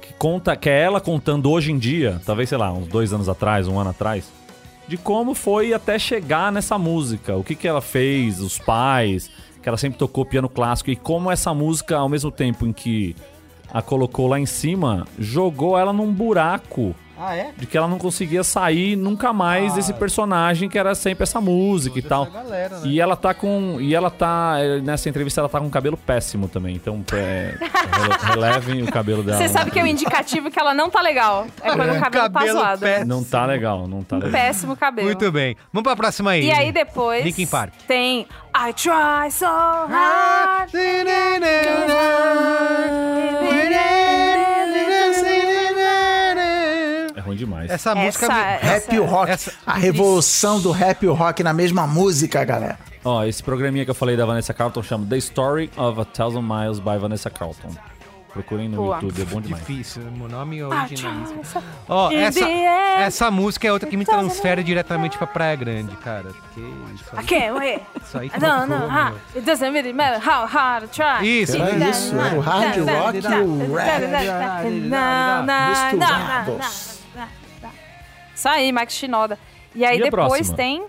Speaker 6: que conta, que é ela contando hoje em dia, talvez, sei lá, uns dois anos atrás, um ano atrás, de como foi até chegar nessa música, o que que ela fez, os pais, que ela sempre tocou piano clássico, e como essa música, ao mesmo tempo em que a colocou lá em cima, jogou ela num buraco
Speaker 4: Ah, é? Ah.
Speaker 6: de que ela não conseguia sair nunca mais desse personagem que era sempre essa música e tal.
Speaker 4: Essa galera, né?
Speaker 6: E ela tá com. E ela tá. eh, Nessa entrevista ela tá com cabelo péssimo também. Então,
Speaker 4: (laughs)
Speaker 6: é, rele- relevem o cabelo dela.
Speaker 7: Você sabe que é o indicativo que ela não tá legal. É quando o cabelo, tá zoado.
Speaker 4: péssimo.
Speaker 6: Não tá legal, não tá legal.
Speaker 7: Péssimo cabelo.
Speaker 4: Muito bem. Vamos pra próxima aí.
Speaker 7: E aí depois
Speaker 4: Linkin Park.
Speaker 7: tem I try so
Speaker 4: Ah,
Speaker 7: hard.
Speaker 6: É ruim demais.
Speaker 4: Essa música.
Speaker 7: Essa, é- essa-
Speaker 5: Rap rock.
Speaker 4: Essa-
Speaker 5: A revolução do rap e o rock na mesma música, galera.
Speaker 6: Ó, esse programinha que eu falei da Vanessa Carlton chama The Story of a Thousand Miles by Vanessa Carlton. Procurem no
Speaker 7: Boa.
Speaker 6: YouTube, é bom demais.
Speaker 4: Difícil, o nome é
Speaker 7: I try
Speaker 4: originalíssimo.
Speaker 7: so-
Speaker 4: Ó,
Speaker 7: In
Speaker 4: essa,
Speaker 7: the end,
Speaker 4: essa música é outra que me
Speaker 7: it doesn't
Speaker 4: transfere
Speaker 7: matter.
Speaker 4: diretamente pra Praia Grande, cara. Que isso
Speaker 7: I
Speaker 4: aí.
Speaker 7: can't wait.
Speaker 4: Isso aí que
Speaker 7: Não,
Speaker 4: tocou,
Speaker 7: não, ah,
Speaker 4: meu.
Speaker 7: it doesn't really matter how hard I try.
Speaker 4: Isso,
Speaker 5: Era
Speaker 7: Não,
Speaker 5: isso,
Speaker 7: não,
Speaker 5: era o hard
Speaker 7: não,
Speaker 5: rock
Speaker 7: não,
Speaker 5: e o
Speaker 7: não,
Speaker 5: rap
Speaker 7: não, não, não, não, não, não, não.
Speaker 5: misturados.
Speaker 7: Isso aí, Max Shinoda. E aí
Speaker 6: E a
Speaker 7: depois
Speaker 6: próxima?
Speaker 7: tem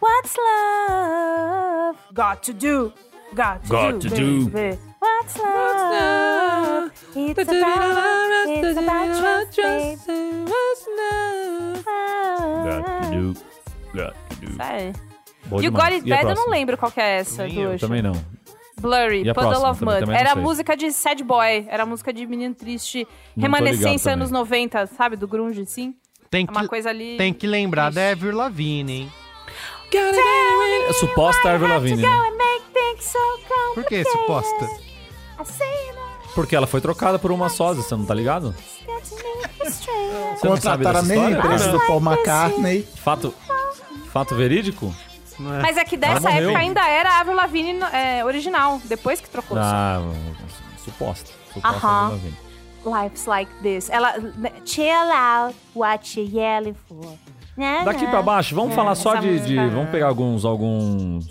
Speaker 7: What's Love? Got to do. Got to
Speaker 6: Got to
Speaker 7: do.
Speaker 6: do.
Speaker 7: baby. What's love? It's about, it's about just
Speaker 6: Got to do, got to do.
Speaker 7: Isso aí.
Speaker 6: Boa
Speaker 7: e o
Speaker 6: demais.
Speaker 7: God Is
Speaker 6: E a
Speaker 7: Bad eu não
Speaker 6: próxima?
Speaker 7: lembro qual que é essa
Speaker 4: Nem
Speaker 7: do
Speaker 4: eu
Speaker 7: hoje.
Speaker 6: Também não.
Speaker 7: Blurry,
Speaker 6: E a
Speaker 7: Puddle
Speaker 6: próxima?
Speaker 7: of
Speaker 6: Também-
Speaker 7: Mud.
Speaker 6: também não
Speaker 7: Era
Speaker 6: sei.
Speaker 7: música de sad boy, era música de menino triste,
Speaker 6: Não tô ligado
Speaker 7: remanescência
Speaker 6: também.
Speaker 7: anos 90, sabe? Do grunge, sim.
Speaker 4: Tem
Speaker 7: É uma
Speaker 4: que,
Speaker 7: coisa ali...
Speaker 4: tem que lembrar
Speaker 7: Ixi.
Speaker 4: da Avril Lavigne, hein?
Speaker 6: É suposta Avril Lavigne, né?
Speaker 4: Por que suposta?
Speaker 6: Porque ela foi trocada por uma sósia, você não tá ligado? Você não
Speaker 5: Contrataram
Speaker 6: sabe dessa
Speaker 5: a mesma
Speaker 6: história?
Speaker 7: Ah,
Speaker 5: empresa do Paul McCartney.
Speaker 6: Fato, fato verídico?
Speaker 7: Mas é que dessa
Speaker 6: Ela morreu.
Speaker 7: época ainda era a Avril Lavigne é, original, depois que trocou.
Speaker 6: Ah, suposta. Suposta
Speaker 7: Aham.
Speaker 6: Avril Lavigne.
Speaker 7: Life's like this. Ela... né, Chill out, what you yelling for. Na,
Speaker 6: Daqui
Speaker 7: na.
Speaker 6: pra baixo, vamos falar
Speaker 7: É, essa
Speaker 6: só de, de-
Speaker 7: música.
Speaker 6: Vamos pegar alguns. alguns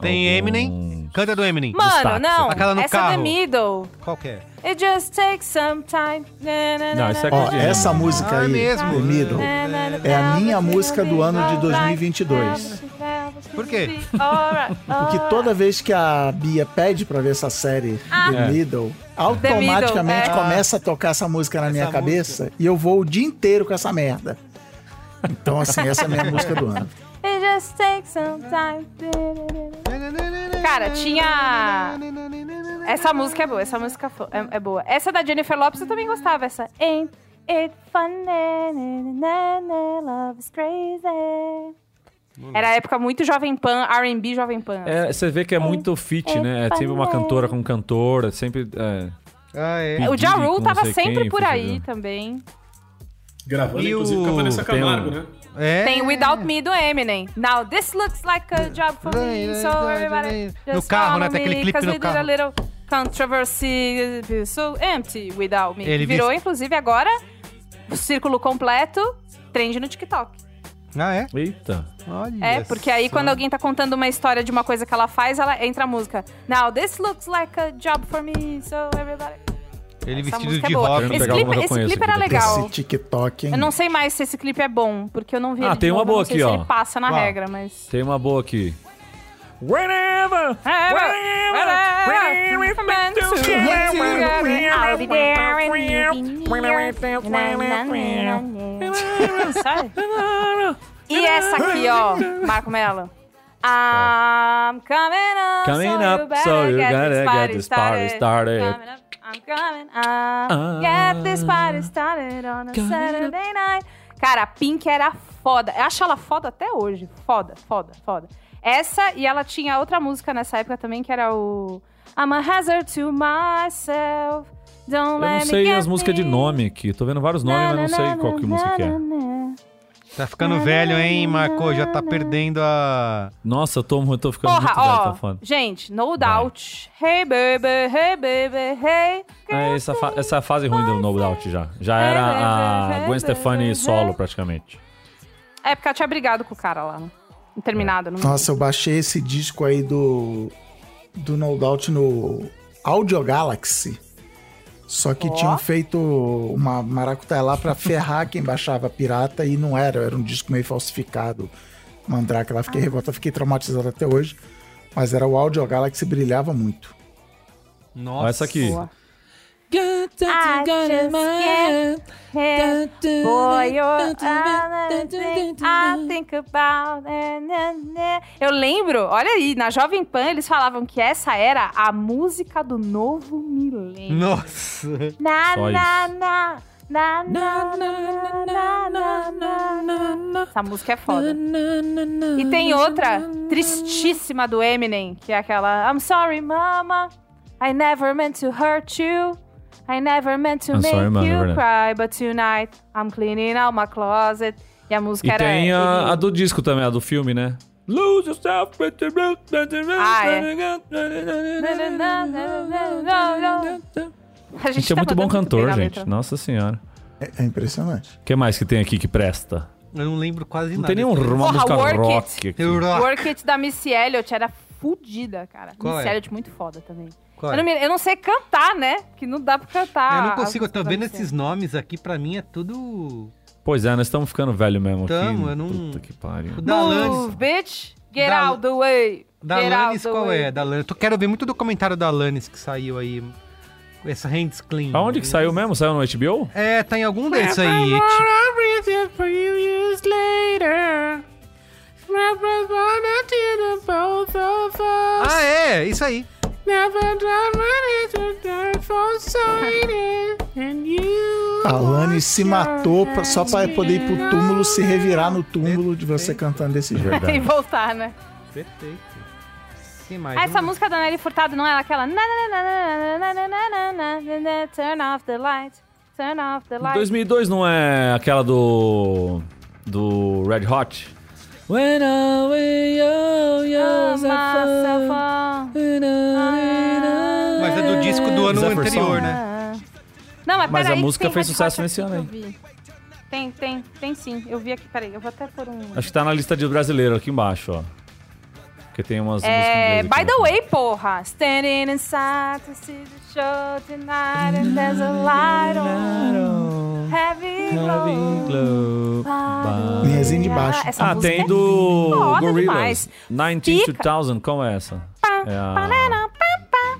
Speaker 4: Tem Eminem? Canta do Eminem.
Speaker 7: Mano,
Speaker 6: Destaque.
Speaker 7: não.
Speaker 4: Aquela no
Speaker 7: essa é The
Speaker 4: carro.
Speaker 7: Middle.
Speaker 4: Qual que é?
Speaker 7: It just takes some time. Na, na,
Speaker 6: Não,
Speaker 7: na,
Speaker 6: essa é
Speaker 7: na,
Speaker 5: Ó,
Speaker 6: Sim.
Speaker 5: essa música
Speaker 4: Ah, é
Speaker 5: aí,
Speaker 4: mesmo?
Speaker 5: Middle,
Speaker 7: na, na, na,
Speaker 5: é a minha
Speaker 7: na,
Speaker 5: música do ano de
Speaker 7: na,
Speaker 5: 2022.
Speaker 4: Por quê?
Speaker 7: Alright,
Speaker 5: Porque
Speaker 7: alright.
Speaker 5: toda vez que a Bia pede pra ver essa série The Middle, automaticamente
Speaker 7: Middle, é.
Speaker 5: começa a tocar essa música na minha
Speaker 4: música.
Speaker 5: cabeça e eu vou o dia inteiro com essa merda. Então, assim, essa é a minha música do ano.
Speaker 7: It just takes some time. Cara, tinha. Essa música é boa, essa música fo- é, é boa. Essa da Jennifer Lopes eu também gostava, essa. Ain't it funny? na, na, na, Love is crazy. Era a época muito Jovem Pan, RB Jovem Pan.
Speaker 6: É, você vê que é muito fit, né? É sempre uma cantora com cantora, sempre. é,
Speaker 4: Ah, é.
Speaker 7: O Ja
Speaker 6: Diddy
Speaker 7: Rule
Speaker 6: com
Speaker 7: tava
Speaker 6: não sei
Speaker 7: sempre
Speaker 6: quem,
Speaker 7: por
Speaker 6: Fifty
Speaker 7: aí
Speaker 6: Cent.
Speaker 7: também.
Speaker 8: Gravando,
Speaker 4: E
Speaker 8: inclusive, com a
Speaker 4: o-
Speaker 8: Vanessa
Speaker 6: tem
Speaker 8: Camargo,
Speaker 6: um-
Speaker 8: né?
Speaker 4: É.
Speaker 7: Tem Without Me do Eminem. Now this looks like a job for me, so everybody
Speaker 4: No
Speaker 7: just
Speaker 4: carro,
Speaker 7: follow
Speaker 4: né? Tem aquele
Speaker 7: me,
Speaker 4: clipe
Speaker 7: 'cause
Speaker 4: no
Speaker 7: we did a
Speaker 4: carro.
Speaker 7: little controversy uh, so empty without me.
Speaker 4: Ele
Speaker 7: Virou,
Speaker 4: viste-
Speaker 7: inclusive, agora o círculo completo, trend no TikTok.
Speaker 4: Ah, é?
Speaker 6: Eita.
Speaker 4: Olha
Speaker 7: É, porque aí
Speaker 4: só.
Speaker 7: quando alguém tá contando uma história de uma coisa que ela faz, ela entra a música. Now this looks like a job for me, so everybody...
Speaker 4: Ele
Speaker 7: Essa
Speaker 4: vestido
Speaker 7: música
Speaker 4: de
Speaker 7: é boa.
Speaker 4: rock.
Speaker 6: Querendo
Speaker 7: Esse
Speaker 6: pegar alguma que
Speaker 7: clipe,
Speaker 6: eu
Speaker 7: esse
Speaker 6: conheço
Speaker 7: clipe era
Speaker 6: aqui.
Speaker 7: legal.
Speaker 5: Esse TikTok, hein?
Speaker 7: Eu não sei mais se esse clipe é bom, porque eu não vi
Speaker 6: Ah,
Speaker 7: ele de
Speaker 6: tem uma
Speaker 7: novo, eu
Speaker 6: boa
Speaker 7: não sei
Speaker 6: aqui,
Speaker 7: se
Speaker 6: ó.
Speaker 7: ele passa na
Speaker 4: Qual?
Speaker 7: regra, mas...
Speaker 6: Tem uma boa aqui. Whenever!
Speaker 7: Sabe? E essa aqui, ó, Marco Mello. I'm coming up,
Speaker 6: Coming
Speaker 7: so
Speaker 6: up,
Speaker 7: you better,
Speaker 6: so you
Speaker 7: get,
Speaker 6: gotta
Speaker 7: this
Speaker 6: get
Speaker 7: party
Speaker 6: this party started. Ah.
Speaker 7: Coming up, I'm coming up, get this party started on a Saturday night. Cara, a Pink era foda. Eu acho ela foda até hoje. Foda, foda, foda. Essa e ela tinha outra música nessa época também, que era o I'm a hazard to myself. Don't
Speaker 6: Eu
Speaker 7: let
Speaker 6: não
Speaker 7: me
Speaker 6: sei
Speaker 7: get
Speaker 6: as músicas de
Speaker 7: me.
Speaker 6: nome aqui. Tô vendo vários nomes, mas não sei qual que música que é.
Speaker 4: Tá ficando velho, hein, Marco? Já tá perdendo a...
Speaker 6: Nossa, eu tô, eu tô ficando
Speaker 7: Porra,
Speaker 6: muito velho, tá
Speaker 7: ó.
Speaker 6: foda.
Speaker 7: gente, no doubt. Hey, baby, hey, baby, hey.
Speaker 6: Ah, essa, fa- essa fase ruim do No Doubt já. Já era a Gwen Stefani solo, praticamente.
Speaker 7: É porque ela tinha brigado com o cara lá. né? Terminado,
Speaker 6: É.
Speaker 7: não
Speaker 5: Nossa, eu baixei esse disco aí do, do No Doubt no Audio Galaxy. Só que tinham feito uma maracutaia lá pra ferrar quem baixava pirata e não era, era um disco meio falsificado. Mandrake lá, fiquei revoltado, fiquei traumatizado até hoje. Mas era o Audio Galaxy, brilhava muito.
Speaker 4: Nossa.
Speaker 6: Olha essa aqui. Tá,
Speaker 7: I just can't help
Speaker 6: tá,
Speaker 7: Boy, you're another thing I think about Na, na, na. Eu lembro, olha aí, na Jovem Pan eles falavam que essa era a música do novo milênio.
Speaker 4: Nossa.
Speaker 7: Na,
Speaker 6: Só
Speaker 7: na,
Speaker 6: isso.
Speaker 7: na, na, na, na, na, na, na, na. Essa música é foda. E tem outra tristíssima do Eminem, que é aquela I'm sorry, mama. I never meant to hurt you. I never meant to
Speaker 6: I'm
Speaker 7: make
Speaker 6: sorry, mama, é
Speaker 7: you
Speaker 6: verdade.
Speaker 7: cry, but tonight I'm cleaning out my closet. E a música
Speaker 6: E
Speaker 7: era.
Speaker 6: tem a,
Speaker 7: ele-
Speaker 6: a do disco também, a do filme, né? Lose yourself with the
Speaker 7: Ah, A
Speaker 6: A gente é
Speaker 7: tá
Speaker 6: muito bom
Speaker 7: mandando bem
Speaker 6: cantor,
Speaker 7: na
Speaker 6: gente.
Speaker 7: letra.
Speaker 6: Nossa senhora.
Speaker 5: É, é impressionante.
Speaker 6: O que mais que tem aqui que presta?
Speaker 4: Eu não lembro quase
Speaker 6: Não
Speaker 4: nada.
Speaker 6: tem nenhum uma
Speaker 7: Porra,
Speaker 6: música
Speaker 7: Work
Speaker 6: rock aqui.
Speaker 4: Eu-
Speaker 7: Work It da Missy Elliott era fodida, cara.
Speaker 4: Qual
Speaker 7: Missy
Speaker 4: é?
Speaker 7: Elliott muito foda também.
Speaker 4: Qual
Speaker 7: Eu, não
Speaker 4: é?
Speaker 7: me- eu não sei cantar, né? Que não dá pra cantar.
Speaker 4: Eu não
Speaker 7: as
Speaker 4: consigo, eu tô
Speaker 7: músicas da
Speaker 4: vendo
Speaker 7: Missy
Speaker 4: esses nomes aqui, pra mim é tudo...
Speaker 6: Pois é, nós estamos ficando velho mesmo
Speaker 4: Tamo,
Speaker 6: aqui.
Speaker 4: eu não-
Speaker 6: Puta que pariu.
Speaker 4: O
Speaker 7: Elliott.
Speaker 4: Dalanes.
Speaker 7: Move, bitch. Get
Speaker 4: Da-
Speaker 7: out the way.
Speaker 4: Da
Speaker 7: Get
Speaker 4: Lannis,
Speaker 7: out the
Speaker 4: qual
Speaker 7: way.
Speaker 4: é? Da Lannis. Eu quero ver muito do comentário da Lannis que saiu aí. Essa Hands Clean.
Speaker 6: Aonde que
Speaker 4: né?
Speaker 6: saiu mesmo? Saiu no HBO?
Speaker 4: É, tá em algum desses aí. É, tipo- É, isso aí.
Speaker 5: A Lani se matou pra- só pra poder ir pro túmulo, se revirar no túmulo de você cantando desse jeito.
Speaker 7: E voltar, né?
Speaker 4: Perfeito. Sim, mais um.
Speaker 7: Ah, essa
Speaker 4: uma.
Speaker 7: música da Nelly Furtado não é aquela. na, na, na, na, na, na, na, na, na, na, na, Turn off the light. Turn off the light.
Speaker 6: 2002 não é aquela do. do Red Hot? When I way yo,
Speaker 7: Ah,
Speaker 6: yo's
Speaker 7: myself
Speaker 6: a
Speaker 7: on.
Speaker 4: Mas é do disco do ano
Speaker 6: Zephyr
Speaker 4: anterior,
Speaker 6: Song.
Speaker 4: né?
Speaker 7: Não, mas,
Speaker 6: Mas
Speaker 7: peraí
Speaker 6: a
Speaker 7: que
Speaker 6: música
Speaker 7: tem
Speaker 6: fez
Speaker 7: Red
Speaker 6: sucesso
Speaker 7: Hot
Speaker 6: nesse
Speaker 7: aqui
Speaker 6: ano,
Speaker 7: que eu vi. Tem, tem, tem sim. Eu vi aqui, peraí, eu vou até pôr um.
Speaker 6: Acho que tá na lista de brasileiro aqui embaixo, ó. Porque tem umas
Speaker 7: É,
Speaker 6: músicas. em inglês
Speaker 7: by
Speaker 6: aqui. né?
Speaker 7: the way, porra. Standing inside to see the show tonight and there's a light on. Heavy
Speaker 6: Having glow.
Speaker 7: glow. Bye.
Speaker 5: Linhazinha de baixo.
Speaker 7: Essa
Speaker 6: Ah,
Speaker 7: música
Speaker 6: tem
Speaker 7: é
Speaker 6: do
Speaker 7: foda
Speaker 6: Gorillaz.
Speaker 7: demais.
Speaker 6: 19-2000, qual é essa?
Speaker 7: Pá,
Speaker 6: É a-
Speaker 7: panana, pá, pá,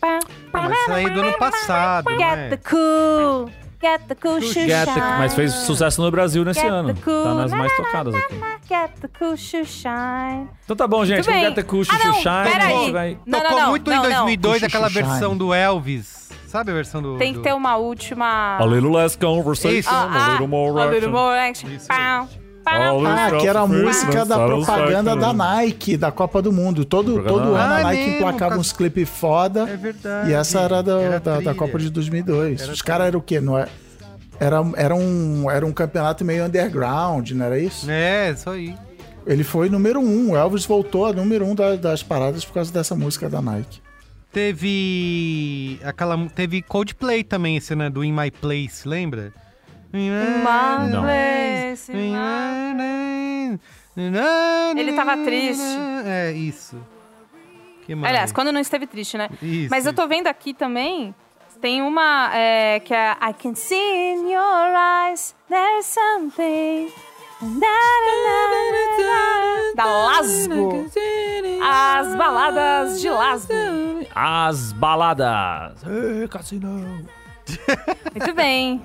Speaker 7: pá,
Speaker 4: Ah, mas isso aí é do ano passado, né?
Speaker 7: Get the cool, get the cool shoe
Speaker 6: Get the-
Speaker 7: shine.
Speaker 6: Mas fez sucesso no Brasil nesse
Speaker 7: Get
Speaker 6: ano.
Speaker 7: the cool,
Speaker 6: Tá nas
Speaker 7: na,
Speaker 6: mais
Speaker 7: na,
Speaker 6: tocadas aqui.
Speaker 7: Get the cool shoe shine.
Speaker 6: Então tá bom, gente.
Speaker 7: Tudo bem.
Speaker 6: Get the Cush,
Speaker 7: Ah, não,
Speaker 6: Xuxai.
Speaker 7: peraí.
Speaker 6: vamos vai-
Speaker 7: Não, não,
Speaker 4: Tocou
Speaker 7: não,
Speaker 4: muito
Speaker 7: não,
Speaker 4: em
Speaker 7: não.
Speaker 4: 2002
Speaker 5: Puxa,
Speaker 4: aquela
Speaker 5: Shine.
Speaker 4: versão do Elvis. Sabe a versão do.
Speaker 7: Tem que
Speaker 4: do-
Speaker 7: ter uma última.
Speaker 6: A little less conversation,
Speaker 4: Isso.
Speaker 6: a little more
Speaker 7: Ah, a little
Speaker 6: action.
Speaker 7: more action. Pau, pau,
Speaker 6: All
Speaker 7: pau.
Speaker 5: Ah, que era a
Speaker 4: né?
Speaker 5: música da
Speaker 6: Satisfaction.
Speaker 5: propaganda da Nike, da Copa do Mundo. Todo, todo ano
Speaker 4: Ah,
Speaker 5: a
Speaker 4: é
Speaker 5: Nike
Speaker 4: mesmo, por
Speaker 5: emplacava
Speaker 4: causa-
Speaker 5: uns clipes foda.
Speaker 4: É verdade.
Speaker 5: E essa era, da,
Speaker 4: Era
Speaker 5: da, da
Speaker 4: trilha.
Speaker 5: Copa de 2002. Os caras eram o quê? Não é- era, era, um, era um campeonato meio underground, não era
Speaker 7: um
Speaker 5: isso?
Speaker 4: É, isso aí.
Speaker 5: Ele foi número um. O Elvis voltou a número um da- das paradas por causa dessa música da Nike.
Speaker 4: Teve. Aquela. Teve Coldplay também, esse, né? Do In My Place, lembra? In
Speaker 7: My
Speaker 6: Não.
Speaker 7: place, my- Ele tava triste.
Speaker 4: É, isso. Que mais?
Speaker 7: Aliás, quando não esteve triste, né?
Speaker 4: Isso,
Speaker 7: Mas eu tô vendo aqui também. Tem uma é, que é I can see in your eyes there's something. Na, na, na, na, na. Da Lasgo. As baladas de Lasgo.
Speaker 6: As baladas. Ei, Cassino.
Speaker 7: Muito bem.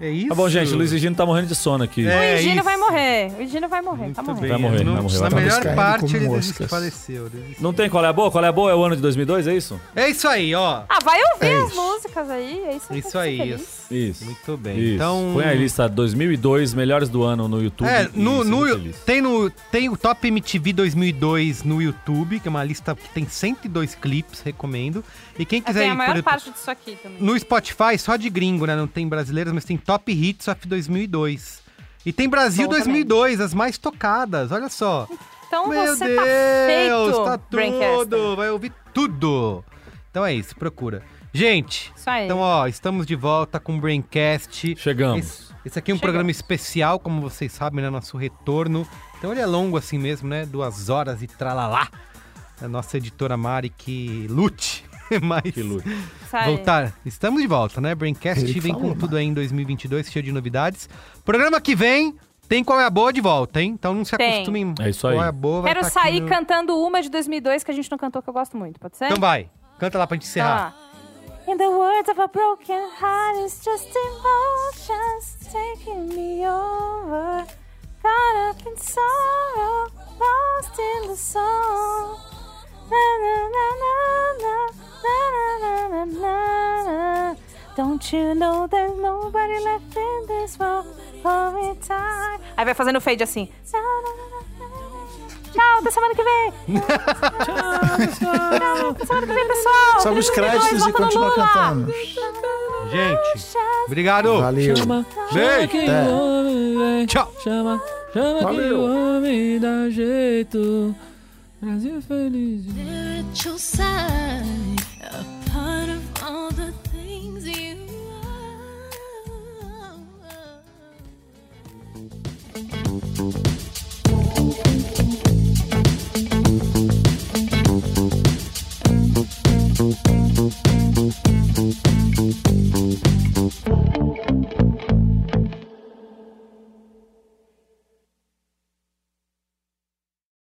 Speaker 4: É isso.
Speaker 6: Tá bom, gente. Luiz e Gino tá morrendo de sono aqui.
Speaker 4: É.
Speaker 7: o Gino vai
Speaker 4: isso.
Speaker 7: morrer. O Gino vai morrer. Tá morrendo.
Speaker 6: Vai morrer,
Speaker 4: não,
Speaker 6: vai morrer, vai
Speaker 4: Na
Speaker 6: morrer.
Speaker 4: melhor
Speaker 5: Estamos
Speaker 4: parte,
Speaker 5: caindo
Speaker 4: ele
Speaker 5: como
Speaker 4: desiste-
Speaker 5: moscas.
Speaker 4: faleceu. desiste.
Speaker 6: Não tem qual é a boa? Qual é a boa? É o ano de 2002, é isso?
Speaker 4: É isso aí, ó.
Speaker 7: Ah, vai ouvir
Speaker 5: É
Speaker 7: as
Speaker 5: isso.
Speaker 7: músicas aí. É isso,
Speaker 4: Isso
Speaker 7: tem que ser
Speaker 4: aí.
Speaker 7: feliz.
Speaker 4: Isso.
Speaker 6: Isso.
Speaker 4: Muito bem.
Speaker 6: Isso.
Speaker 4: Então.
Speaker 6: Põe a lista 2002, melhores do ano no YouTube.
Speaker 4: É,
Speaker 6: e
Speaker 4: no,
Speaker 6: seja
Speaker 4: no-
Speaker 6: feliz.
Speaker 4: tem no tem o Top MTV 2002 no YouTube, que é uma lista que tem 102 clipes, recomendo. E quem
Speaker 7: Ah,
Speaker 4: quiser
Speaker 7: Tem
Speaker 4: ir
Speaker 7: a
Speaker 4: por
Speaker 7: maior
Speaker 4: YouTube-
Speaker 7: parte disso aqui também.
Speaker 4: no Spotify, só de gringo, né? Não tem brasileiros, mas tem Top Hits of 2002. E tem Brasil
Speaker 7: Bom
Speaker 4: 2002, as mais tocadas, olha só.
Speaker 7: Então
Speaker 4: Meu
Speaker 7: você tá
Speaker 4: Deus,
Speaker 7: feito,
Speaker 4: tá
Speaker 7: Brancaster.
Speaker 4: tudo, vai ouvir tudo. Então é isso, procura. Gente,
Speaker 7: Isso aí.
Speaker 4: então ó, estamos de volta com o Braincast.
Speaker 6: Chegamos.
Speaker 4: Esse, esse aqui é um
Speaker 7: Chegamos.
Speaker 4: programa especial, como vocês sabem, né? Nosso retorno. Então ele é longo assim mesmo, né? Duas horas e tralalá. A nossa editora Mari que lute. (laughs) Mas
Speaker 6: Que luta.
Speaker 7: Isso aí.
Speaker 4: voltar. Estamos de volta, né? Braincast
Speaker 5: Ele que
Speaker 4: vem
Speaker 5: falou,
Speaker 4: com tudo aí em 2022, cheio de novidades. Programa que vem tem Qual é a Boa de volta, hein? Então não se
Speaker 7: Tem.
Speaker 4: acostumem.
Speaker 6: É isso
Speaker 4: Qual
Speaker 6: aí.
Speaker 4: é a Boa vai
Speaker 7: Quero
Speaker 4: tá aqui
Speaker 7: sair
Speaker 4: no-
Speaker 7: cantando uma de 2002 que a gente não cantou, que eu gosto muito. Pode ser?
Speaker 4: Então vai. Canta lá pra gente encerrar.
Speaker 7: Tá. In the words of a broken heart, it's just emotions taking me over. Caught up in sorrow, lost in the soul. Na, na, na, na, na, na, na, na, na, na, na. Don't you know there's nobody left in this world for me time? Aí vai fazendo fade assim. Na, na, na, na, na, na. Tchau, até semana que vem.
Speaker 5: (laughs)
Speaker 7: Tchau, até semana que vem, pessoal.
Speaker 5: Sobe os
Speaker 7: 2022,
Speaker 5: créditos e
Speaker 7: volta no
Speaker 5: continua
Speaker 7: Lula.
Speaker 5: cantando.
Speaker 7: Tá.
Speaker 4: Gente, obrigado.
Speaker 5: Valeu.
Speaker 4: Beijo.
Speaker 5: Até.
Speaker 4: Tchau.
Speaker 11: Chama, chama que
Speaker 5: Valeu.
Speaker 11: o homem dá jeito. Brasil feliz.
Speaker 12: spiritual side, a part of all the things you are.